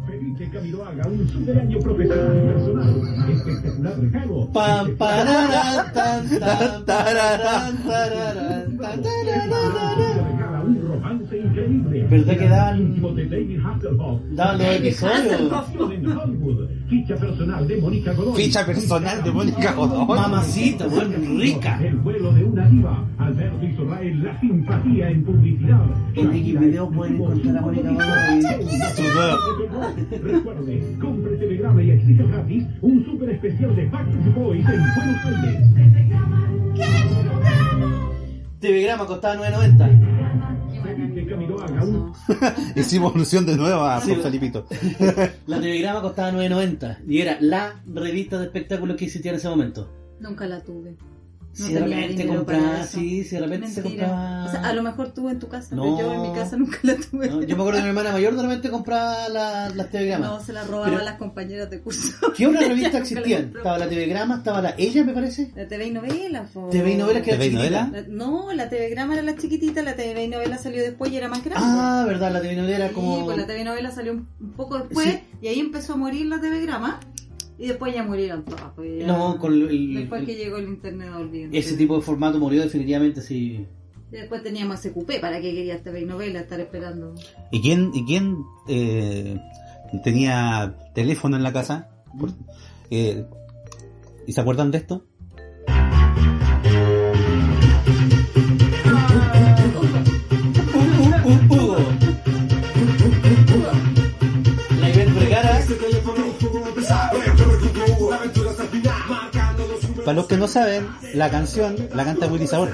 [SPEAKER 5] Felipe Camiroaga, un super año profesional y personal. Espectacular regalo.
[SPEAKER 1] Pam, pararán, tan, tan, tararán, tararán, tan, tararán.
[SPEAKER 5] Regala un romance increíble.
[SPEAKER 1] ¿Verdad que daban-
[SPEAKER 5] Íntimo de David Hasselhoff.
[SPEAKER 1] Daban los episodios.
[SPEAKER 5] Actor en Hollywood. Ficha personal de Mónica Godoy.
[SPEAKER 2] Ficha personal de Mónica Godón.
[SPEAKER 1] Mamacita, weón, rica.
[SPEAKER 5] El vuelo de una diva. Alberto Israel, la simpatía en publicidad.
[SPEAKER 1] En Wikipedia pueden encontrar a Mónica Godoy.
[SPEAKER 5] Recuerde, compre Telegrama y accede gratis un super especial de Backstreet Boys en Buenos Aires.
[SPEAKER 1] TV Grama costaba 9.90.
[SPEAKER 5] Felipe Camiroaga, un
[SPEAKER 2] Hicimos evolución de nuevo a
[SPEAKER 1] Sí.
[SPEAKER 2] Don Felipito.
[SPEAKER 1] La TV Grama costaba 9.90. Y era la revista de espectáculos que existía en ese momento.
[SPEAKER 3] Nunca la tuve.
[SPEAKER 1] si de
[SPEAKER 3] tenía
[SPEAKER 1] repente
[SPEAKER 3] dinero para
[SPEAKER 1] compraba,
[SPEAKER 3] eso.
[SPEAKER 1] sí, si de repente se
[SPEAKER 3] Mentira.
[SPEAKER 1] compraba.
[SPEAKER 3] O sea, a lo mejor tuve en tu casa,
[SPEAKER 1] No.
[SPEAKER 3] pero yo en mi casa nunca la tuve.
[SPEAKER 1] No, yo me acuerdo que mi hermana mayor de repente compraba la- las TV Grama.
[SPEAKER 3] No, se la robaban
[SPEAKER 1] Pero-
[SPEAKER 3] las compañeras de curso.
[SPEAKER 1] ¿Qué otras revistas
[SPEAKER 3] Nunca la
[SPEAKER 1] existían?
[SPEAKER 3] compró.
[SPEAKER 1] Estaba la TV Grama, estaba la Ella, me parece.
[SPEAKER 3] La TV y novela. po.
[SPEAKER 1] TV y novelas que era
[SPEAKER 2] ¿TV y
[SPEAKER 1] chiquitita.
[SPEAKER 2] novela?
[SPEAKER 3] La- No, la TV Grama era la chiquitita, la TV y novela salió después y era más grande.
[SPEAKER 1] Ah, verdad, la TV novela era
[SPEAKER 3] Sí,
[SPEAKER 1] como.
[SPEAKER 3] pues la TV novela salió un, un poco después
[SPEAKER 1] Sí.
[SPEAKER 3] y ahí empezó a morir la TV Grama y después ya murieron todas. pues, ya-
[SPEAKER 1] No, con el,
[SPEAKER 3] Después
[SPEAKER 1] el-
[SPEAKER 3] que llegó el internet olvídate.
[SPEAKER 1] ese tipo de formato murió definitivamente, sí.
[SPEAKER 3] Y Después teníamos ese cupé, ¿para qué querías TV y novela estar esperando?
[SPEAKER 2] ¿Y quién, y quién eh, tenía teléfono en la casa? Por- eh, ¿Y se acuerdan de esto?
[SPEAKER 1] Ah, Hugo. La Ivette Vergara.
[SPEAKER 2] Para los que no saben, la canción la canta Willy Sabor.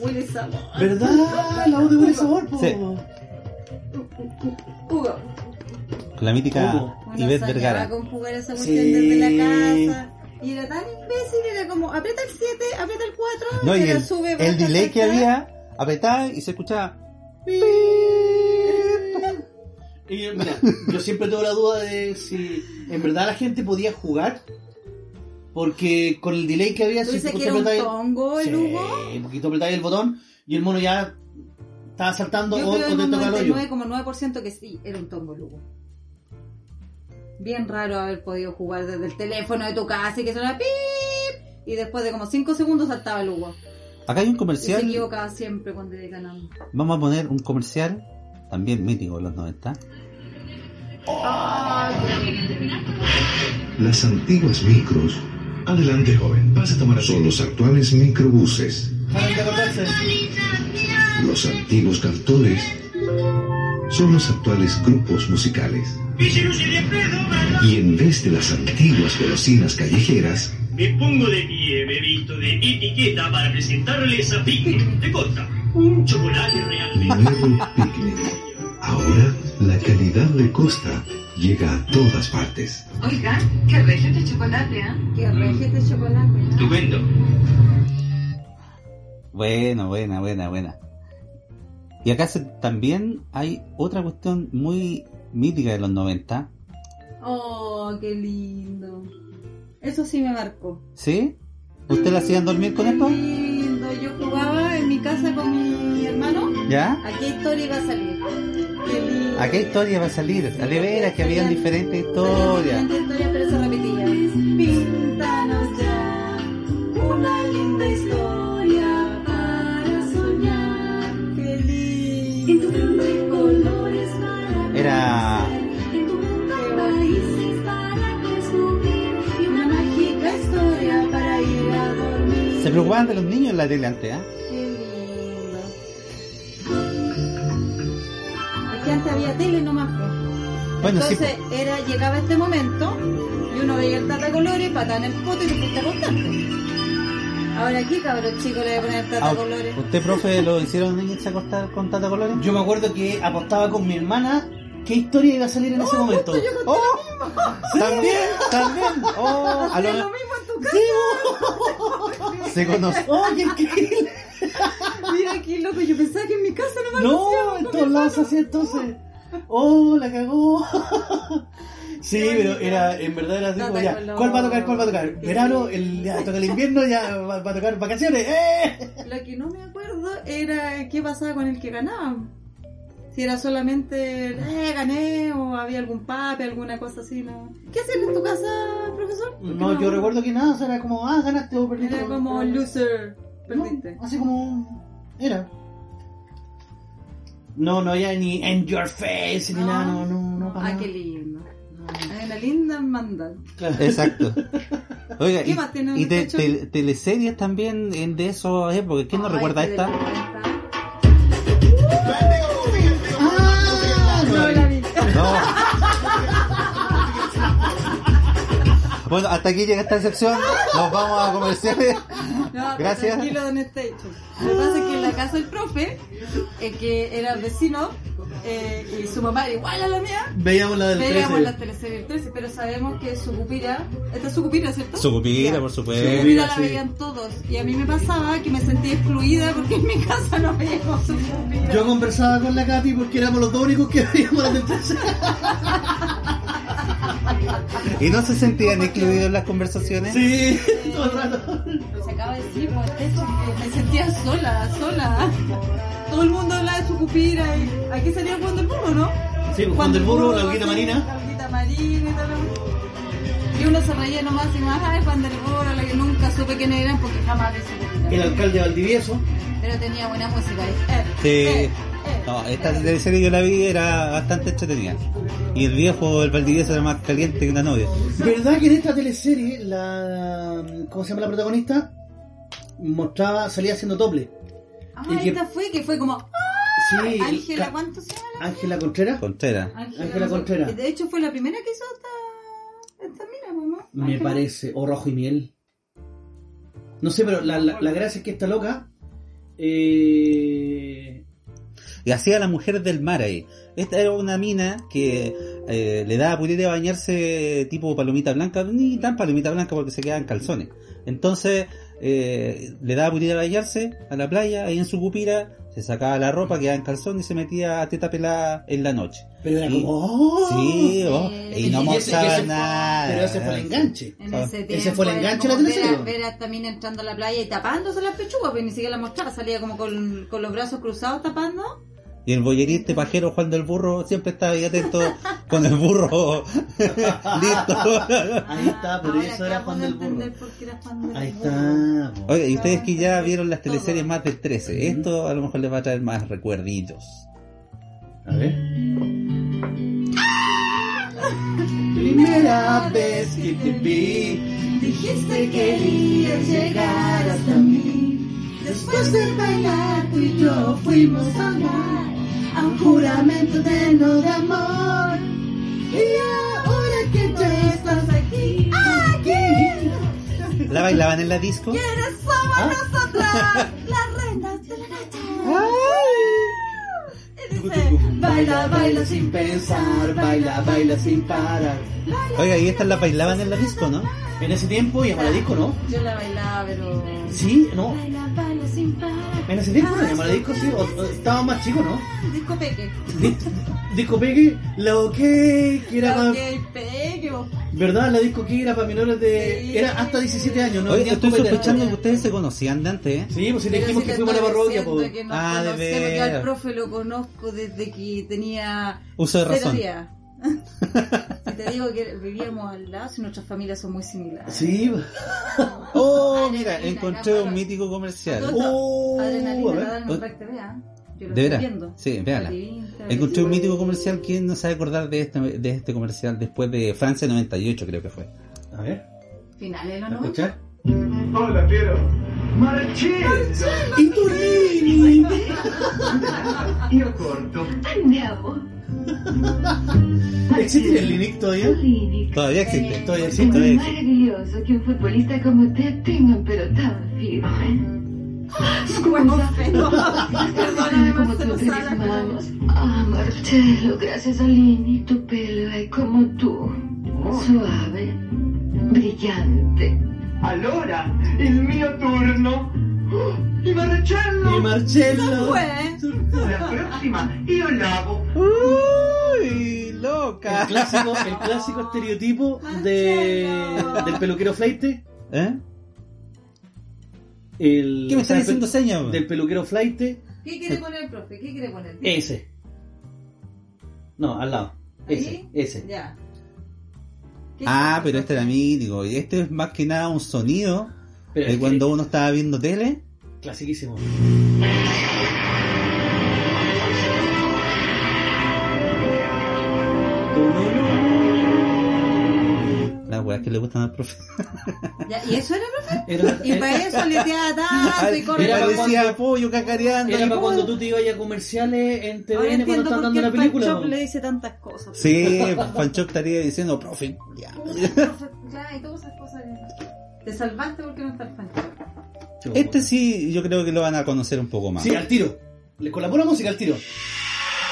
[SPEAKER 3] Willy Sabor.
[SPEAKER 1] ¿Verdad? La voz de Willy Sabor, po.
[SPEAKER 2] Sí.
[SPEAKER 3] Hugo.
[SPEAKER 2] La mítica
[SPEAKER 1] Hugo.
[SPEAKER 3] Uno
[SPEAKER 2] Ivette
[SPEAKER 3] soñaba
[SPEAKER 2] Vergara.
[SPEAKER 3] con jugar esa
[SPEAKER 1] Sí.
[SPEAKER 3] cuestión desde la casa. Y era tan imbécil, era como, aprieta el 7, aprieta el 4,
[SPEAKER 2] No, y
[SPEAKER 3] pero
[SPEAKER 2] el,
[SPEAKER 3] sube,
[SPEAKER 2] el
[SPEAKER 3] baja,
[SPEAKER 2] delay que
[SPEAKER 3] baja.
[SPEAKER 2] había, apretaba y se escuchaba.
[SPEAKER 1] Y mira, yo siempre tuve la duda de si en verdad la gente podía jugar. Porque con el delay que había,
[SPEAKER 3] Tú
[SPEAKER 1] si
[SPEAKER 3] dices
[SPEAKER 1] tú
[SPEAKER 3] que era un
[SPEAKER 1] apretabas-
[SPEAKER 3] tongo el
[SPEAKER 1] Sí,
[SPEAKER 3] Hugo.
[SPEAKER 1] porque tú apretabas el botón y el mono ya estaba saltando
[SPEAKER 3] Yo
[SPEAKER 1] o,
[SPEAKER 3] creo
[SPEAKER 1] o
[SPEAKER 3] en
[SPEAKER 1] te
[SPEAKER 3] un
[SPEAKER 1] toca el hoyo.
[SPEAKER 3] 99,9% que sí, era un tongo el Hugo. Bien raro haber podido jugar desde el teléfono de tu casa y que sonaba pip. Y después de como 5 segundos saltaba el Hugo.
[SPEAKER 2] Acá hay un
[SPEAKER 3] Y se
[SPEAKER 2] comercial.
[SPEAKER 3] equivocaba siempre cuando le ganamos.
[SPEAKER 2] Vamos a poner un comercial, también mítico de los 90.
[SPEAKER 6] Las antiguas micros. Adelante, joven. Vas a tomar Son los actuales microbuses.
[SPEAKER 1] Dejaron de acordarse.
[SPEAKER 6] Los antiguos cantores. Son los actuales grupos musicales. Y en vez de las antiguas golosinas callejeras,
[SPEAKER 7] Me pongo de pie, me visto de etiqueta para presentarles a Picnic de Costa. Un chocolate realmente.
[SPEAKER 6] nuevo picnic. Ahora, la calidad de Costa llega a todas partes.
[SPEAKER 8] Oiga, qué regio de chocolate, ¿ah?
[SPEAKER 3] Que rejete este chocolate. ¿eh? ¿no?
[SPEAKER 7] Estupendo.
[SPEAKER 2] Buena, buena, buena, buena. Y acá se- también hay otra cuestión muy mítica de los 90,
[SPEAKER 3] Oh, qué lindo. Eso sí me marcó.
[SPEAKER 2] ¿sí? ¿Usted la hacían dormir con esto?
[SPEAKER 3] Qué lindo. Yo jugaba en mi casa con mi hermano.
[SPEAKER 2] ¿Ya?
[SPEAKER 3] ¿A qué historia iba a salir? Qué lindo.
[SPEAKER 2] ¿A qué historia va a salir? A le veras que habían diferentes historias.
[SPEAKER 3] Salían diferentes historias, pero se repetían. Píntanos ya una linda historia para soñar. Qué lindo.
[SPEAKER 2] Era
[SPEAKER 3] Qué bonito. Una mágica historia para ir a dormir.
[SPEAKER 2] Se preocupaban de los niños en la tele antes, ¿ah?
[SPEAKER 3] Qué lindo. Es que antes había tele nomás. pues.
[SPEAKER 2] Bueno, sí,
[SPEAKER 3] Entonces
[SPEAKER 1] pues.
[SPEAKER 3] era, llegaba este momento y uno veía el tata colores, patada en el poto y te fuiste a acostarte. Ahora aquí, cabrón chico, le voy a poner tata
[SPEAKER 2] Ah,
[SPEAKER 3] colores.
[SPEAKER 2] ¿Usted, profe, lo hicieron niños a acostar con tata colores?
[SPEAKER 1] Yo me acuerdo que apostaba con mi hermana qué historia iba a salir en ese momento.
[SPEAKER 2] ¡Oh! ¡También! ¡También! ¡Oh! A lo-
[SPEAKER 3] Es lo mismo en tu casa.
[SPEAKER 2] Sí, oh. Se conoce. ¡Oh, qué increíble!
[SPEAKER 3] Mira aquí, loco, yo pensaba que en mi casa nomás lo
[SPEAKER 1] No,
[SPEAKER 3] hacíamos.
[SPEAKER 1] en todos lados así entonces. Oh, la cagó. Sí,
[SPEAKER 3] Qué
[SPEAKER 1] pero
[SPEAKER 3] bonito.
[SPEAKER 1] era, en verdad era así
[SPEAKER 3] No
[SPEAKER 1] como
[SPEAKER 3] te
[SPEAKER 1] ya,
[SPEAKER 3] colores.
[SPEAKER 1] ¿cuál va a tocar, cuál va a tocar?
[SPEAKER 3] Sí.
[SPEAKER 1] Verano, el, ya toca el invierno, ya va, va a tocar vacaciones. ¡Eh!
[SPEAKER 3] Lo que no me acuerdo era qué pasaba con el que ganaba. Si era solamente, el, eh, gané, o había algún pape, alguna cosa así, ¿no? ¿Qué hacían en tu casa, profesor? Porque
[SPEAKER 1] No, yo recuerdo que nada, o sea, era como, ah, ganaste o perdiste.
[SPEAKER 3] Era como loser, perdiste.
[SPEAKER 1] No, así como, era. No, no, ya ni en your face, ni
[SPEAKER 3] No.
[SPEAKER 1] nada, no, no, no, para
[SPEAKER 3] ah, qué
[SPEAKER 1] nada.
[SPEAKER 3] lindo. Hay una linda hermandad.
[SPEAKER 1] Claro.
[SPEAKER 2] Exacto. Oiga,
[SPEAKER 3] ¿Qué
[SPEAKER 2] y,
[SPEAKER 3] más tienen
[SPEAKER 2] y
[SPEAKER 3] en
[SPEAKER 2] te-
[SPEAKER 3] el techo?
[SPEAKER 2] te- teleseries también en de esos épocas. ¿Quién no
[SPEAKER 3] Ay,
[SPEAKER 2] recuerda
[SPEAKER 3] qué
[SPEAKER 2] esta?
[SPEAKER 3] delgada.
[SPEAKER 1] Ah,
[SPEAKER 3] No, la vi.
[SPEAKER 2] No. Bueno, hasta aquí llega esta sección. Nos vamos a comerciales.
[SPEAKER 3] No,
[SPEAKER 2] Gracias.
[SPEAKER 3] Gracias. Tranquilo, don Station. Lo que pasa es que en la casa del profe, el que era vecino, eh, y su mamá era igual a la mía,
[SPEAKER 1] Veíamos la del
[SPEAKER 3] Veíamos
[SPEAKER 1] 13.
[SPEAKER 3] la teleserie del 13, pero sabemos que Sucupira, esta es Sucupira, ¿cierto?
[SPEAKER 2] Sucupira,
[SPEAKER 3] Ya.
[SPEAKER 2] por supuesto.
[SPEAKER 3] Sucupira
[SPEAKER 1] Sucupira,
[SPEAKER 3] la
[SPEAKER 1] sí.
[SPEAKER 3] veían todos y a mí me pasaba que me sentía excluida porque en mi casa no veíamos Sucupira.
[SPEAKER 1] Yo conversaba con la Capi porque éramos los dos únicos que veíamos la del 13.
[SPEAKER 2] ¿Y no se sentían incluidos en las conversaciones?
[SPEAKER 1] Sí, todo el rato.
[SPEAKER 3] Pues acaba de decir, pues, de hecho, que me sentía sola, sola. Todo el mundo hablaba de Sucupira y aquí salió Juan del Burro, ¿no?
[SPEAKER 1] Sí, pues, Juan del Burro, la Olguita
[SPEAKER 3] sí,
[SPEAKER 1] Marina.
[SPEAKER 3] La Olguita Marina y tal. Y uno se reía nomás y más, ay, Juan del Burro, la que nunca supe quién eran porque jamás vi Sucupira.
[SPEAKER 1] El alcalde de Valdivieso.
[SPEAKER 3] Pero tenía buena música ¿eh? ahí.
[SPEAKER 2] Sí.
[SPEAKER 1] Eh,
[SPEAKER 3] eh.
[SPEAKER 2] No, esta teleserie yo la vi, era bastante entretenida. Y el viejo, el Valdivieso, era más caliente que una novia.
[SPEAKER 1] ¿Verdad que en esta teleserie, la. ¿Cómo se llama la protagonista? Mostraba, salía haciendo doble.
[SPEAKER 3] Ah,
[SPEAKER 1] Y que-
[SPEAKER 3] esta fue que fue como
[SPEAKER 1] Sí.
[SPEAKER 3] Ángela,
[SPEAKER 1] Ca-
[SPEAKER 3] ¿cuánto se llama?
[SPEAKER 1] Ángela Contreras.
[SPEAKER 2] Contreras.
[SPEAKER 1] Ángela Contreras.
[SPEAKER 3] Que De hecho fue la primera que hizo esta, pues, esta mira, mamá.
[SPEAKER 1] Me parece. O Rojo y Miel. No sé, pero la, la- la gracia es que esta loca. eh,
[SPEAKER 2] Y hacía la mujer del mar ahí. Esta era una mina que eh, le daba purete a bañarse tipo palomita blanca, ni tan palomita blanca porque se quedaban calzones. Entonces eh, le daba purete a bañarse a la playa, ahí en su cupira, se sacaba la ropa, quedaba en calzón y se metía a teta pelada en la noche.
[SPEAKER 1] pero era
[SPEAKER 2] Y-
[SPEAKER 1] como. ¡oh!
[SPEAKER 2] Sí, oh,
[SPEAKER 1] Y
[SPEAKER 2] y no
[SPEAKER 1] ese- y
[SPEAKER 2] mostraba
[SPEAKER 1] ese fue-
[SPEAKER 2] nada.
[SPEAKER 1] Pero ese fue el enganche.
[SPEAKER 3] En
[SPEAKER 2] Ah,
[SPEAKER 3] ese tiempo.
[SPEAKER 1] ese fue el
[SPEAKER 3] era
[SPEAKER 1] enganche de
[SPEAKER 3] como
[SPEAKER 1] la
[SPEAKER 3] ver a-
[SPEAKER 1] teleserie.
[SPEAKER 3] Ver a esta mina entrando a la playa y tapándose las pechugas, pues ni siquiera la mostraba, salía como con, con los brazos cruzados tapando.
[SPEAKER 2] Y el bollerista pajero Juan del Burro siempre estaba ahí atento con el burro listo.
[SPEAKER 1] Ahí está, por
[SPEAKER 3] Ahora
[SPEAKER 1] eso era
[SPEAKER 3] acabo
[SPEAKER 1] Juan
[SPEAKER 3] de
[SPEAKER 1] del Burro.
[SPEAKER 3] entender por qué era Juan del
[SPEAKER 1] Ahí
[SPEAKER 3] Burro.
[SPEAKER 1] está. po.
[SPEAKER 2] Oye, y ustedes que ya vieron las teleseries más del 13, esto a lo mejor les va a traer más recuerditos.
[SPEAKER 1] A ver. Primera vez que te vi,
[SPEAKER 3] Dijiste que querías llegar hasta mí. Después de bailar, tú y yo fuimos a amar a un juramento lleno de amor. Y ahora que tú estás aquí,
[SPEAKER 1] Ah,
[SPEAKER 3] aquí,
[SPEAKER 2] ¿La bailaban en la disco?
[SPEAKER 3] ¿quiénes somos
[SPEAKER 1] ¿Ah?
[SPEAKER 3] nosotras? Las reinas de la noche. Y dice, baila, baila sin pensar, baila, baila sin
[SPEAKER 1] parar.
[SPEAKER 2] Oiga, ¿y estas las bailaban en la disco, no?
[SPEAKER 1] En ese tiempo, y a disco, ¿no?
[SPEAKER 3] Yo la bailaba, pero...
[SPEAKER 1] Sí, no.
[SPEAKER 3] sin parar.
[SPEAKER 1] En ese tiempo no llamaba disco, sí, o- o estaba más chico, ¿no?
[SPEAKER 3] Disco peque.
[SPEAKER 1] Di- Disco Peque, la OK, que era para.
[SPEAKER 3] Ok, oh. peque. vos.
[SPEAKER 1] ¿Verdad? La disco que era para menores de.
[SPEAKER 3] Sí.
[SPEAKER 1] Era hasta 17 años, ¿no?
[SPEAKER 2] Oye,
[SPEAKER 1] Vendían
[SPEAKER 2] estoy
[SPEAKER 1] copete.
[SPEAKER 2] sospechando que ustedes se conocían de antes, ¿eh?
[SPEAKER 1] Sí, pues si le
[SPEAKER 3] Pero
[SPEAKER 1] dijimos
[SPEAKER 3] si
[SPEAKER 1] que
[SPEAKER 3] te
[SPEAKER 1] fuimos a la
[SPEAKER 3] estoy
[SPEAKER 1] parroquia,
[SPEAKER 3] diciendo
[SPEAKER 1] pues.
[SPEAKER 3] que nos
[SPEAKER 2] Ah, de
[SPEAKER 3] conocemos, yo
[SPEAKER 2] veras.
[SPEAKER 3] al profe lo conozco desde que tenía
[SPEAKER 2] Uso de
[SPEAKER 3] cero
[SPEAKER 2] razón.
[SPEAKER 3] días. Si te digo que vivíamos al lado, si nuestras familias son muy similares.
[SPEAKER 1] Sí, pues.
[SPEAKER 2] Oh,
[SPEAKER 3] Adrenalina,
[SPEAKER 2] mira, encontré un
[SPEAKER 3] cámara.
[SPEAKER 2] mítico comercial.
[SPEAKER 1] oh,
[SPEAKER 3] Adrenalina,
[SPEAKER 1] a ver.
[SPEAKER 3] la dan en
[SPEAKER 2] Oh.
[SPEAKER 3] Black TV, ¿ah? Yo lo
[SPEAKER 2] ¿De
[SPEAKER 3] estoy
[SPEAKER 2] veras?
[SPEAKER 3] viendo.
[SPEAKER 2] Sí, véala.
[SPEAKER 3] Adivina,
[SPEAKER 2] Encontré un
[SPEAKER 3] sí.
[SPEAKER 2] mítico comercial. ¿Quién no sabe acordar de este, de este comercial después de Francia 98, creo que fue?
[SPEAKER 1] A ver,
[SPEAKER 3] Finales de los
[SPEAKER 1] ¿a
[SPEAKER 3] 90.
[SPEAKER 1] escuchar?
[SPEAKER 5] Hola, Piero. Marchello.
[SPEAKER 1] ¡Y Torini!
[SPEAKER 5] Y corto.
[SPEAKER 8] Tan nuevo.
[SPEAKER 1] ¿Existe el Linux todavía?
[SPEAKER 8] Linux.
[SPEAKER 2] Todavía existe.
[SPEAKER 1] Todavía
[SPEAKER 8] Es
[SPEAKER 1] existe.
[SPEAKER 2] Todavía existe.
[SPEAKER 8] maravilloso que un futbolista como usted tenga un pero tan firme. Cuando
[SPEAKER 3] Perdóname,
[SPEAKER 8] como
[SPEAKER 3] Marcelo
[SPEAKER 8] tú tres
[SPEAKER 3] Sala,
[SPEAKER 8] manos. Ah, Marcelo, gracias a Lini, tu pelo es como tú. Oh. Suave, brillante.
[SPEAKER 5] Allora, il mio turno. I
[SPEAKER 1] Y
[SPEAKER 5] Marcello.
[SPEAKER 1] Marcello.
[SPEAKER 3] Fue.
[SPEAKER 5] La próxima, io lavo.
[SPEAKER 2] ¡Uy,
[SPEAKER 1] El
[SPEAKER 2] loca!
[SPEAKER 1] clásico, el clásico estereotipo de,
[SPEAKER 3] Marcelo.
[SPEAKER 1] del peluquero flaite.
[SPEAKER 2] ¿Eh?
[SPEAKER 1] El,
[SPEAKER 2] ¿Qué me
[SPEAKER 1] o sea,
[SPEAKER 2] estás diciendo
[SPEAKER 1] el
[SPEAKER 2] señas?
[SPEAKER 1] pe- Del peluquero flaite.
[SPEAKER 3] ¿Qué quiere poner el profe? ¿Qué quiere poner?
[SPEAKER 2] Eh,
[SPEAKER 1] Ese. No, al lado. Ese,
[SPEAKER 3] ¿Ahí?
[SPEAKER 1] ese.
[SPEAKER 3] Ya. ¿Qué
[SPEAKER 2] Ah, pero
[SPEAKER 3] quiere
[SPEAKER 2] este
[SPEAKER 3] poner?
[SPEAKER 2] era mítico. Y este es más que nada un sonido
[SPEAKER 1] Pero es
[SPEAKER 2] de
[SPEAKER 1] que-
[SPEAKER 2] cuando uno estaba viendo tele.
[SPEAKER 1] Clasiquísimo.
[SPEAKER 2] Las weas que le gustan al profe.
[SPEAKER 3] Ya, ¿Y eso era, profe?
[SPEAKER 1] Era,
[SPEAKER 3] Y para eso leteaba tanto y
[SPEAKER 2] Y
[SPEAKER 1] era
[SPEAKER 3] corría.
[SPEAKER 1] para
[SPEAKER 2] parecía pollo cacareando.
[SPEAKER 1] era
[SPEAKER 2] y-
[SPEAKER 1] para cuando tú te ibas a comerciales en
[SPEAKER 3] Ahora
[SPEAKER 1] TVN cuando
[SPEAKER 3] entiendo
[SPEAKER 1] estaban
[SPEAKER 3] por
[SPEAKER 1] dando
[SPEAKER 3] qué
[SPEAKER 1] la
[SPEAKER 3] el
[SPEAKER 1] película.
[SPEAKER 3] Panchop le dice tantas cosas.
[SPEAKER 2] Sí, Pancho estaría diciendo, profe, ya.
[SPEAKER 3] Profe, Ya, y todas esas cosas. ya. Te salvaste porque no está el Panchop.
[SPEAKER 1] po.
[SPEAKER 2] Este sí, yo creo que lo van a conocer un poco más.
[SPEAKER 1] Sí, al tiro. Le- Con la pura música al tiro.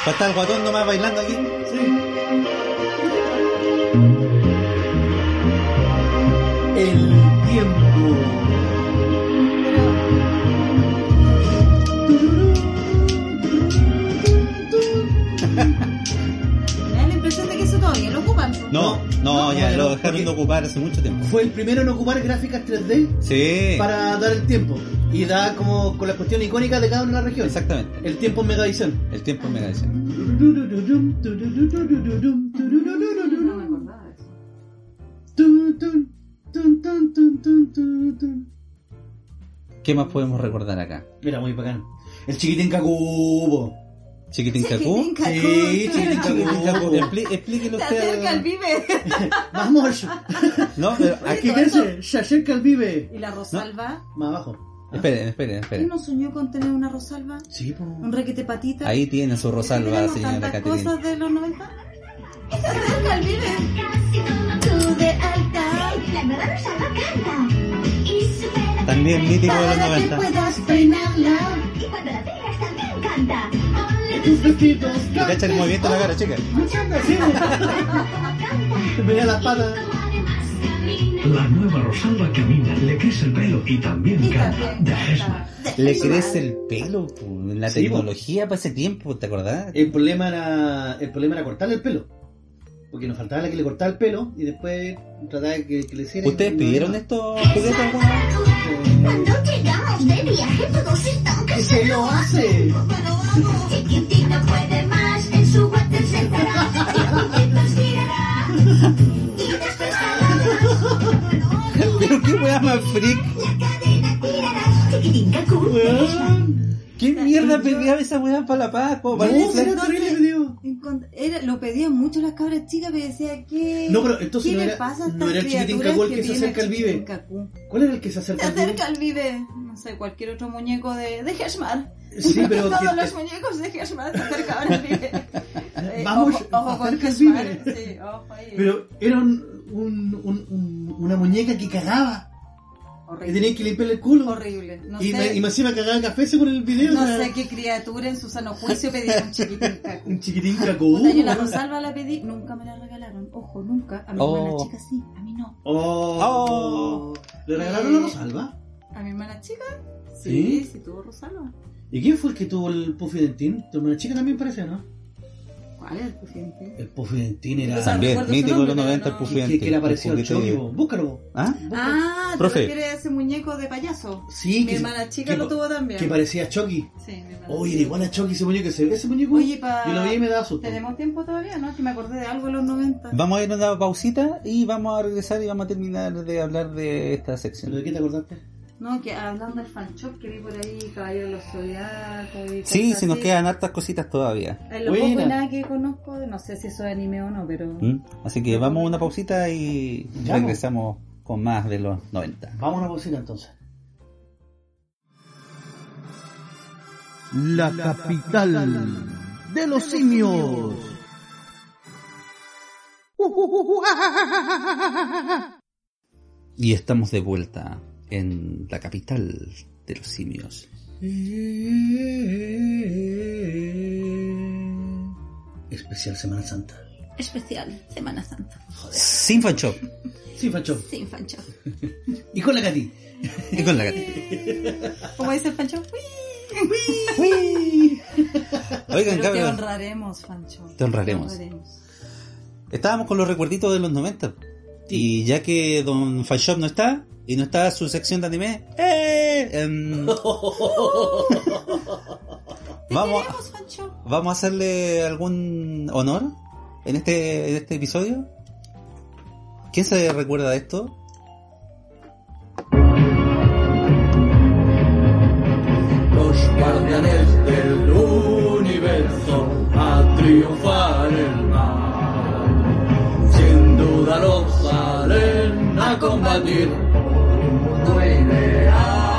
[SPEAKER 2] Va a estar el guatón nomás bailando aquí.
[SPEAKER 1] El tiempo.
[SPEAKER 3] Pero, me da la impresión de que eso todavía lo ocupan. pues.
[SPEAKER 2] No,
[SPEAKER 1] No,
[SPEAKER 2] no, ya
[SPEAKER 1] no,
[SPEAKER 2] lo
[SPEAKER 1] no,
[SPEAKER 2] dejaron
[SPEAKER 1] porque-
[SPEAKER 2] de ocupar hace mucho tiempo.
[SPEAKER 1] Fue el primero en ocupar gráficas 3D
[SPEAKER 2] Sí,
[SPEAKER 1] para dar el tiempo. Y da como con la cuestión icónica de cada una de las regiones.
[SPEAKER 2] exactamente.
[SPEAKER 1] El tiempo en Megavisión.
[SPEAKER 2] El tiempo me dice.
[SPEAKER 3] No me acordaba de eso.
[SPEAKER 2] ¿Qué más podemos recordar acá?
[SPEAKER 1] Era muy bacán. El chiquitín Kakubo.
[SPEAKER 2] Chiquitín Cacú.
[SPEAKER 3] Chiquitín Cacú.
[SPEAKER 1] Sí,
[SPEAKER 2] El
[SPEAKER 1] chiquitín
[SPEAKER 2] Chiquitín Cacú.
[SPEAKER 1] Kakubo.
[SPEAKER 2] Explí- Explíquelo
[SPEAKER 3] Se acerca el
[SPEAKER 2] usted.
[SPEAKER 3] vive.
[SPEAKER 1] Vamos,
[SPEAKER 2] No, pero
[SPEAKER 1] aquí
[SPEAKER 2] aquí.
[SPEAKER 1] verse. Se acerca el vive.
[SPEAKER 3] ¿Y la Rosalba?
[SPEAKER 1] Más abajo.
[SPEAKER 2] Esperen, esperen,
[SPEAKER 3] ¿Quién
[SPEAKER 2] esperen.
[SPEAKER 3] no soñó con tener una Rosalba?
[SPEAKER 1] Sí, po.
[SPEAKER 3] ¿Un requete patita?
[SPEAKER 2] Ahí tiene su rosalba,
[SPEAKER 3] ¿Tenemos
[SPEAKER 2] señora
[SPEAKER 3] tantas
[SPEAKER 2] Caterina.
[SPEAKER 3] cosas de los 90? ¿Y se acerca el vive?
[SPEAKER 8] Tú de alta. La verdad no canta. Y supera.
[SPEAKER 2] También mítico de los 90.
[SPEAKER 8] puedas peinarla. Y cuando la tengas también canta. Ponle
[SPEAKER 1] Tus vestidos.
[SPEAKER 2] ¿Te cacha el movimiento de la cara, chica?
[SPEAKER 1] Mira las patas.
[SPEAKER 5] La nueva Rosalba camina, le crece el pelo y también
[SPEAKER 3] Y
[SPEAKER 5] canta.
[SPEAKER 3] también
[SPEAKER 5] De Esma.
[SPEAKER 3] canta.
[SPEAKER 2] Le crece el pelo, pu, la
[SPEAKER 1] Sí, po. Eh,
[SPEAKER 2] tecnología para ese tiempo, ¿te acordás?
[SPEAKER 1] El problema era. El problema era cortarle el pelo. Porque nos faltaba la que le cortaba el pelo y después trataba de que, que le hiciera.
[SPEAKER 2] ¿Ustedes pidieron estos juguetes alguna vez?
[SPEAKER 8] Cuando llegamos de viaje, todos están
[SPEAKER 1] ¿Qué se lo hace?
[SPEAKER 8] Pero vamos, chiquitito puede más, en su guante se entrará, y juntitos girará, y después
[SPEAKER 2] Pero qué wea más freak.
[SPEAKER 8] la cadena tirará, chiquitín cacú.
[SPEAKER 2] ¿Qué mierda pedía esa wea para la paz? po? Para
[SPEAKER 1] No,
[SPEAKER 2] el
[SPEAKER 1] si era
[SPEAKER 2] plan-
[SPEAKER 1] terrible, te digo.
[SPEAKER 3] Encont- era- lo pedían mucho las cabras chicas, pero decía que.
[SPEAKER 1] No, pero entonces
[SPEAKER 3] ¿Qué
[SPEAKER 1] no
[SPEAKER 3] le
[SPEAKER 1] era-
[SPEAKER 3] pasa a
[SPEAKER 1] no
[SPEAKER 3] estas
[SPEAKER 1] era el chiquitín
[SPEAKER 3] criaturas
[SPEAKER 1] cacú el que se
[SPEAKER 3] viene
[SPEAKER 1] acerca al
[SPEAKER 3] chiquitín
[SPEAKER 1] vive?
[SPEAKER 3] cacú?
[SPEAKER 1] ¿cuál era el que se
[SPEAKER 3] Se
[SPEAKER 1] acerca al vive?
[SPEAKER 3] acerca al vive, no sé, cualquier otro muñeco de, de Gershmar.
[SPEAKER 1] Sí, pero.
[SPEAKER 3] Todos
[SPEAKER 1] que-
[SPEAKER 3] los muñecos de Gershmar se acercan ahora al vive. Eh,
[SPEAKER 1] Vamos,
[SPEAKER 3] ojo, ojo con
[SPEAKER 1] acerca al
[SPEAKER 3] Gershmar.
[SPEAKER 1] vive.
[SPEAKER 3] Sí, ojo ahí.
[SPEAKER 1] Pero era un- un- un- un- una muñeca que cagaba. Y
[SPEAKER 3] horrible.
[SPEAKER 1] tenían que limpiarle el culo.
[SPEAKER 3] horrible. No
[SPEAKER 1] y,
[SPEAKER 3] sé,
[SPEAKER 1] me, y me encima cagaba café según el video.
[SPEAKER 3] no
[SPEAKER 1] era
[SPEAKER 3] sé qué criatura en su sano juicio pedía un chiquitín cacú.
[SPEAKER 1] Un chiquitín cacú.
[SPEAKER 3] Puta, yo la Rosalba la pedí, nunca me la regalaron. Ojo, nunca. A mi
[SPEAKER 2] Oh.
[SPEAKER 3] hermana chica sí, a mí no.
[SPEAKER 1] Oh.
[SPEAKER 2] Oh.
[SPEAKER 1] ¿Le regalaron la Rosalba?
[SPEAKER 3] A mi hermana chica Sí,
[SPEAKER 1] ¿Sí?
[SPEAKER 3] sí, tuvo Rosalba.
[SPEAKER 1] ¿Y quién fue el que tuvo el Puffy Dentín? Tu hermana chica también parece, ¿no?
[SPEAKER 3] ¿Cuál es el presidente?
[SPEAKER 1] El Puffy Dentín
[SPEAKER 3] O
[SPEAKER 1] era.
[SPEAKER 3] sea,
[SPEAKER 2] También,
[SPEAKER 3] recuerdo su
[SPEAKER 2] mítico de los
[SPEAKER 3] nombre,
[SPEAKER 2] 90, el
[SPEAKER 3] pero
[SPEAKER 2] Puffy
[SPEAKER 3] no-
[SPEAKER 1] Que, que
[SPEAKER 2] Dentín,
[SPEAKER 1] le
[SPEAKER 2] un
[SPEAKER 1] apareció al
[SPEAKER 2] juguete-
[SPEAKER 1] Chucky, vos. búscalo. vos.
[SPEAKER 2] ¿Ah?
[SPEAKER 3] Ah, ¿te
[SPEAKER 2] Profe.
[SPEAKER 3] refieres a ese muñeco de payaso?
[SPEAKER 1] Sí,
[SPEAKER 3] Mi
[SPEAKER 1] que,
[SPEAKER 3] hermana chica
[SPEAKER 1] que
[SPEAKER 3] lo
[SPEAKER 1] pa-
[SPEAKER 3] tuvo también.
[SPEAKER 1] que parecía a Chucky.
[SPEAKER 3] Sí, mi hermana
[SPEAKER 1] Oye,
[SPEAKER 3] chica.
[SPEAKER 1] era igual a Chucky ese muñeco. Ese, ese muñeco.
[SPEAKER 3] Oye, pa-
[SPEAKER 1] Yo lo vi y me daba susto.
[SPEAKER 3] Tenemos tiempo todavía, ¿no? Que me acordé de algo de los 90.
[SPEAKER 2] Vamos a ir a una pausita y vamos a regresar y vamos a terminar de hablar de esta
[SPEAKER 1] ¿Pero de
[SPEAKER 2] sección.
[SPEAKER 1] qué te acordaste?
[SPEAKER 3] No, que hablando del fan shop que vi por ahí, Caballero de los Zodiacos. y
[SPEAKER 2] Sí,
[SPEAKER 3] cosas
[SPEAKER 2] se nos
[SPEAKER 3] así.
[SPEAKER 2] quedan hartas cositas todavía.
[SPEAKER 3] En lo
[SPEAKER 1] Buena.
[SPEAKER 3] poco y nada que conozco, no sé si eso es anime o no, pero.
[SPEAKER 2] ¿Mm? Así que vamos a una pausita y
[SPEAKER 1] Ya,
[SPEAKER 2] regresamos con más de los 90.
[SPEAKER 1] Vamos a una cocina entonces.
[SPEAKER 4] La capital de los simios.
[SPEAKER 2] Y estamos de vuelta en la capital de los simios.
[SPEAKER 1] Especial Semana Santa.
[SPEAKER 3] Especial, Semana Santa.
[SPEAKER 2] Sin fan shop
[SPEAKER 1] Sí, Facho.
[SPEAKER 3] Sin fan shop.
[SPEAKER 1] Y con la Katy.
[SPEAKER 2] y con la gatita.
[SPEAKER 3] Como dice el fan shop, ¡uy!
[SPEAKER 2] Oigan,
[SPEAKER 3] Pero te
[SPEAKER 2] cabros,
[SPEAKER 3] honraremos, fan shop.
[SPEAKER 2] Te honraremos. estábamos con los recuerditos de los 90. Y ya que Don Fan Shop no está, y no está su sección de anime, ¡eh! Em, vamos,
[SPEAKER 3] Vamos, fan shop.
[SPEAKER 2] vamos a hacerle algún honor en este, en este episodio. ¿Quién se recuerda de esto?
[SPEAKER 9] Los guardianes del universo a triunfar el mal. Sin duda los salen a combatir por tu ideal.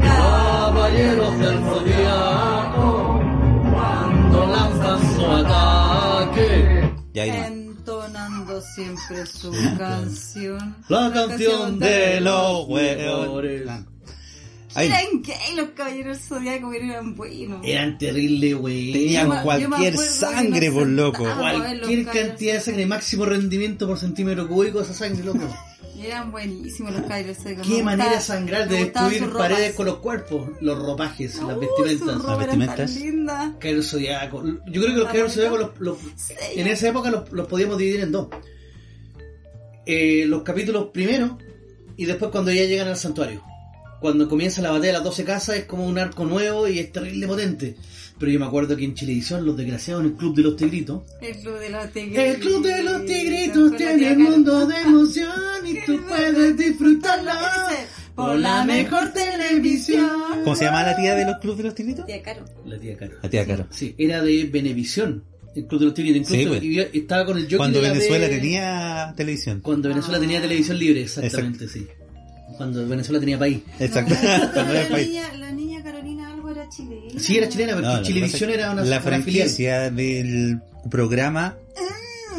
[SPEAKER 9] Caballeros del zodiaco, cuando lanzan su ataque,
[SPEAKER 2] Ya ahí nomás.
[SPEAKER 3] Entonando siempre su canción.
[SPEAKER 1] La canción de los
[SPEAKER 2] hueones.
[SPEAKER 1] hueones.
[SPEAKER 2] Ahí.
[SPEAKER 3] Eran gay los caballeros zodiacos, eran buenos.
[SPEAKER 1] Eran terrible, güey.
[SPEAKER 2] Tenían
[SPEAKER 3] Yo me- yo me
[SPEAKER 2] cualquier
[SPEAKER 3] acuerdo que
[SPEAKER 2] sangre,
[SPEAKER 3] nos
[SPEAKER 2] por loco.
[SPEAKER 3] sentábamos a ver los
[SPEAKER 1] Cualquier
[SPEAKER 3] caballeros
[SPEAKER 1] cantidad de sangre, máximo rendimiento por centímetro cúbico de esa sangre, loco.
[SPEAKER 3] Eran buenísimos los caballeros zodiacos.
[SPEAKER 1] Qué
[SPEAKER 3] Me
[SPEAKER 1] manera de
[SPEAKER 3] gustaba-
[SPEAKER 1] sangrar
[SPEAKER 3] me
[SPEAKER 1] de
[SPEAKER 3] gustaban
[SPEAKER 1] destruir
[SPEAKER 3] sus
[SPEAKER 1] paredes
[SPEAKER 3] ropas.
[SPEAKER 1] con los cuerpos, los ropajes, las
[SPEAKER 3] Uh,
[SPEAKER 1] vestimentas.
[SPEAKER 3] sus ropas eran
[SPEAKER 2] vestimentas.
[SPEAKER 3] tan lindas.
[SPEAKER 1] Caer zodiaco. Yo creo que los
[SPEAKER 3] La
[SPEAKER 1] caer
[SPEAKER 3] bonita.
[SPEAKER 1] zodiaco los, los-
[SPEAKER 3] Sí.
[SPEAKER 1] en esa época los, los podíamos dividir en dos. Eh, los capítulos primero y después cuando ya llegan al santuario. Cuando comienza la batalla de las 12 casas es como un arco nuevo y es terrible potente. Pero yo me acuerdo que en Chilevisión los desgraciados en el Club de los Tigritos
[SPEAKER 3] El club de los tigritos.
[SPEAKER 1] El club de los
[SPEAKER 3] Con
[SPEAKER 1] tigritos
[SPEAKER 3] la
[SPEAKER 1] tiene
[SPEAKER 3] tía
[SPEAKER 1] el
[SPEAKER 3] Karen.
[SPEAKER 1] mundo de emoción y tú puedes disfrutarlo
[SPEAKER 3] Ese,
[SPEAKER 1] por la mejor televisión.
[SPEAKER 2] ¿Cómo se llama la tía de los clubes de los tilitos?
[SPEAKER 3] Tía Caro.
[SPEAKER 1] La tía Caro.
[SPEAKER 2] La tía Caro.
[SPEAKER 1] Sí, era de Benevisión. El club de los tigritos. Incluso
[SPEAKER 2] Sí, pues.
[SPEAKER 1] vivía- estaba con el Joker.
[SPEAKER 2] Cuando
[SPEAKER 1] de la
[SPEAKER 2] Venezuela
[SPEAKER 1] de-
[SPEAKER 2] tenía televisión.
[SPEAKER 1] Cuando Venezuela
[SPEAKER 3] Ah.
[SPEAKER 1] tenía televisión libre, exactamente, sí. Cuando Venezuela tenía país.
[SPEAKER 2] Exacto. Cuando era
[SPEAKER 3] La
[SPEAKER 2] el país.
[SPEAKER 3] niña, la niña Carolina algo era chilena.
[SPEAKER 1] Sí, era chilena, porque
[SPEAKER 2] No, lo que
[SPEAKER 1] Chilevisión
[SPEAKER 2] pasa es que
[SPEAKER 1] era una
[SPEAKER 2] La
[SPEAKER 1] una filial.
[SPEAKER 2] franquicia del programa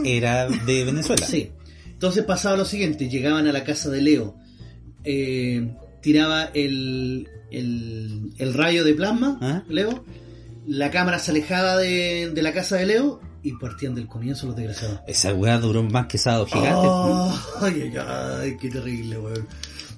[SPEAKER 2] era de Venezuela.
[SPEAKER 1] Sí. Entonces pasaba lo siguiente, llegaban a la casa de Leo, eh, tiraba el, el, el rayo de plasma,
[SPEAKER 2] ¿Ah?
[SPEAKER 1] Leo, la cámara se alejaba de, de la casa de Leo y partían del comienzo los desgraciados.
[SPEAKER 2] Esa weá duró más que sábado gigante.
[SPEAKER 1] Oh, ay, ay, ay, qué terrible, weón.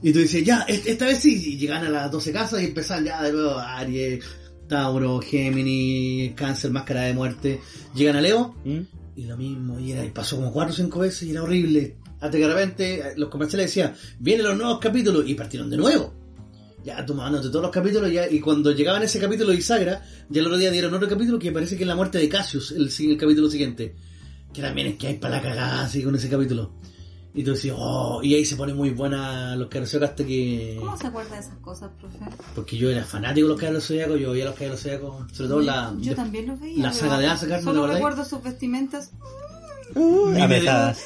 [SPEAKER 1] Y tú dices, ya, est- esta vez sí, y llegaban a las 12 casas y empezaban ya de nuevo Aries, Tauro, Géminis, Cáncer, Máscara de Muerte. Llegan a Leo,
[SPEAKER 2] ¿Mm?
[SPEAKER 1] y lo mismo, y, era, y pasó como cuatro o cinco veces y era horrible. Hasta que de repente eh, los comerciales decían, vienen los nuevos capítulos y partieron de nuevo. Ya tomándote todos los capítulos ya, y cuando llegaban ese capítulo de Isagra, ya el otro día dieron otro capítulo que parece que es la muerte de Cassius, el, si- el capítulo siguiente. Que también es que hay para la cagada así con ese capítulo. Y tú decís, oh, y ahí se pone muy buena los Caballeros del Zodiaco hasta que...
[SPEAKER 3] ¿Cómo se acuerda de esas cosas, profe?
[SPEAKER 1] Porque yo era fanático de los Caballeros del Zodiaco, yo veía los Caballeros del Zodiaco, sobre todo la...
[SPEAKER 3] Yo
[SPEAKER 1] de-
[SPEAKER 3] también los veía.
[SPEAKER 1] la
[SPEAKER 3] pero
[SPEAKER 1] saga de Azekar, ¿no te
[SPEAKER 3] Solo
[SPEAKER 1] acordás?
[SPEAKER 3] recuerdo sus vestimentas.
[SPEAKER 2] Apretadas.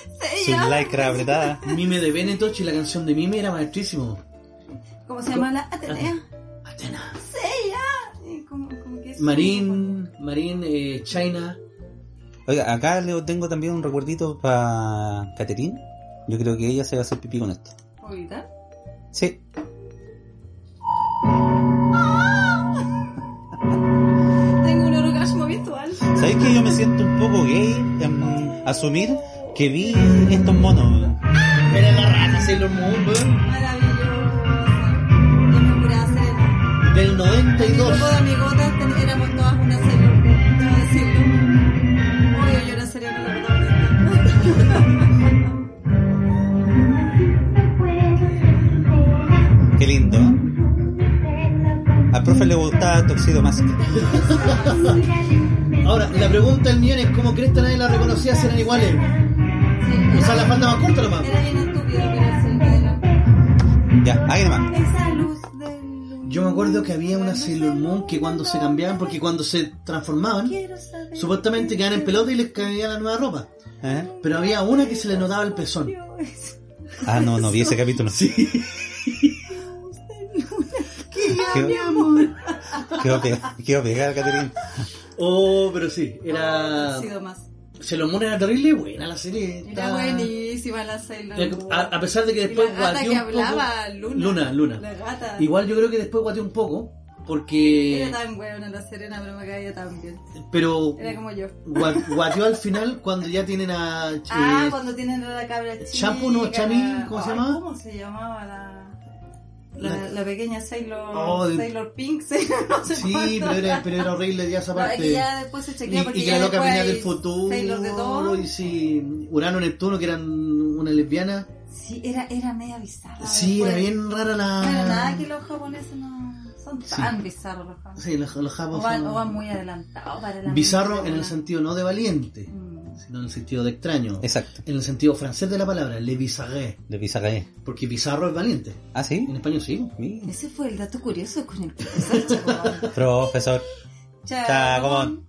[SPEAKER 3] Sí, ya.
[SPEAKER 2] Su lycra apretada.
[SPEAKER 1] Mime de Benetoch y la canción de Mime era maestrísimo.
[SPEAKER 3] ¿Cómo se llama la Atenea?
[SPEAKER 1] Atena.
[SPEAKER 3] Sí, ya. Y como- como que es-
[SPEAKER 1] Marín, Marín, eh, China.
[SPEAKER 2] Oiga, acá le tengo también un recuerdito para Caterine. Yo creo que ella se va a hacer pipí con esto.
[SPEAKER 3] ¿Ahorita?
[SPEAKER 2] Sí.
[SPEAKER 3] Tengo un orgasmo virtual.
[SPEAKER 2] ¿Sabéis que yo me siento un poco gay en asumir que vi estos monos?
[SPEAKER 3] ¿eh?
[SPEAKER 1] Era la rata Sailor Moon, weón.
[SPEAKER 3] Maravilloso. Yo me curé a
[SPEAKER 1] del 92.
[SPEAKER 3] Todas amigotas ten- éramos todas una Sailor Moon. Quiero decirlo. Oye, yo era Sailor Moon.
[SPEAKER 2] Qué lindo. Al profe le gustaba Toxido Mask.
[SPEAKER 1] Ahora, la pregunta del millón es cómo crees que nadie la reconocía si eran iguales. O sea, la falta más corta nomás.
[SPEAKER 3] Era bien estúpido, pero sí, era.
[SPEAKER 2] Ya, ahí nomás.
[SPEAKER 3] Esa luz del.
[SPEAKER 1] Yo me acuerdo que había una Sailor Moon que cuando se cambiaban, porque cuando se transformaban,
[SPEAKER 3] Quiero saber
[SPEAKER 1] supuestamente quedaban en pelota y les caía la nueva ropa.
[SPEAKER 2] ¿Eh?
[SPEAKER 1] Pero había una que se le notaba el pezón.
[SPEAKER 3] yo es-
[SPEAKER 2] Ah, no, no vi ese capítulo. Sí.
[SPEAKER 3] Mi
[SPEAKER 2] Quiero,
[SPEAKER 3] amor.
[SPEAKER 2] quiero, pegar, quiero pegar, Catherine.
[SPEAKER 1] Oh, pero sí, era.
[SPEAKER 3] Ha sido más.
[SPEAKER 1] Sailor Moon era terrible buena la serie.
[SPEAKER 3] Era
[SPEAKER 1] estaba-
[SPEAKER 3] buenísima la Sailor
[SPEAKER 1] Era-
[SPEAKER 3] Moon.
[SPEAKER 1] Eh, A, a pesar de que después
[SPEAKER 3] y la gata
[SPEAKER 1] guateó
[SPEAKER 3] que
[SPEAKER 1] un poco-
[SPEAKER 3] hablaba, Luna.
[SPEAKER 1] Luna, Luna.
[SPEAKER 3] La gata.
[SPEAKER 1] Igual yo creo que después guateó un poco, porque.
[SPEAKER 3] Era tan buena la Serena, pero me caía tan bien.
[SPEAKER 1] Pero
[SPEAKER 3] Era como yo.
[SPEAKER 1] gua- guateó al final cuando ya tienen a. eh,
[SPEAKER 3] Ah, cuando tienen a la cabra chica.
[SPEAKER 1] Shampoo, no, Chami, ¿cómo se
[SPEAKER 3] Ay,
[SPEAKER 1] llamaba?
[SPEAKER 3] ¿Cómo se llamaba la... La,
[SPEAKER 1] La-
[SPEAKER 3] la pequeña Sailor,
[SPEAKER 1] Oh, de-
[SPEAKER 3] Sailor Pink, Sailor no sé
[SPEAKER 1] Sí,
[SPEAKER 3] cuánto.
[SPEAKER 1] pero era, pero era horrible ya esa
[SPEAKER 3] No, es
[SPEAKER 1] parte.
[SPEAKER 3] que ya después se
[SPEAKER 1] Y,
[SPEAKER 3] chequea porque
[SPEAKER 1] y que
[SPEAKER 3] ya
[SPEAKER 1] la loca
[SPEAKER 3] después
[SPEAKER 1] venía del
[SPEAKER 3] hay Sailor de
[SPEAKER 1] futuro
[SPEAKER 3] todo.
[SPEAKER 1] y si Urano Neptuno que eran una lesbiana
[SPEAKER 3] Sí, era, era media bizarra.
[SPEAKER 1] sí
[SPEAKER 3] Ah, después.
[SPEAKER 1] era bien rara la
[SPEAKER 3] No era nada que los japoneses no son tan bizarros los japoneses.
[SPEAKER 1] sí los, los
[SPEAKER 3] O
[SPEAKER 1] japos
[SPEAKER 3] van,
[SPEAKER 1] son-
[SPEAKER 3] o van muy adelantados para la
[SPEAKER 1] bizarro
[SPEAKER 3] mente,
[SPEAKER 1] en el
[SPEAKER 3] ¿no?
[SPEAKER 1] sentido no de valiente
[SPEAKER 3] Mm.
[SPEAKER 1] sino en el sentido de extraño
[SPEAKER 2] Exacto.
[SPEAKER 1] en el sentido francés de la palabra le bizarré
[SPEAKER 2] Le pisa caer.
[SPEAKER 1] porque bizarro es valiente
[SPEAKER 2] Ah, sí.
[SPEAKER 1] en español sí
[SPEAKER 2] Mira.
[SPEAKER 3] Ese fue el dato curioso con el que empezó el Chacobón.
[SPEAKER 2] Profesor. Chacobón.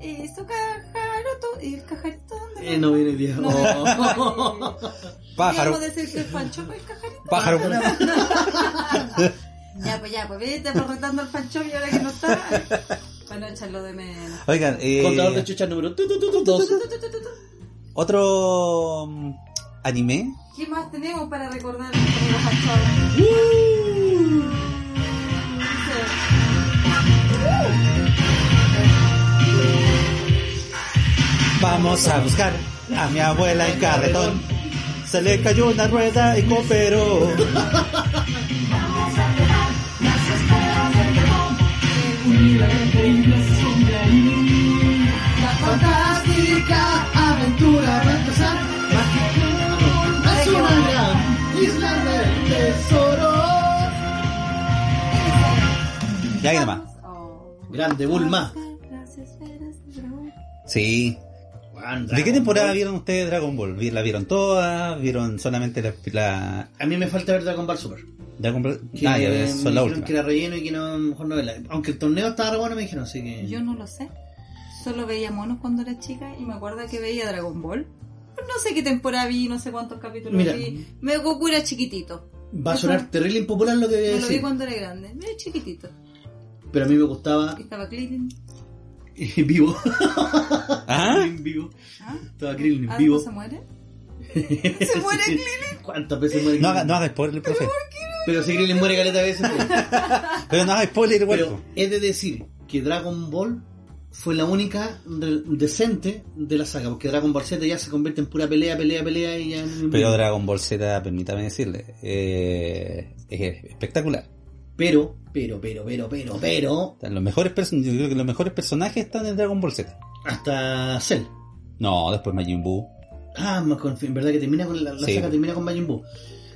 [SPEAKER 3] Eso cajaroto. ¿Y el cajarito dónde?
[SPEAKER 1] Eh, no viene el día
[SPEAKER 3] No,
[SPEAKER 1] Oh.
[SPEAKER 2] Pájaro.
[SPEAKER 3] Podríamos decir que es Pancho el cajarito.
[SPEAKER 2] Pájaro.
[SPEAKER 3] Ya, pues ya, pues viste, por retando al Pancho y ahora que no está. Bueno, echarlo de menos.
[SPEAKER 2] Oigan,
[SPEAKER 1] contador
[SPEAKER 2] eh,
[SPEAKER 1] de chucha número tu, tu, tu, tu, dos.
[SPEAKER 2] otro mm, anime.
[SPEAKER 3] ¿Qué más tenemos para recordar sobre los Pancho?
[SPEAKER 2] Vamos a buscar a mi abuela en carretón. Se le cayó una rueda y cooperó.
[SPEAKER 1] la fantástica aventura va a empezar mágica es una gran isla del tesoro
[SPEAKER 2] Ya ahí nomás.
[SPEAKER 3] Oh.
[SPEAKER 1] Grande Bulma.
[SPEAKER 3] Gracias, Veras, Dragon.
[SPEAKER 2] Sí. ¿De qué temporada vieron ustedes Dragon Ball? ¿Vi- ¿La vieron todas? ¿Vieron solamente la... la-
[SPEAKER 1] A mí me falta ver Dragon Ball Super.
[SPEAKER 2] Dragon Ball?
[SPEAKER 1] Que
[SPEAKER 2] Ah, ya,
[SPEAKER 1] me
[SPEAKER 2] son la
[SPEAKER 1] dijeron
[SPEAKER 2] última.
[SPEAKER 1] que era relleno y que no, mejor no verla. Aunque el torneo estaba re bueno, me dijeron, así que.
[SPEAKER 3] Yo no lo sé. Solo veía monos cuando era chica y me acuerdo que veía Dragon Ball. Pero No sé qué temporada vi, no sé cuántos capítulos
[SPEAKER 1] Mira.
[SPEAKER 3] vi. Me Goku era chiquitito.
[SPEAKER 1] Va a sonar terrible impopular lo que voy a
[SPEAKER 3] Me lo vi
[SPEAKER 1] decir.
[SPEAKER 3] cuando era grande. Era chiquitito.
[SPEAKER 1] Pero a mí me gustaba.
[SPEAKER 3] Y Estaba Clinton.
[SPEAKER 1] en vivo.
[SPEAKER 2] ¿Ah?
[SPEAKER 1] En vivo.
[SPEAKER 3] ¿Ah?
[SPEAKER 1] Estaba Krillin
[SPEAKER 3] ¿Ah,
[SPEAKER 1] en
[SPEAKER 3] no
[SPEAKER 1] vivo.
[SPEAKER 3] se muere? ¿Se muere
[SPEAKER 1] Sí. ¿Cuántas veces muere
[SPEAKER 2] No
[SPEAKER 1] Krillin?
[SPEAKER 2] haga, no haga spoiler, profe.
[SPEAKER 1] Pero si Krillin muere caleta de veces. pues.
[SPEAKER 2] Pero no haga spoiler,
[SPEAKER 1] Pero
[SPEAKER 2] huevo.
[SPEAKER 1] he de decir que Dragon Ball fue la única re- decente de la saga. Porque Dragon Ball Z ya se convierte en pura pelea, pelea, pelea y ya.
[SPEAKER 2] Pero Dragon Ball Z, permítame decirle, eh, es espectacular.
[SPEAKER 1] pero, pero, pero, pero, pero, pero.
[SPEAKER 2] Están Los mejores, person- yo creo que los mejores personajes están en Dragon Ball Z.
[SPEAKER 1] Hasta Cell.
[SPEAKER 2] No, después Majin Buu.
[SPEAKER 1] Ah, me conf- en verdad que termina con la, la
[SPEAKER 2] Sí.
[SPEAKER 1] saga termina con Majin Buu.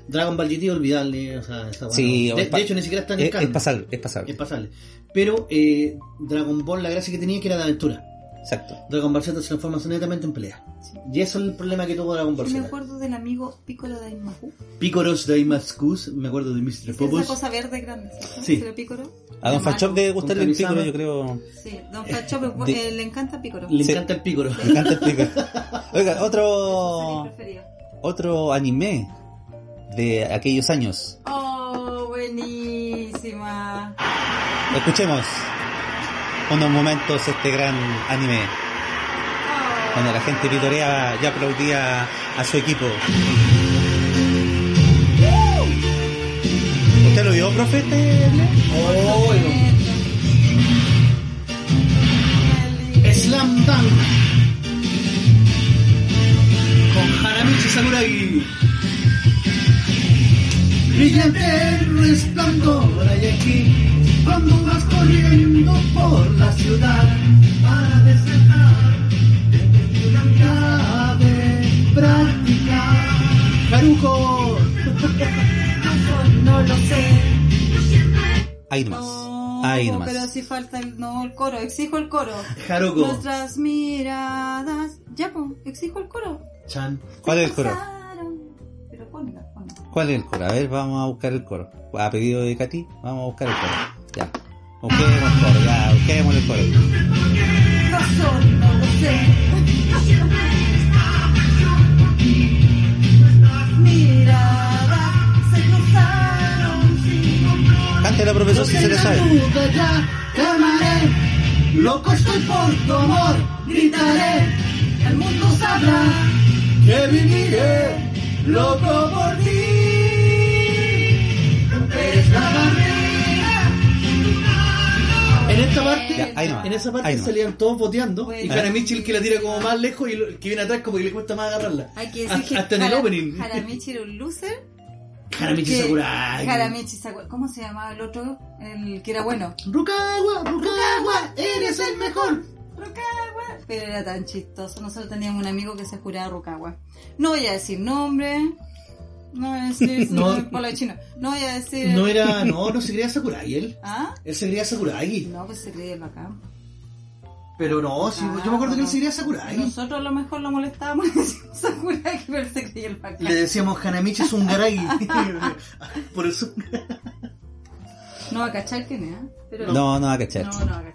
[SPEAKER 1] Dragon Ball GT, olvidarle, o sea, está bueno.
[SPEAKER 2] Sí, o
[SPEAKER 1] de,
[SPEAKER 2] es pa-
[SPEAKER 1] de hecho, ni siquiera está en
[SPEAKER 2] Es, es
[SPEAKER 1] canon.
[SPEAKER 2] pasable, es pasable.
[SPEAKER 1] Es pasable. Pero eh, Dragon Ball, la gracia que tenía que era de aventura.
[SPEAKER 2] Exacto.
[SPEAKER 1] Dragon Ball Z se transforma netamente en pelea. Y eso es el problema que tuvo Dragon Ball
[SPEAKER 3] Yo me
[SPEAKER 1] Z.
[SPEAKER 3] acuerdo del amigo Piccolo de Imahu.
[SPEAKER 1] Picoros Daimascus, me acuerdo de Mr.
[SPEAKER 3] Es esa
[SPEAKER 1] Popos.
[SPEAKER 3] cosa verde grande. ¿cierto?
[SPEAKER 1] Sí.
[SPEAKER 3] ¿Será Piccolo?
[SPEAKER 2] A Don
[SPEAKER 3] Hermano.
[SPEAKER 2] Fachop debe gustarle el
[SPEAKER 1] Kamisama.
[SPEAKER 2] Piccolo, yo creo.
[SPEAKER 3] Sí, Don Pancho pero,
[SPEAKER 2] de-
[SPEAKER 3] eh, le encanta Piccolo.
[SPEAKER 1] Le
[SPEAKER 2] Sí.
[SPEAKER 1] encanta el Picoro.
[SPEAKER 2] Me encanta el Piccolo. Oiga,
[SPEAKER 3] Es mi
[SPEAKER 2] otro,
[SPEAKER 3] preferido.
[SPEAKER 2] otro anime de aquellos años.
[SPEAKER 3] Oh, buenísima.
[SPEAKER 2] Escuchemos unos momentos este gran anime.
[SPEAKER 3] Oh.
[SPEAKER 2] Cuando la gente vitoreaba y aplaudía a su equipo. ¿Usted lo vio, profe? este anime?
[SPEAKER 1] Oh, bueno. Slam Dunk. Con Haramichi Sakurai. Brillante resplandor hay aquí.
[SPEAKER 7] cuando vas corriendo por la ciudad para desenjar de una mirada de práctica.
[SPEAKER 1] ¡Caruco!
[SPEAKER 3] No lo sé.
[SPEAKER 2] Ahí nomás.
[SPEAKER 3] No,
[SPEAKER 2] Ahí nomás.
[SPEAKER 3] pero si falta el, no, el coro. Exijo el coro.
[SPEAKER 1] Haruko.
[SPEAKER 3] Nuestras miradas. Ya, pues, exijo el coro.
[SPEAKER 1] Chan.
[SPEAKER 2] ¿Cuál
[SPEAKER 3] Se
[SPEAKER 2] es el coro?
[SPEAKER 3] pasaron. Pero ponla, ponla.
[SPEAKER 2] ¿Cuál es el coro? A ver, vamos a buscar el coro. A pedido de Katy, vamos a buscar el coro. Ya. Busquemos el coro, ya, busquemos el coro.
[SPEAKER 3] Razón, no lo sé. Miradas se cruzaron sin
[SPEAKER 2] Cántela, profesor, si se le sabe.
[SPEAKER 7] Duda ya te amaré, loco estoy por tu amor, gritaré, el mundo sabrá que viviré, loco por ti. Romperé esta barrera.
[SPEAKER 1] En esta parte,
[SPEAKER 2] Ya, ahí nomás.
[SPEAKER 1] en esa
[SPEAKER 2] Ahí
[SPEAKER 1] parte
[SPEAKER 2] nomás.
[SPEAKER 1] salían todos boteando y
[SPEAKER 3] Bueno.
[SPEAKER 1] Karamichi el que la tira como más lejos y lo- el que viene atrás como que le cuesta más agarrarla.
[SPEAKER 3] Hay que decir
[SPEAKER 1] Hasta,
[SPEAKER 3] que
[SPEAKER 1] hasta en el
[SPEAKER 3] Jara-
[SPEAKER 1] opening.
[SPEAKER 3] Jaramichi era un loser.
[SPEAKER 1] Karamichi
[SPEAKER 3] que-
[SPEAKER 1] Sakurai.
[SPEAKER 3] Jaramichi Sakurai. ¿Cómo se llamaba el otro? El que era bueno.
[SPEAKER 1] Rukawa, Rukawa, eres el mejor.
[SPEAKER 3] Rukawa. Pero era tan chistoso. Nosotros teníamos un amigo que se juraba Rukawa. No voy a decir nombre. No voy a decir
[SPEAKER 1] No.
[SPEAKER 3] no. por chino. No voy a decir.
[SPEAKER 1] No era, no, no se creía Sakurai él.
[SPEAKER 3] ¿Ah?
[SPEAKER 1] Él se creía Sakurai.
[SPEAKER 3] No, pues se cree el bacán.
[SPEAKER 1] Pero no, sí, pues, yo me acuerdo que él se creía Sakurai.
[SPEAKER 3] Nosotros a lo mejor lo molestábamos y decíamos Sakurai, pero él se creía el bacán.
[SPEAKER 1] Le decíamos Hanamichi Sungarai. Por el Sungarai.
[SPEAKER 3] No va a cachar quién es, ¿eh? Pero
[SPEAKER 2] No, no va a
[SPEAKER 3] no,
[SPEAKER 2] cachar.
[SPEAKER 3] no va a cachar.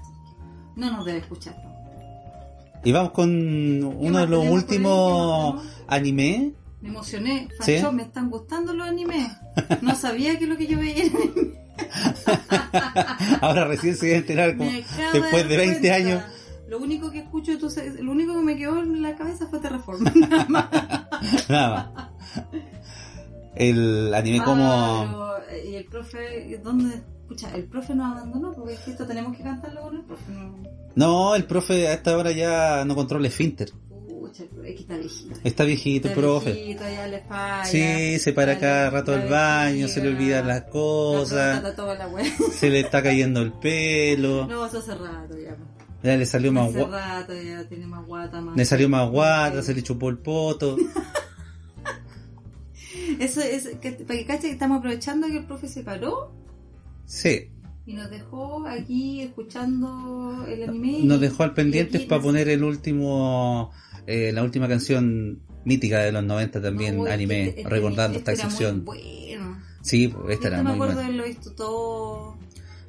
[SPEAKER 3] No nos debe escuchar.
[SPEAKER 2] Y vamos con uno de los
[SPEAKER 3] más tenemos por
[SPEAKER 2] últimos
[SPEAKER 3] ahí? ¿Qué más
[SPEAKER 2] anime.
[SPEAKER 3] Me emocioné.
[SPEAKER 2] ¿Sí?
[SPEAKER 3] Fachón, me están gustando los animes. No sabía que lo que yo veía era anime.
[SPEAKER 2] Ahora recién se iba a enterar como
[SPEAKER 3] Me acabo
[SPEAKER 2] después
[SPEAKER 3] dar
[SPEAKER 2] de 20
[SPEAKER 3] cuenta.
[SPEAKER 2] años.
[SPEAKER 3] Lo único que escucho, de tus- lo único que me quedó en la cabeza fue Terraform. Nada más.
[SPEAKER 2] Nada más. El anime como...
[SPEAKER 3] Ah, pero, eh, y el profe, ¿dónde? Escucha, el profe nos abandonó porque es que esto tenemos que cantarlo con el profe. No.
[SPEAKER 2] No, el profe a esta hora ya no controla el esfínter.
[SPEAKER 3] Pucha, es que está viejito.
[SPEAKER 2] Está viejito el
[SPEAKER 3] Está
[SPEAKER 2] profe.
[SPEAKER 3] viejito, ya le falla.
[SPEAKER 2] Sí, se para
[SPEAKER 3] Ya
[SPEAKER 2] cada
[SPEAKER 3] le-
[SPEAKER 2] rato
[SPEAKER 3] la
[SPEAKER 2] al baño, se le
[SPEAKER 3] vejiga,
[SPEAKER 2] olvidan las
[SPEAKER 3] la
[SPEAKER 2] cosas,
[SPEAKER 3] próstata, toda la wea.
[SPEAKER 2] se le está cayendo el pelo,
[SPEAKER 3] No, eso hace rato ya. pues.
[SPEAKER 2] ya le salió más
[SPEAKER 3] Hace
[SPEAKER 2] guata,
[SPEAKER 3] rato ya tiene más guata, más.
[SPEAKER 2] le salió más guata, se le chupó el poto.
[SPEAKER 3] Eso es que, para que cache que estamos aprovechando que el profe se paró
[SPEAKER 2] Sí,
[SPEAKER 3] y nos dejó aquí escuchando el anime.
[SPEAKER 2] nos dejó al pendiente
[SPEAKER 3] Y aquí
[SPEAKER 2] para
[SPEAKER 3] nos-
[SPEAKER 2] poner el último, eh, la última canción mítica de los 90 también,
[SPEAKER 3] No,
[SPEAKER 2] anime,
[SPEAKER 3] este- este-
[SPEAKER 2] recordando esta
[SPEAKER 3] este era muy
[SPEAKER 2] sección.
[SPEAKER 3] Bueno.
[SPEAKER 2] Sí, esta era
[SPEAKER 3] Yo me
[SPEAKER 2] muy
[SPEAKER 3] acuerdo de
[SPEAKER 2] buena.
[SPEAKER 3] haberlo visto todo.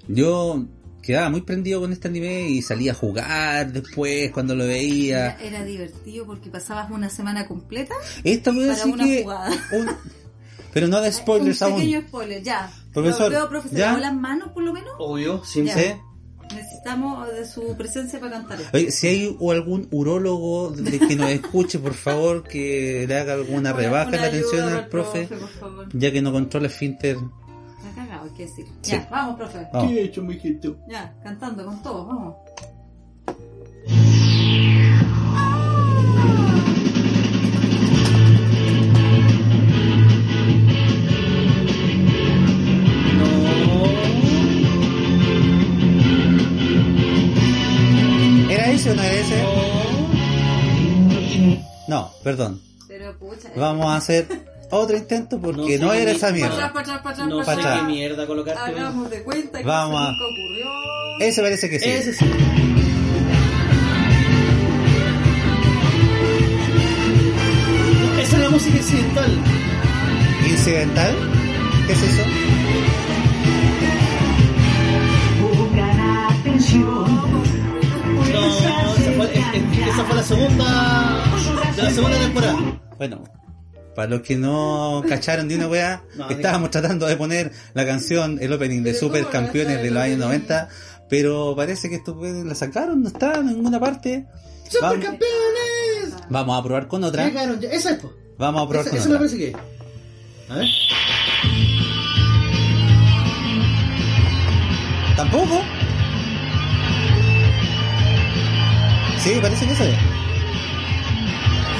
[SPEAKER 2] Yo quedaba muy prendido con este anime y salía a jugar después cuando lo veía.
[SPEAKER 3] Era, era divertido porque pasabas una semana completa
[SPEAKER 2] Esta voy a
[SPEAKER 3] para
[SPEAKER 2] decir
[SPEAKER 3] una
[SPEAKER 2] que.
[SPEAKER 3] jugada.
[SPEAKER 2] un- Pero no de spoilers
[SPEAKER 3] un
[SPEAKER 2] aún.
[SPEAKER 3] pequeño spoiler, ya.
[SPEAKER 2] Profesor,
[SPEAKER 3] Lo veo, profesor,
[SPEAKER 2] ¿ya?
[SPEAKER 3] ¿lavó las manos por lo menos?
[SPEAKER 1] Obvio, sí.
[SPEAKER 3] Ya.
[SPEAKER 2] ¿Sí?
[SPEAKER 3] Necesitamos de su presencia para cantar. esto.
[SPEAKER 2] Oye, si hay u- algún urólogo de que nos escuche, por favor, que le haga alguna rebaja en
[SPEAKER 3] Una
[SPEAKER 2] la atención
[SPEAKER 3] ayuda
[SPEAKER 2] al
[SPEAKER 3] al
[SPEAKER 2] profe,
[SPEAKER 3] por favor.
[SPEAKER 2] ya que no controla el finter. Ah.
[SPEAKER 3] Está cagado, hay que decir.
[SPEAKER 2] Sí.
[SPEAKER 3] Ya, vamos, profe.
[SPEAKER 2] Vamos.
[SPEAKER 1] he hecho, mijito?
[SPEAKER 3] Ya, cantando con todos, vamos.
[SPEAKER 2] ¿Era ese o no era ese? No, perdón.
[SPEAKER 3] Pero pucha. eh.
[SPEAKER 2] Vamos a hacer otro intento porque no,
[SPEAKER 1] No sé,
[SPEAKER 2] era
[SPEAKER 1] ni-
[SPEAKER 2] esa
[SPEAKER 3] Para atrás,
[SPEAKER 2] mierda.
[SPEAKER 3] para atrás, para atrás,
[SPEAKER 1] No sé
[SPEAKER 3] para
[SPEAKER 1] qué
[SPEAKER 3] atrás.
[SPEAKER 1] mierda colocarte. pero-
[SPEAKER 3] Hagamos de cuenta que
[SPEAKER 2] Vamos
[SPEAKER 3] eso
[SPEAKER 2] a-
[SPEAKER 3] nunca ocurrió.
[SPEAKER 2] Ese parece que sí.
[SPEAKER 1] Ese sí. Esa es la música incidental.
[SPEAKER 2] ¿Incidental? ¿Qué es eso?
[SPEAKER 1] No, esa fue, es- es- esa fue la segunda de la segunda temporada.
[SPEAKER 2] Bueno, para los que no cacharon de una weá,
[SPEAKER 1] No,
[SPEAKER 2] estábamos tratando de poner la canción, el opening de
[SPEAKER 3] Pero
[SPEAKER 2] Super Campeones
[SPEAKER 3] ¿cómo
[SPEAKER 2] de los
[SPEAKER 3] no
[SPEAKER 2] años
[SPEAKER 3] está el
[SPEAKER 2] 90, pero parece que esto pues, la sacaron, no está en ninguna parte. Vamos,
[SPEAKER 1] ¡Supercampeones!
[SPEAKER 2] vamos a probar con otra.
[SPEAKER 1] Llegaron ya. Esa es. po.
[SPEAKER 2] Vamos a probar
[SPEAKER 1] Esa,
[SPEAKER 2] con
[SPEAKER 1] esa me
[SPEAKER 2] otra.
[SPEAKER 1] parece que. es. A ver.
[SPEAKER 2] ¿Tampoco? Sí, parece que esa es.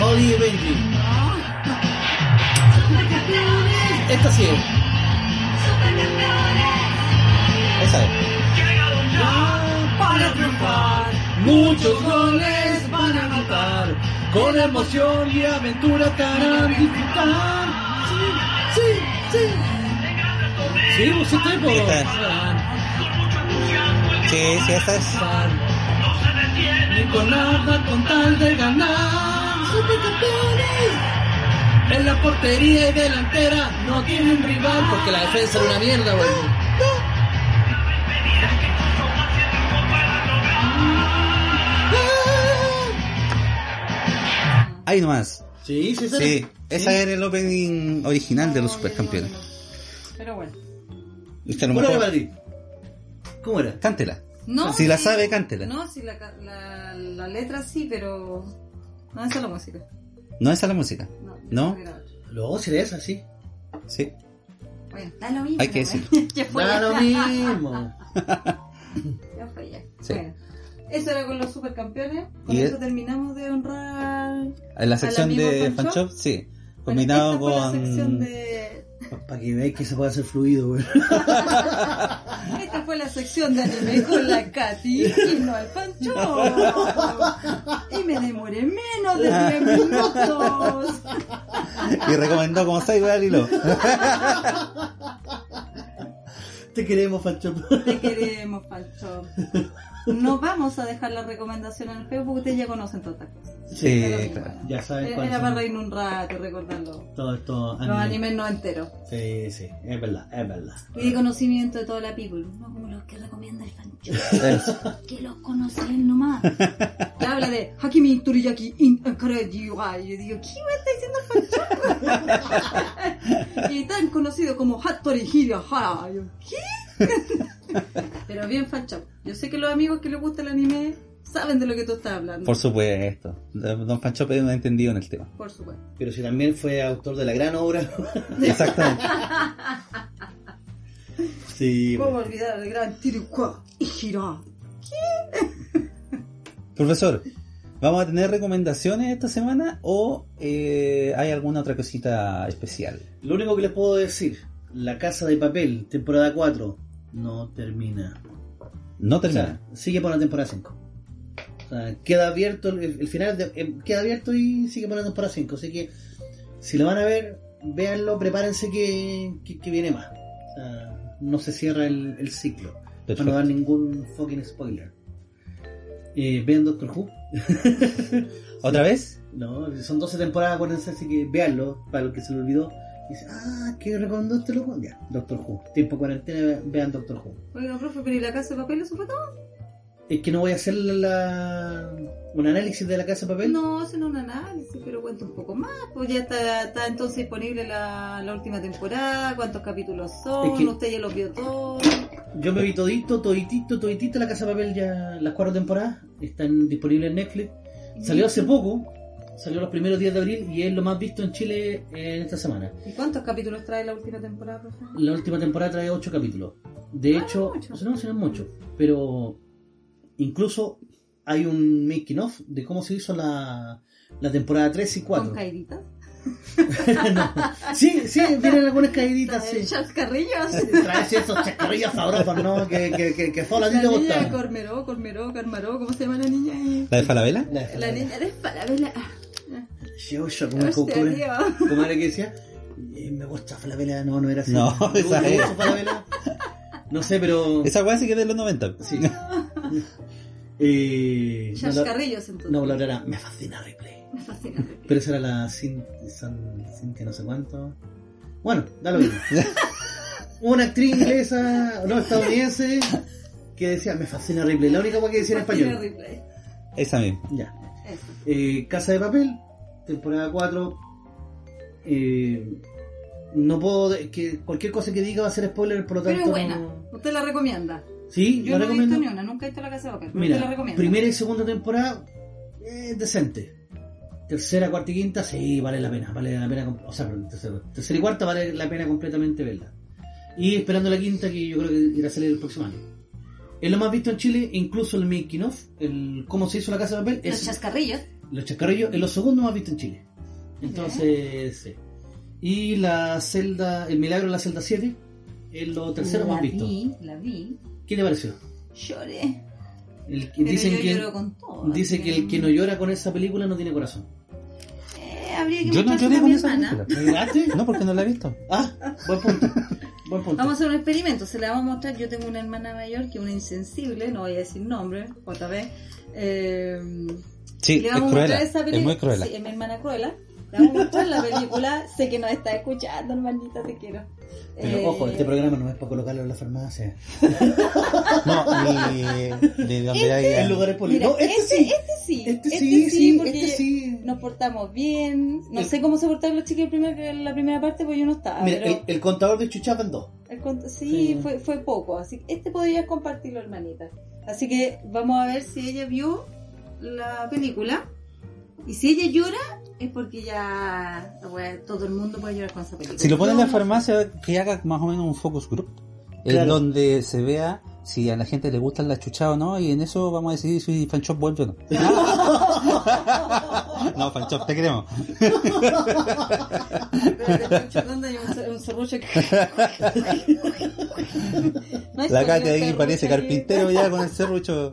[SPEAKER 1] Holly y Benji. Esta sí es.
[SPEAKER 2] Esa es.
[SPEAKER 9] Muchos goles van a matar, con emoción y aventura estarán disfrutar. Sí, sí, sí. Sí, vos sí, tipo.
[SPEAKER 2] Ahí está. Sí, sí, esta es.
[SPEAKER 9] Ni con nada con tal de ganar. Supercampeones. En la portería y delantera no tienen rival porque la defensa era una mierda, güey.
[SPEAKER 2] Ahí nomás.
[SPEAKER 1] Sí, sí, sí.
[SPEAKER 2] Sí, esa era el opening original de los supercampeones.
[SPEAKER 3] Pero bueno.
[SPEAKER 2] Esta
[SPEAKER 1] Puro de
[SPEAKER 2] nomás.
[SPEAKER 1] Madrid. ¿Cómo era?
[SPEAKER 2] Cántela.
[SPEAKER 3] No,
[SPEAKER 2] Si la sabe, cántela.
[SPEAKER 3] No, si la, ca- la, la letra sí, pero. No, esa es la música.
[SPEAKER 2] No esa es la música.
[SPEAKER 3] No.
[SPEAKER 2] ¿No?
[SPEAKER 3] era otra.
[SPEAKER 1] Luego será esa, sí.
[SPEAKER 2] Sí.
[SPEAKER 3] Bueno, da lo mismo.
[SPEAKER 2] Hay que
[SPEAKER 3] ¿eh?
[SPEAKER 2] decirlo.
[SPEAKER 3] ya fue.
[SPEAKER 1] Da
[SPEAKER 3] ya.
[SPEAKER 1] lo mismo.
[SPEAKER 3] Ya fue ya.
[SPEAKER 2] Sí.
[SPEAKER 3] Bueno, eso era con los supercampeones. Con
[SPEAKER 2] Y
[SPEAKER 3] eso
[SPEAKER 2] es-
[SPEAKER 3] terminamos de honrar.
[SPEAKER 2] En la sección
[SPEAKER 3] amigo
[SPEAKER 2] de
[SPEAKER 3] Pancho?
[SPEAKER 2] Fan Shop, sí.
[SPEAKER 3] Bueno,
[SPEAKER 2] Combinado
[SPEAKER 3] esta fue la sección
[SPEAKER 2] con.
[SPEAKER 3] de...
[SPEAKER 1] Para que veáis que se puede hacer fluido, güey.
[SPEAKER 3] Esta fue la sección de anime con la Katy y no al Pancho. Y me demoré menos de 10 minutos.
[SPEAKER 2] Y recomendó como 6 weas al hilo.
[SPEAKER 1] Te queremos, Pancho.
[SPEAKER 3] Te queremos, Pancho. No vamos a dejar la recomendación en el Facebook porque ustedes ya conocen todas estas cosas.
[SPEAKER 2] Sí,
[SPEAKER 3] Da lo mismo,
[SPEAKER 2] claro.
[SPEAKER 3] ¿no?
[SPEAKER 1] Ya sabes
[SPEAKER 3] Era
[SPEAKER 1] cuáles
[SPEAKER 3] Eh, era
[SPEAKER 1] son.
[SPEAKER 3] para reírnos un rato, recordarlo.
[SPEAKER 1] Todo esto
[SPEAKER 3] Los animes no enteros.
[SPEAKER 1] Sí, sí, es verdad, es verdad.
[SPEAKER 3] Y de conocimiento de toda la people, no como los que recomienda el Pancho.
[SPEAKER 2] Eso.
[SPEAKER 3] que los conocían nomás. Y habla de Hakimi Turiyaki in Akarajiwa. Y yo digo, ¿qué me está diciendo el Pancho? y tan conocido como Hattori Hirahara. Yo, ¿qué? Pero bien, Pancho. Yo sé que los amigos que les gusta el anime saben de lo que tú estás hablando.
[SPEAKER 2] Por supuesto. Don Pancho es un entendido en el tema.
[SPEAKER 3] Por supuesto.
[SPEAKER 1] Pero si también fue autor de la gran obra.
[SPEAKER 2] Exactamente.
[SPEAKER 1] sí,
[SPEAKER 3] ¿Cómo olvidar al gran Tirukwa Ihira?
[SPEAKER 2] Profesor, ¿vamos a tener recomendaciones esta semana o eh, hay alguna otra cosita especial?
[SPEAKER 1] Lo único que les puedo decir, La Casa de Papel, temporada 4, no termina.
[SPEAKER 2] No
[SPEAKER 1] O sea,
[SPEAKER 2] termina.
[SPEAKER 1] sigue por la temporada 5. O sea, queda abierto, el, el final de- eh, queda abierto y sigue por la temporada 5. Así que, si lo van a ver, véanlo, prepárense que, que- que viene más. O sea, no se cierra el, el ciclo. Para no
[SPEAKER 2] Perfecto.
[SPEAKER 1] dar ningún fucking spoiler. Eh, vean Doctor Who.
[SPEAKER 2] ¿Otra vez?
[SPEAKER 1] No, son 12 temporadas, acuérdense, así que véanlo, para los que se lo olvidó. Dice, ah, que recomendó este loco. Ya, Doctor Who. Tiempo cuarentena, vean Doctor Who.
[SPEAKER 3] Oiga, profe, pero ¿y la casa de papel es un ratón?
[SPEAKER 1] Es que no voy a hacer la, la- un análisis de la casa de papel.
[SPEAKER 3] No, eso no es un análisis, pero cuenta un poco más. Pues ya está, está entonces disponible la, la última temporada, cuántos capítulos son,
[SPEAKER 1] Es que-
[SPEAKER 3] usted ya los vio todos.
[SPEAKER 1] Yo me vi todito, toditito, toditito la casa de papel ya las cuatro temporadas. Están disponibles en Netflix. Salió hace poco, salió los primeros días de abril y es lo más visto en Chile en esta semana.
[SPEAKER 3] ¿Y cuántos capítulos trae la última temporada, profe?
[SPEAKER 1] La última temporada trae ocho capítulos.
[SPEAKER 3] Ah,
[SPEAKER 1] De hecho,
[SPEAKER 3] mucho.
[SPEAKER 1] no, no serán muchos, pero incluso hay un making of de cómo se hizo la, la temporada 3 y
[SPEAKER 3] ¿Con
[SPEAKER 1] 4.
[SPEAKER 3] caíditas?
[SPEAKER 1] Sí, sí, vienen algunas caíditas,
[SPEAKER 3] ¿Trae
[SPEAKER 1] sí.
[SPEAKER 3] chascarrillos?
[SPEAKER 1] Traes esos chascarrillos sabrosos, ¿no? Que, que, que, que solo a ti
[SPEAKER 3] La
[SPEAKER 1] te
[SPEAKER 3] niña
[SPEAKER 1] gustan.
[SPEAKER 3] Cormeró, Cormeró, Carmaró, ¿cómo se llama la niña? ahí?
[SPEAKER 2] ¿La de Falabella?
[SPEAKER 1] La de-
[SPEAKER 3] La niña de Falabella. Ah,
[SPEAKER 1] Yo, yo, como, como,
[SPEAKER 3] Hostia,
[SPEAKER 1] como,
[SPEAKER 3] Dios.
[SPEAKER 1] como era que decía, eh, me gusta Falabella, no, no era así.
[SPEAKER 2] No,
[SPEAKER 1] me
[SPEAKER 2] esa
[SPEAKER 1] gusta
[SPEAKER 2] es.
[SPEAKER 1] Falabella. No sé, pero...
[SPEAKER 2] Esa weá sí que es de los 90.
[SPEAKER 1] Sí. Eh, no la-
[SPEAKER 3] Chascarrillos, entonces.
[SPEAKER 1] No, Laura era, me fascina Ripley.
[SPEAKER 3] Me fascina.
[SPEAKER 1] Pero esa era la Cin- San- Cintia no sé cuánto. Bueno, da lo mismo. Una actriz inglesa, no, estadounidense, que decía, me fascina Ripley. La única cosa que decía en
[SPEAKER 3] Fascina
[SPEAKER 1] español.
[SPEAKER 3] Ripley.
[SPEAKER 2] Esa misma.
[SPEAKER 1] Ya.
[SPEAKER 3] Eso.
[SPEAKER 1] Eh, Casa de Papel, temporada 4. Eh, no puedo... de- que cualquier cosa que diga va a ser spoiler, por lo tanto...
[SPEAKER 3] Pero buena,
[SPEAKER 1] no-
[SPEAKER 3] usted la recomienda.
[SPEAKER 1] Sí,
[SPEAKER 3] Yo
[SPEAKER 1] la
[SPEAKER 3] no he
[SPEAKER 1] recomiendo.
[SPEAKER 3] visto ni una, nunca he visto la casa de papel. pero usted la
[SPEAKER 1] Mira,
[SPEAKER 3] recomienda.
[SPEAKER 1] primera y segunda temporada, eh, decente. Tercera, cuarta y quinta, sí, vale la pena, vale la pena, comp- o sea, perdón, tercera, tercera y cuarta vale la pena completamente verla. Y esperando la quinta, que yo creo que irá a salir el próximo año. Es lo más visto en Chile, incluso el making of, el cómo se hizo la casa de papel,
[SPEAKER 3] Los
[SPEAKER 1] es
[SPEAKER 3] chascarrillos.
[SPEAKER 1] los chascarrillos, es lo segundo más visto en Chile. Entonces, sí. Y la celda, el milagro de la celda 7, es lo tercero
[SPEAKER 3] Uh, la
[SPEAKER 1] más visto.
[SPEAKER 3] vi, la vi,
[SPEAKER 1] ¿Qué te pareció?
[SPEAKER 3] lloré.
[SPEAKER 1] El-
[SPEAKER 3] Pero
[SPEAKER 1] dicen
[SPEAKER 3] yo
[SPEAKER 1] que,
[SPEAKER 3] lloro con todo,
[SPEAKER 1] dice
[SPEAKER 3] así
[SPEAKER 1] que el que no llora con esa película no tiene corazón.
[SPEAKER 3] Eh, habría que
[SPEAKER 2] Yo no
[SPEAKER 3] mostrársela
[SPEAKER 2] lloré
[SPEAKER 3] a
[SPEAKER 2] con
[SPEAKER 3] mi
[SPEAKER 2] esa
[SPEAKER 3] hermana.
[SPEAKER 2] película.
[SPEAKER 1] ¿Me ayudaste?
[SPEAKER 2] No, porque no la he visto.
[SPEAKER 1] Ah, buen punto. Buen punto.
[SPEAKER 3] Vamos a hacer un experimento, se la vamos a mostrar. Yo tengo una hermana mayor que es una insensible, no voy a decir nombre, otra vez. Eh,
[SPEAKER 2] Sí,
[SPEAKER 3] le
[SPEAKER 2] es
[SPEAKER 3] vamos
[SPEAKER 2] cruel.
[SPEAKER 3] a mostrar esa película.
[SPEAKER 2] Es muy cruel.
[SPEAKER 3] Sí, es mi hermana cruela. Le vamos a mostrar la película. sé que nos está escuchando, hermanita, te quiero.
[SPEAKER 1] Pero
[SPEAKER 3] Eh,
[SPEAKER 1] ojo, este programa no es para colocarlo en la farmacia.
[SPEAKER 2] No, ni de donde
[SPEAKER 1] En
[SPEAKER 2] hay.
[SPEAKER 1] lugares públicos.
[SPEAKER 3] Mira,
[SPEAKER 1] No, este,
[SPEAKER 3] este,
[SPEAKER 1] sí.
[SPEAKER 3] este sí,
[SPEAKER 1] Este sí, sí,
[SPEAKER 3] porque
[SPEAKER 1] este sí.
[SPEAKER 3] nos portamos bien. No
[SPEAKER 1] El-
[SPEAKER 3] sé cómo se portaron los chicos el primer- la primera parte, porque yo no estaba.
[SPEAKER 1] Mira,
[SPEAKER 3] pero
[SPEAKER 1] el, el contador de Chuchapa en dos.
[SPEAKER 3] el cont- sí,
[SPEAKER 1] Sí.
[SPEAKER 3] Fue, fue poco. Así que este podrías compartirlo, hermanita. Así que vamos a ver si ella vio la película. Y si ella llora, es porque ya bueno, todo el mundo puede llorar con esa película.
[SPEAKER 2] Si lo ponen en la
[SPEAKER 3] Yo-
[SPEAKER 2] farmacia, que haga más o menos un focus group. En
[SPEAKER 1] Claro.
[SPEAKER 2] donde se vea si a la gente le gustan las chuchadas o no. Y en eso vamos a decidir si Fanchop vuelve o no. no, Fanchop, te queremos.
[SPEAKER 3] Pero te estoy chocando y un cer- un serrucho que- No hay
[SPEAKER 2] La
[SPEAKER 3] sonido
[SPEAKER 2] Katy ahí
[SPEAKER 3] serrucho
[SPEAKER 2] parece
[SPEAKER 3] ahí.
[SPEAKER 2] carpintero ya con el serrucho.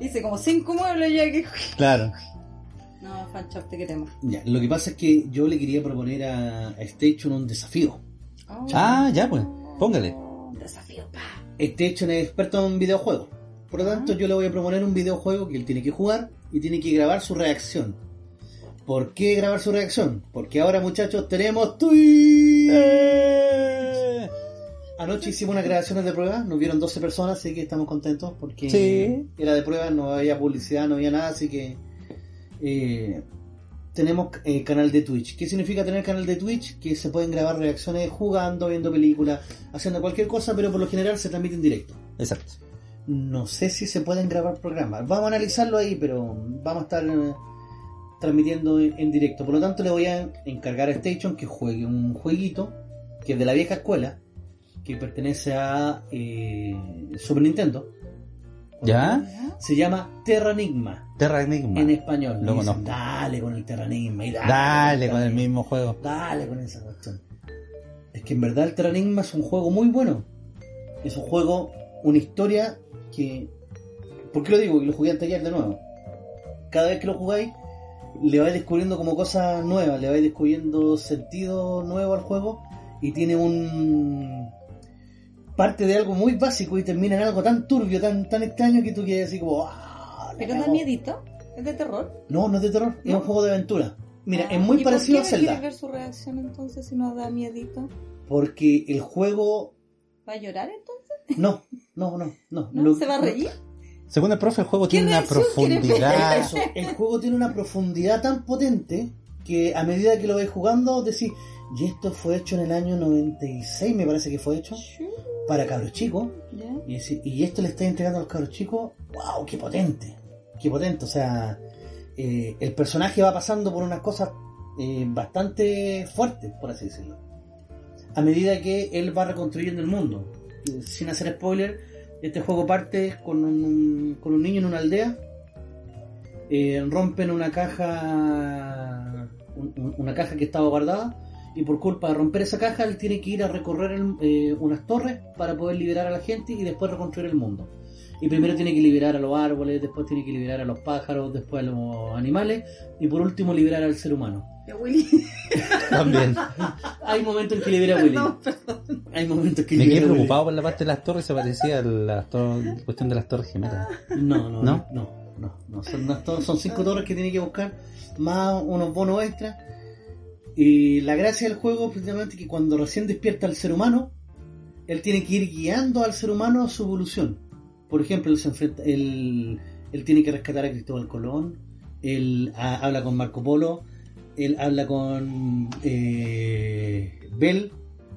[SPEAKER 3] Hice como cinco muebles ya que...
[SPEAKER 2] Claro.
[SPEAKER 3] No, Fanchop, te queremos.
[SPEAKER 1] Ya, lo que pasa es que yo le quería proponer a, a Station un desafío.
[SPEAKER 2] Ah, ya pues. Póngale.
[SPEAKER 3] Oh. Un desafío, pa.
[SPEAKER 1] Station Este es experto en videojuegos. Por lo tanto, yo le voy a proponer un videojuego que él tiene que jugar y tiene que grabar su reacción. ¿Por qué grabar su reacción? Porque ahora, muchachos, tenemos Twitch.
[SPEAKER 3] Eh.
[SPEAKER 2] Eh.
[SPEAKER 1] Anoche hicimos unas grabaciones de prueba, nos vieron 12 personas, así que estamos contentos porque
[SPEAKER 2] Sí.
[SPEAKER 1] era de prueba, no había publicidad, no había nada, así que eh, tenemos eh, canal de Twitch. ¿Qué significa tener canal de Twitch? Que se pueden grabar reacciones jugando, viendo películas, haciendo cualquier cosa, pero por lo general se transmite en directo.
[SPEAKER 2] Exacto.
[SPEAKER 1] No sé si se pueden grabar programas. Vamos a analizarlo ahí, pero vamos a estar eh, transmitiendo en, en directo. Por lo tanto, le voy a encargar a Station que juegue un jueguito que es de la vieja escuela, que pertenece a eh, Super Nintendo. ¿Ah?
[SPEAKER 2] ¿Ya?
[SPEAKER 1] Se llama Terranigma
[SPEAKER 2] Terra Enigma.
[SPEAKER 1] en español.
[SPEAKER 2] Lo
[SPEAKER 1] Y dicen,
[SPEAKER 2] conozco.
[SPEAKER 1] Dale con el Terranigma. y dale,
[SPEAKER 2] Dale con
[SPEAKER 1] Terranigma".
[SPEAKER 2] el mismo juego.
[SPEAKER 1] Dale con esa cuestión. Es que en verdad el Terranigma es un juego muy bueno. Es un juego, una historia que. ¿Por qué lo digo? Que lo jugué antes ayer de nuevo. Cada vez que lo jugáis, le vais descubriendo como cosas nuevas, le vais descubriendo sentido nuevo al juego y tiene un. parte de algo muy básico y termina en algo tan turbio, tan, tan extraño que tú quieres así como. "Ah, la
[SPEAKER 3] Pero da
[SPEAKER 1] cagó".
[SPEAKER 3] miedito. Es de terror.
[SPEAKER 1] No, no es de terror, es
[SPEAKER 3] ¿No?
[SPEAKER 1] un juego de aventura. Mira,
[SPEAKER 3] Ah,
[SPEAKER 1] es muy
[SPEAKER 3] ¿y
[SPEAKER 1] parecido a
[SPEAKER 3] por qué me
[SPEAKER 1] Zelda.
[SPEAKER 3] quieres ver su reacción entonces si no da miedito?
[SPEAKER 1] Porque el juego.
[SPEAKER 3] ¿Va a llorar entonces?
[SPEAKER 1] No, no, no, no.
[SPEAKER 3] ¿No?
[SPEAKER 1] Lo-
[SPEAKER 3] ¿Se va a reír?
[SPEAKER 2] Según el profe, el juego
[SPEAKER 3] ¿Qué
[SPEAKER 2] tiene una
[SPEAKER 3] reacción quieres ver?
[SPEAKER 1] Era
[SPEAKER 2] profundidad.
[SPEAKER 1] eso. El juego tiene una profundidad tan potente que a medida que lo vais jugando decís, y esto fue hecho en el año 96, me parece que fue hecho, para cabros chicos.
[SPEAKER 3] ¿Ya?
[SPEAKER 1] Y, decís, y esto le está entregando a los cabros chicos, wow, qué potente, qué potente. O sea, eh, el personaje va pasando por unas cosas eh, bastante fuertes, por así decirlo. A medida que él va reconstruyendo el mundo. Eh, Sin hacer spoiler, este juego parte con un, con un niño en una aldea. eh, rompen una caja un- un- una caja que estaba guardada y por culpa de romper esa caja él tiene que ir a recorrer el- eh, unas torres para poder liberar a la gente y después reconstruir el mundo y primero tiene que liberar a los árboles después tiene que liberar a los pájaros después a los animales y por último liberar al ser humano
[SPEAKER 3] Ya, Willy.
[SPEAKER 2] También.
[SPEAKER 1] hay momentos en que libera a Willy hay momentos que
[SPEAKER 2] Me
[SPEAKER 1] libera
[SPEAKER 2] quedé
[SPEAKER 1] a Willy
[SPEAKER 2] preocupado por la parte de las torres, se parecía a la tor- cuestión de las torres gemelas.
[SPEAKER 1] No, no,
[SPEAKER 2] ¿No?
[SPEAKER 1] no, no, no, no. Son, unas to- son cinco torres que tiene que buscar, más unos bonos extras. Y la gracia del juego precisamente es que cuando recién despierta al ser humano, él tiene que ir guiando al ser humano a su evolución. Por ejemplo, él, se enfrenta- él, él tiene que rescatar a Cristóbal Colón, él ha- habla con Marco Polo, él habla con eh, Bell,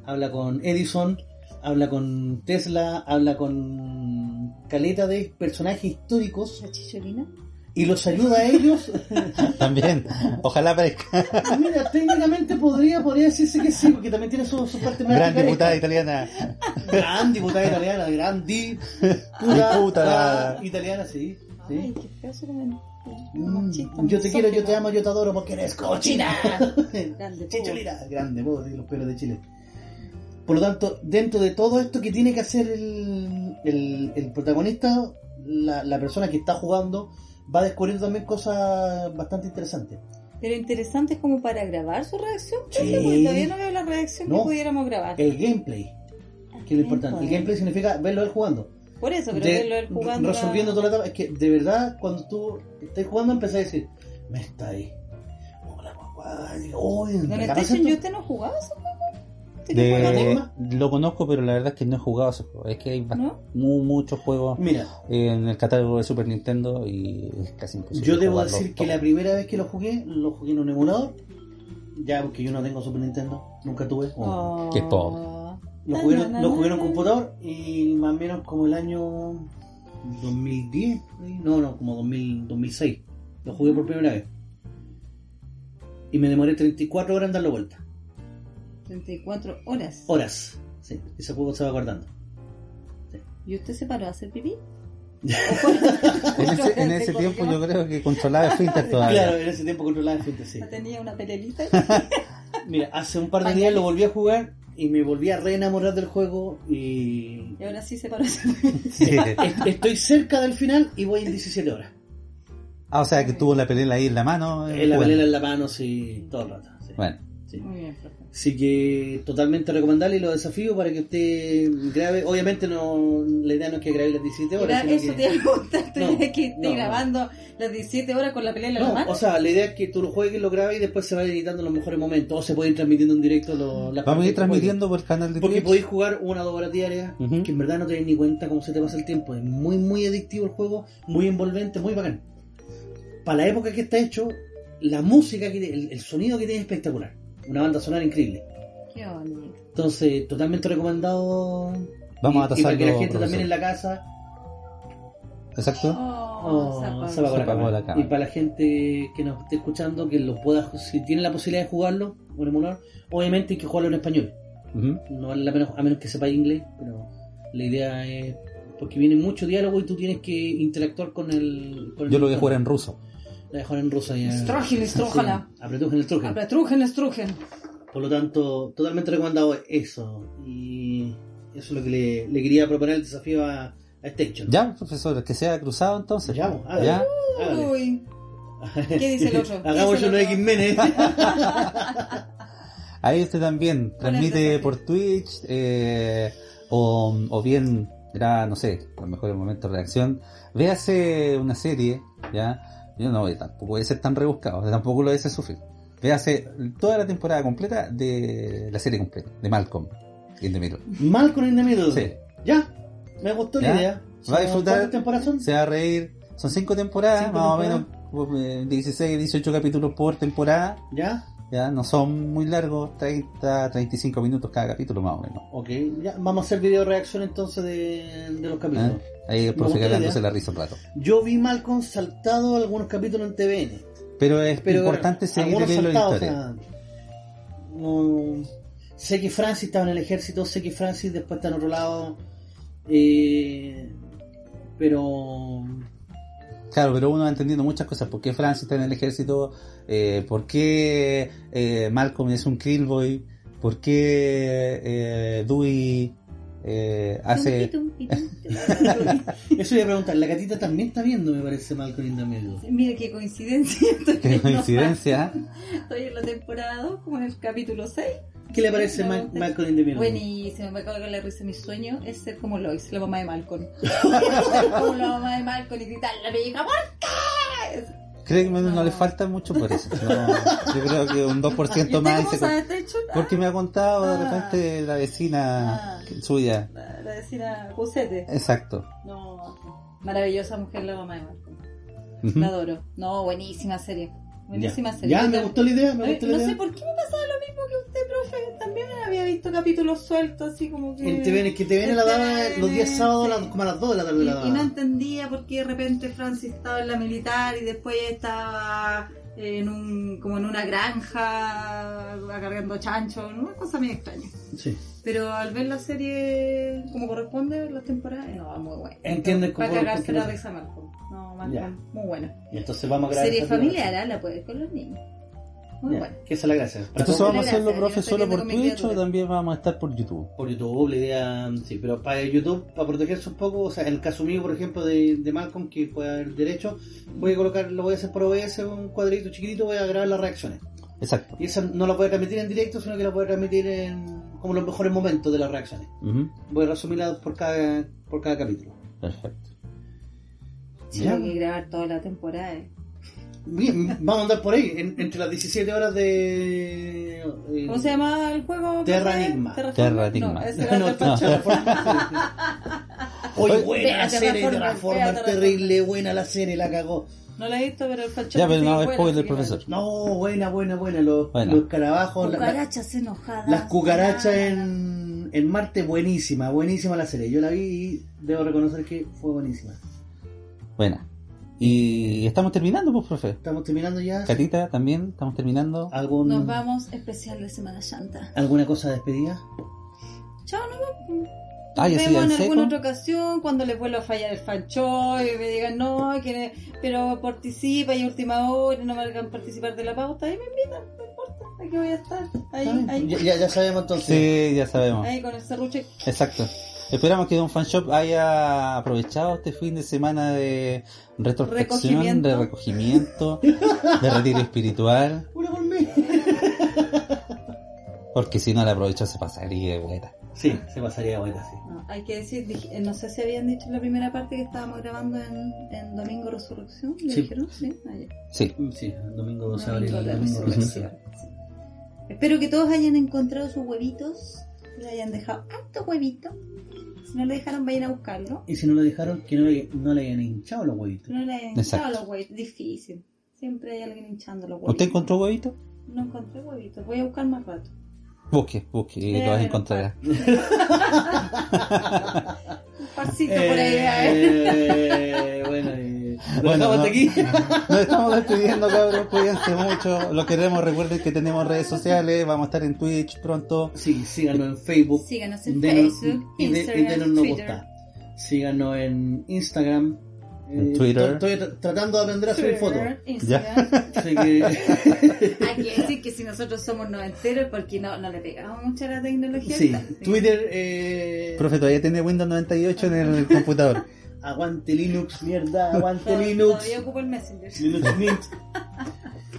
[SPEAKER 1] habla con Edison, habla con Tesla, habla con caleta de personajes históricos
[SPEAKER 3] ¿La chicholina?
[SPEAKER 1] y los ayuda a ellos.
[SPEAKER 2] También. Ojalá parezca.
[SPEAKER 1] Mira, técnicamente podría, podría decirse que sí, porque también tiene su, su parte
[SPEAKER 2] Gran
[SPEAKER 1] más
[SPEAKER 2] diputada italiana.
[SPEAKER 1] Gran diputada italiana, gran di-
[SPEAKER 2] Diputada.
[SPEAKER 1] ah, italiana, sí. sí.
[SPEAKER 3] Ay, qué feo su comentario. Machista,
[SPEAKER 1] Mm, yo te quiero, yo te
[SPEAKER 3] misógino.
[SPEAKER 1] amo, yo te adoro porque eres cochina.
[SPEAKER 3] Grande, tú.
[SPEAKER 1] Chicholina, grande, vos, de los pelos de Chile. Por lo tanto, dentro de todo esto que tiene que hacer el, el- el protagonista, la, la persona que está jugando va descubriendo también cosas bastante interesantes.
[SPEAKER 3] Pero interesante es como para grabar su reacción.
[SPEAKER 1] Sí.
[SPEAKER 3] profe, porque todavía no veo la reacción
[SPEAKER 1] No.
[SPEAKER 3] que pudiéramos grabar.
[SPEAKER 1] El gameplay, que es lo importante. El gameplay significa verlo él jugando.
[SPEAKER 3] Por eso, pero
[SPEAKER 1] De-
[SPEAKER 3] verlo él jugando. a-
[SPEAKER 1] Resolviendo toda la etapa. Es que de verdad, cuando tú estás jugando, empezás a decir, me está ahí. Hola, guagua. Uy,
[SPEAKER 3] Don
[SPEAKER 1] ¿me acabas
[SPEAKER 3] Station,
[SPEAKER 1] esto?
[SPEAKER 3] yo usted no jugaba ese juego. Usted que juega
[SPEAKER 2] De-
[SPEAKER 3] Dogma,
[SPEAKER 2] lo conozco, pero la verdad es que no he jugado ese juego. Es que hay bast-
[SPEAKER 3] ¿No?
[SPEAKER 2] mu- muchos juegos
[SPEAKER 1] Mira,
[SPEAKER 2] en el catálogo de Super Nintendo y es casi imposible.
[SPEAKER 1] yo debo
[SPEAKER 2] jugarlo
[SPEAKER 1] decir que
[SPEAKER 2] pues, todo.
[SPEAKER 1] la primera vez que lo jugué, lo jugué en un emulador. Ya, porque yo no tengo Super Nintendo, nunca tuve.
[SPEAKER 3] Oh.
[SPEAKER 2] qué pobre.
[SPEAKER 1] Lo jugué, en- lo jugué en un computador y más o menos como el año 2010, por ahí. no, no, como 2000, 2006. Lo jugué por primera vez. Y me demoré 34 horas en darle vuelta.
[SPEAKER 3] 34 horas.
[SPEAKER 2] Oh.
[SPEAKER 1] Horas. Sí, ese juego estaba guardando.
[SPEAKER 3] ¿Y usted se paró a hacer pipí?
[SPEAKER 2] En ese, en ese tiempo yo creo que controlaba el Twitter todavía.
[SPEAKER 1] Claro, en ese tiempo controlaba el frente, sí.
[SPEAKER 3] No tenía una pelelita.
[SPEAKER 1] Mira, hace un par de días lo volví a jugar y me volví a reenamorar del juego y...
[SPEAKER 3] y ahora sí se paró a hacer pipí.
[SPEAKER 2] Sí.
[SPEAKER 1] Est- Estoy cerca del final y voy en 17 horas.
[SPEAKER 2] Ah, o sea que tuvo la pelea ahí en la mano. eh,
[SPEAKER 1] Eh, La
[SPEAKER 2] jugando.
[SPEAKER 1] pelea en la mano, sí, todo el rato. sí.
[SPEAKER 2] Bueno,
[SPEAKER 3] Muy bien, profe.
[SPEAKER 1] Así que totalmente recomendable y lo desafío para que usted grabe. Obviamente no, la idea no es que grabe las 17 horas.
[SPEAKER 3] Era-
[SPEAKER 1] sino
[SPEAKER 3] eso
[SPEAKER 1] que-
[SPEAKER 3] te iba a preguntar, tú
[SPEAKER 1] No,
[SPEAKER 3] tienes que estar
[SPEAKER 1] no, no.
[SPEAKER 3] grabando las 17 horas con la pelea en la
[SPEAKER 1] No,
[SPEAKER 3] mano.
[SPEAKER 1] o sea, la idea es que tú lo juegues, lo grabes y después se vayan editando los mejores momentos. O se puede ir transmitiendo en directo los, las
[SPEAKER 2] vamos a
[SPEAKER 1] partes
[SPEAKER 2] ir
[SPEAKER 1] que
[SPEAKER 2] transmitiendo por el canal de
[SPEAKER 1] juegues. Porque
[SPEAKER 2] Twitch.
[SPEAKER 1] podéis jugar una o dos horas diarias,
[SPEAKER 2] Ujú.
[SPEAKER 1] que en verdad no te das ni cuenta cómo se te pasa el tiempo. Es muy, muy adictivo el juego, muy envolvente, muy bacán. Para la época que está hecho, la música, que, el, el sonido que tiene es espectacular. Una banda sonora increíble.
[SPEAKER 3] Qué bonito.
[SPEAKER 1] Entonces, totalmente recomendado.
[SPEAKER 2] Vamos
[SPEAKER 1] Y-
[SPEAKER 2] a
[SPEAKER 1] Y para
[SPEAKER 2] tasarlo.
[SPEAKER 1] que la gente
[SPEAKER 2] profesor.
[SPEAKER 1] también en la casa
[SPEAKER 2] Exacto.
[SPEAKER 3] Oh,
[SPEAKER 1] oh,
[SPEAKER 3] zapa.
[SPEAKER 1] se va con la
[SPEAKER 2] Zapagó
[SPEAKER 1] cámara.
[SPEAKER 2] la cámara.
[SPEAKER 1] Y para la gente que nos esté escuchando, que lo pueda, si tiene la posibilidad de jugarlo, un emulador, obviamente hay que jugarlo en español.
[SPEAKER 2] Ujú.
[SPEAKER 1] No vale la pena, a menos que sepa inglés, pero la idea es. Porque viene mucho diálogo y tú tienes que interactuar con el. con el
[SPEAKER 2] Yo lo voy a
[SPEAKER 1] entorno.
[SPEAKER 2] jugar en ruso.
[SPEAKER 1] Lo voy a jugar en ruso ya.
[SPEAKER 3] Strójil, estrójala.
[SPEAKER 1] Sí, apretujen el trujen.
[SPEAKER 3] Apretrújen, Ah, estrujen.
[SPEAKER 1] Por lo tanto, totalmente recomendado eso. Y eso es lo que le, le quería proponer el desafío a, a Station.
[SPEAKER 2] Ya, profesor, que sea cruzado entonces.
[SPEAKER 1] Ya, vos, hágale.
[SPEAKER 2] Ya.
[SPEAKER 1] Hágale.
[SPEAKER 3] Uy. ¿Qué dice el otro? ¿Qué
[SPEAKER 1] Hagamos
[SPEAKER 3] dice el
[SPEAKER 1] uno de ¿eh?
[SPEAKER 3] otro?
[SPEAKER 1] Jiménez.
[SPEAKER 2] Ahí usted también transmite por Twitch eh, o, o bien era, no sé, a lo mejor el momento de reacción. Véase una serie, ¿ya? Yo no voy, tampoco voy a ser tan rebuscado, tampoco lo voy a hacer sufrir. Véase toda la temporada completa de la serie completa, de Malcolm, in the Middle.
[SPEAKER 1] Mal con Indemido.
[SPEAKER 2] Sí,
[SPEAKER 1] Ya, me gustó
[SPEAKER 2] Ya.
[SPEAKER 1] la idea.
[SPEAKER 2] Va a
[SPEAKER 1] Son
[SPEAKER 2] disfrutar.
[SPEAKER 1] cuatro temporadas son?
[SPEAKER 2] se va a reír. Son cinco temporadas,
[SPEAKER 1] Cinco
[SPEAKER 2] más o menos eh, 16, 18 capítulos por temporada.
[SPEAKER 1] Ya,
[SPEAKER 2] Ya, no son muy largos, 30, 35 minutos cada capítulo más o menos.
[SPEAKER 1] ok. Ya. Vamos a hacer video reacción entonces de, de los
[SPEAKER 2] ¿eh?
[SPEAKER 1] capítulos.
[SPEAKER 2] Ahí el
[SPEAKER 1] Me gustó
[SPEAKER 2] profe
[SPEAKER 1] la
[SPEAKER 2] cagándose
[SPEAKER 1] idea.
[SPEAKER 2] la risa un rato.
[SPEAKER 1] Yo vi mal saltado algunos capítulos en TVN.
[SPEAKER 2] Pero es
[SPEAKER 1] Pero
[SPEAKER 2] importante
[SPEAKER 1] bueno,
[SPEAKER 2] seguir el
[SPEAKER 1] algunos
[SPEAKER 2] hilo de la
[SPEAKER 1] saltados,
[SPEAKER 2] historia.
[SPEAKER 1] o sea, no- sé que Francis estaba en el ejército, sé que Francis después está en otro lado. eh, pero
[SPEAKER 2] Claro, pero uno va entendiendo muchas cosas. ¿Por qué Francis está en el ejército? Eh, ¿Por qué eh, Malcolm es un killboy? ¿Por qué eh, Dewey eh, hace...
[SPEAKER 3] Tum, tum, tum, tum, tum.
[SPEAKER 1] eso voy a preguntar. La gatita también está viendo, me parece, mal con
[SPEAKER 3] Mira qué coincidencia. estoy
[SPEAKER 2] Qué
[SPEAKER 3] viendo-
[SPEAKER 2] coincidencia.
[SPEAKER 3] Estoy en la temporada 2, como en el capítulo 6.
[SPEAKER 1] ¿Qué le parece Mal- Malcolm in the Middle?
[SPEAKER 3] Buenísimo, me cago en la risa. Mi sueño es ser como Lois, la mamá de Malcolm. ser como la mamá de Malcolm y gritarle a mi hija, ¿por qué?
[SPEAKER 2] Créeme, no,
[SPEAKER 3] No.
[SPEAKER 2] le falta mucho por eso. No, yo creo que un 2% más. y se
[SPEAKER 3] ¿Cómo
[SPEAKER 2] con-
[SPEAKER 3] sabes, Techo? Ah,
[SPEAKER 2] Porque me ha contado de
[SPEAKER 3] Ah.
[SPEAKER 2] repente la vecina
[SPEAKER 3] Ah.
[SPEAKER 2] suya.
[SPEAKER 3] La, la vecina Cusete.
[SPEAKER 2] Exacto.
[SPEAKER 3] No, maravillosa mujer la mamá de Malcolm.
[SPEAKER 2] Ujú.
[SPEAKER 3] La adoro. No, buenísima serie. Buenísima
[SPEAKER 1] ya,
[SPEAKER 3] serie.
[SPEAKER 1] Ya,
[SPEAKER 3] Yo
[SPEAKER 1] me
[SPEAKER 3] tam-
[SPEAKER 1] gustó la idea, me
[SPEAKER 3] Ay,
[SPEAKER 1] gustó la
[SPEAKER 3] no
[SPEAKER 1] idea.
[SPEAKER 3] sé por qué me pasaba lo mismo que usted, profe. También había visto capítulos sueltos, así como que.
[SPEAKER 1] En TVN, es que TVN la daba
[SPEAKER 3] TVN,
[SPEAKER 1] los días sábados a las-
[SPEAKER 3] sí.
[SPEAKER 1] como a las 2 de la tarde.
[SPEAKER 3] Y,
[SPEAKER 1] la daba.
[SPEAKER 3] y no entendía por qué de repente Francis estaba en la militar y después estaba eh, en un, como en una granja cargando chancho, ¿no? una cosa muy extraña.
[SPEAKER 1] Sí.
[SPEAKER 3] Pero al ver la serie como corresponde, las temporadas, no, muy buena.
[SPEAKER 1] Entiende
[SPEAKER 3] Va a
[SPEAKER 1] cómo-
[SPEAKER 3] cagarse
[SPEAKER 1] cómo-
[SPEAKER 3] la risa Malcolm. No, Malcolm,
[SPEAKER 1] Ya.
[SPEAKER 3] muy buena.
[SPEAKER 1] Y entonces vamos a grabar.
[SPEAKER 3] Serie
[SPEAKER 1] esa primera
[SPEAKER 3] familiar, ¿ah? la puedes ver con los niños.
[SPEAKER 1] versión.
[SPEAKER 3] Muy
[SPEAKER 1] Ya,
[SPEAKER 3] bueno.
[SPEAKER 1] Que esa es la gracia. Para
[SPEAKER 2] Entonces
[SPEAKER 1] todos
[SPEAKER 2] vamos a hacerlo,
[SPEAKER 3] Gracias,
[SPEAKER 2] profe,
[SPEAKER 3] yo estoy
[SPEAKER 2] solo
[SPEAKER 3] viendo
[SPEAKER 2] por
[SPEAKER 3] con mi
[SPEAKER 2] Twitch o
[SPEAKER 3] criatura.
[SPEAKER 2] también vamos a estar por YouTube.
[SPEAKER 1] por YouTube, la idea, sí, pero para YouTube, para protegerse un poco, o sea, el caso mío, por ejemplo, de, de Malcolm, que puede haber derecho, voy a colocar, lo voy a hacer por OBS, un cuadrito chiquitito, voy a grabar las reacciones.
[SPEAKER 2] Exacto.
[SPEAKER 1] Y esa no la voy a transmitir en directo, sino que la voy a transmitir en como los mejores momentos de las reacciones.
[SPEAKER 2] Ujú,
[SPEAKER 1] Voy a resumirlas por cada, por cada capítulo.
[SPEAKER 2] Perfecto.
[SPEAKER 3] Sí,
[SPEAKER 1] Ya.
[SPEAKER 3] hay que grabar toda la temporada. ¿eh?
[SPEAKER 1] Bien, vamos a andar por ahí, en- entre las 17 horas de... eh,
[SPEAKER 3] ¿Cómo se llama el juego?
[SPEAKER 1] Terra
[SPEAKER 3] profe?
[SPEAKER 1] Enigma.
[SPEAKER 2] Terra
[SPEAKER 3] No,
[SPEAKER 2] Enigma.
[SPEAKER 3] ese era
[SPEAKER 1] No, no,
[SPEAKER 3] Terra-
[SPEAKER 1] Oye,
[SPEAKER 3] Ve a
[SPEAKER 1] buena serie,
[SPEAKER 3] Terraformers, ve a
[SPEAKER 1] Transformers,
[SPEAKER 3] Terraformers.
[SPEAKER 1] terrible, buena la serie, la cagó.
[SPEAKER 3] No la he visto, pero el falchón.
[SPEAKER 2] Ya, pero
[SPEAKER 3] sí,
[SPEAKER 2] no,
[SPEAKER 3] buena,
[SPEAKER 2] spoiler,
[SPEAKER 3] sí,
[SPEAKER 2] profesor.
[SPEAKER 1] No, buena, buena, buena. Los,
[SPEAKER 2] Buena.
[SPEAKER 1] los carabajos, la- la-
[SPEAKER 3] Cucarachas enojadas.
[SPEAKER 1] las cucarachas en, en Marte, buenísima, buenísima la serie. Yo la vi y debo reconocer que fue buenísima.
[SPEAKER 2] Buena. Y estamos terminando, pues, profe.
[SPEAKER 1] Estamos terminando ya.
[SPEAKER 2] Catita, también estamos terminando.
[SPEAKER 1] ¿Algún,
[SPEAKER 3] Nos vamos especial de Semana Santa.
[SPEAKER 1] ¿Alguna cosa de despedida?
[SPEAKER 3] Chao, no
[SPEAKER 2] Ah,
[SPEAKER 3] Nos
[SPEAKER 2] ya sí, al
[SPEAKER 3] vemos en
[SPEAKER 2] seco.
[SPEAKER 3] alguna otra ocasión cuando les vuelva a fallar el fancho y me digan no, que- pero participa y última hora no me hagan participar de la pauta. Ahí me invitan, no importa, aquí voy a estar. Ahí, ahí,
[SPEAKER 1] Ya, ya- ya sabemos entonces.
[SPEAKER 2] Sí, ya sabemos.
[SPEAKER 3] ahí con el serruche.
[SPEAKER 2] Exacto. Esperamos que Don Fan Shop haya aprovechado este fin de semana de retrospección,
[SPEAKER 3] Recogimiento.
[SPEAKER 2] de recogimiento, de retiro espiritual,
[SPEAKER 1] Una por mí.
[SPEAKER 2] porque si no la aprovechó se pasaría de vuelta.
[SPEAKER 1] Sí, se pasaría buena, sí.
[SPEAKER 3] No, hay que decir, dije- eh, no sé si habían dicho en la primera parte que estábamos grabando en, en Domingo Resurrección. ¿Le
[SPEAKER 1] Sí.
[SPEAKER 3] dijeron? Sí, ah, ayer.
[SPEAKER 2] Sí,
[SPEAKER 1] Mm, Sí, domingo 12 de abril.
[SPEAKER 3] Domingo de
[SPEAKER 1] domingo
[SPEAKER 3] Resurrección. Sí. Espero que todos hayan encontrado sus huevitos, que le hayan dejado harto huevito. Si no le dejaron, vayan a buscarlo.
[SPEAKER 1] Y si no lo dejaron, que no le, no le hayan hinchado los huevitos.
[SPEAKER 3] No le hayan
[SPEAKER 2] Exacto.
[SPEAKER 3] hinchado los huevitos, difícil. Siempre hay alguien hinchando los huevitos.
[SPEAKER 2] ¿usted encontró huevito?
[SPEAKER 3] No encontré huevitos, voy a buscar más rato.
[SPEAKER 2] Busque, busque y
[SPEAKER 3] Eh,
[SPEAKER 2] lo vas a
[SPEAKER 3] bueno,
[SPEAKER 2] encontrar.
[SPEAKER 3] Un parcito por ahí, a ver.
[SPEAKER 1] Eh, bueno, eh, lo
[SPEAKER 2] Bueno,
[SPEAKER 1] dejamos
[SPEAKER 2] no.
[SPEAKER 1] hasta aquí.
[SPEAKER 2] Nos estamos despidiendo, cabros. Cuídense mucho. Lo queremos. Recuerden que tenemos redes sociales. Vamos a estar en Twitch pronto.
[SPEAKER 1] Sí, síganos en Facebook.
[SPEAKER 3] Síganos en
[SPEAKER 1] Denos-
[SPEAKER 3] Facebook,
[SPEAKER 1] y de- y
[SPEAKER 3] Instagram,
[SPEAKER 1] denos me
[SPEAKER 3] Twitter.
[SPEAKER 1] gusta. Síganos en Instagram.
[SPEAKER 2] En
[SPEAKER 1] Eh,
[SPEAKER 2] Twitter.
[SPEAKER 1] Estoy estoy tratando de aprender a subir fotos.
[SPEAKER 3] Twitter, Instagram.
[SPEAKER 1] Así que,
[SPEAKER 3] Hay que decir que si nosotros somos noventeros, porque no, no le pegamos mucho a la tecnología.
[SPEAKER 1] sí,
[SPEAKER 3] Así que
[SPEAKER 1] Twitter, eh,
[SPEAKER 2] Profe, todavía tiene Windows 98 en el computador.
[SPEAKER 1] aguante Linux, mierda, aguante
[SPEAKER 3] todavía-
[SPEAKER 1] Linux.
[SPEAKER 3] Todavía ocupo el Messenger.
[SPEAKER 1] Linux Mint.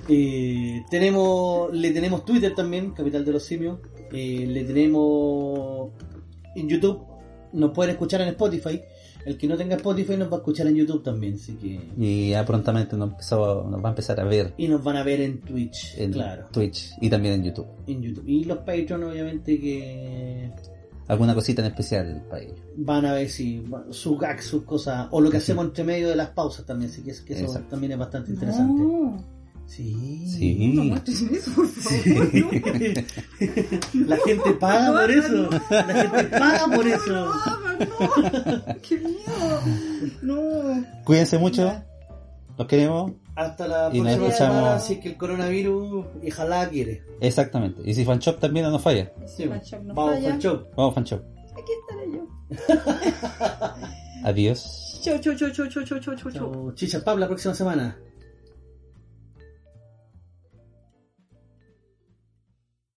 [SPEAKER 1] Eh, tenemos, le tenemos Twitter también, Capital de los Simios. Eh, le tenemos en YouTube. Nos pueden escuchar en Spotify. El que no tenga Spotify nos va a escuchar en YouTube también. Así que...
[SPEAKER 2] Y ya prontamente nos, empezó- nos va a empezar a ver
[SPEAKER 1] Y nos van a ver en Twitch,
[SPEAKER 2] en
[SPEAKER 1] claro.
[SPEAKER 2] Twitch y también en YouTube.
[SPEAKER 1] En YouTube. Y los Patreon, obviamente, que
[SPEAKER 2] Alguna cosita en especial para ellos.
[SPEAKER 1] van a ver si sus gags, sus cosas, o lo que hacemos entre medio de las pausas también. Así que, eso- que eso
[SPEAKER 2] Exacto.
[SPEAKER 1] también es bastante interesante.
[SPEAKER 3] No,
[SPEAKER 1] Sí.
[SPEAKER 2] Sí.
[SPEAKER 3] no muestren eso, por favor. no.
[SPEAKER 1] La gente paga por eso. La gente paga por eso.
[SPEAKER 3] no, qué miedo. No.
[SPEAKER 2] Cuídense mucho. Los queremos.
[SPEAKER 1] Hasta la
[SPEAKER 2] Y nos
[SPEAKER 1] próxima
[SPEAKER 2] escuchamos.
[SPEAKER 1] semana, si es que el coronavirus, y ojalá quiere.
[SPEAKER 2] Exactamente. Y si Fanshop también no nos falla.
[SPEAKER 1] Sí.
[SPEAKER 3] Fanshop no
[SPEAKER 1] Vamos,
[SPEAKER 3] falla.
[SPEAKER 1] Fanchop.
[SPEAKER 2] Vamos, Fanshop.
[SPEAKER 3] Aquí estaré yo.
[SPEAKER 2] Adiós.
[SPEAKER 3] Chau, chau, chau, chau, chau, chau, chau, chau.
[SPEAKER 1] Chao. Chicha Pab, la próxima semana.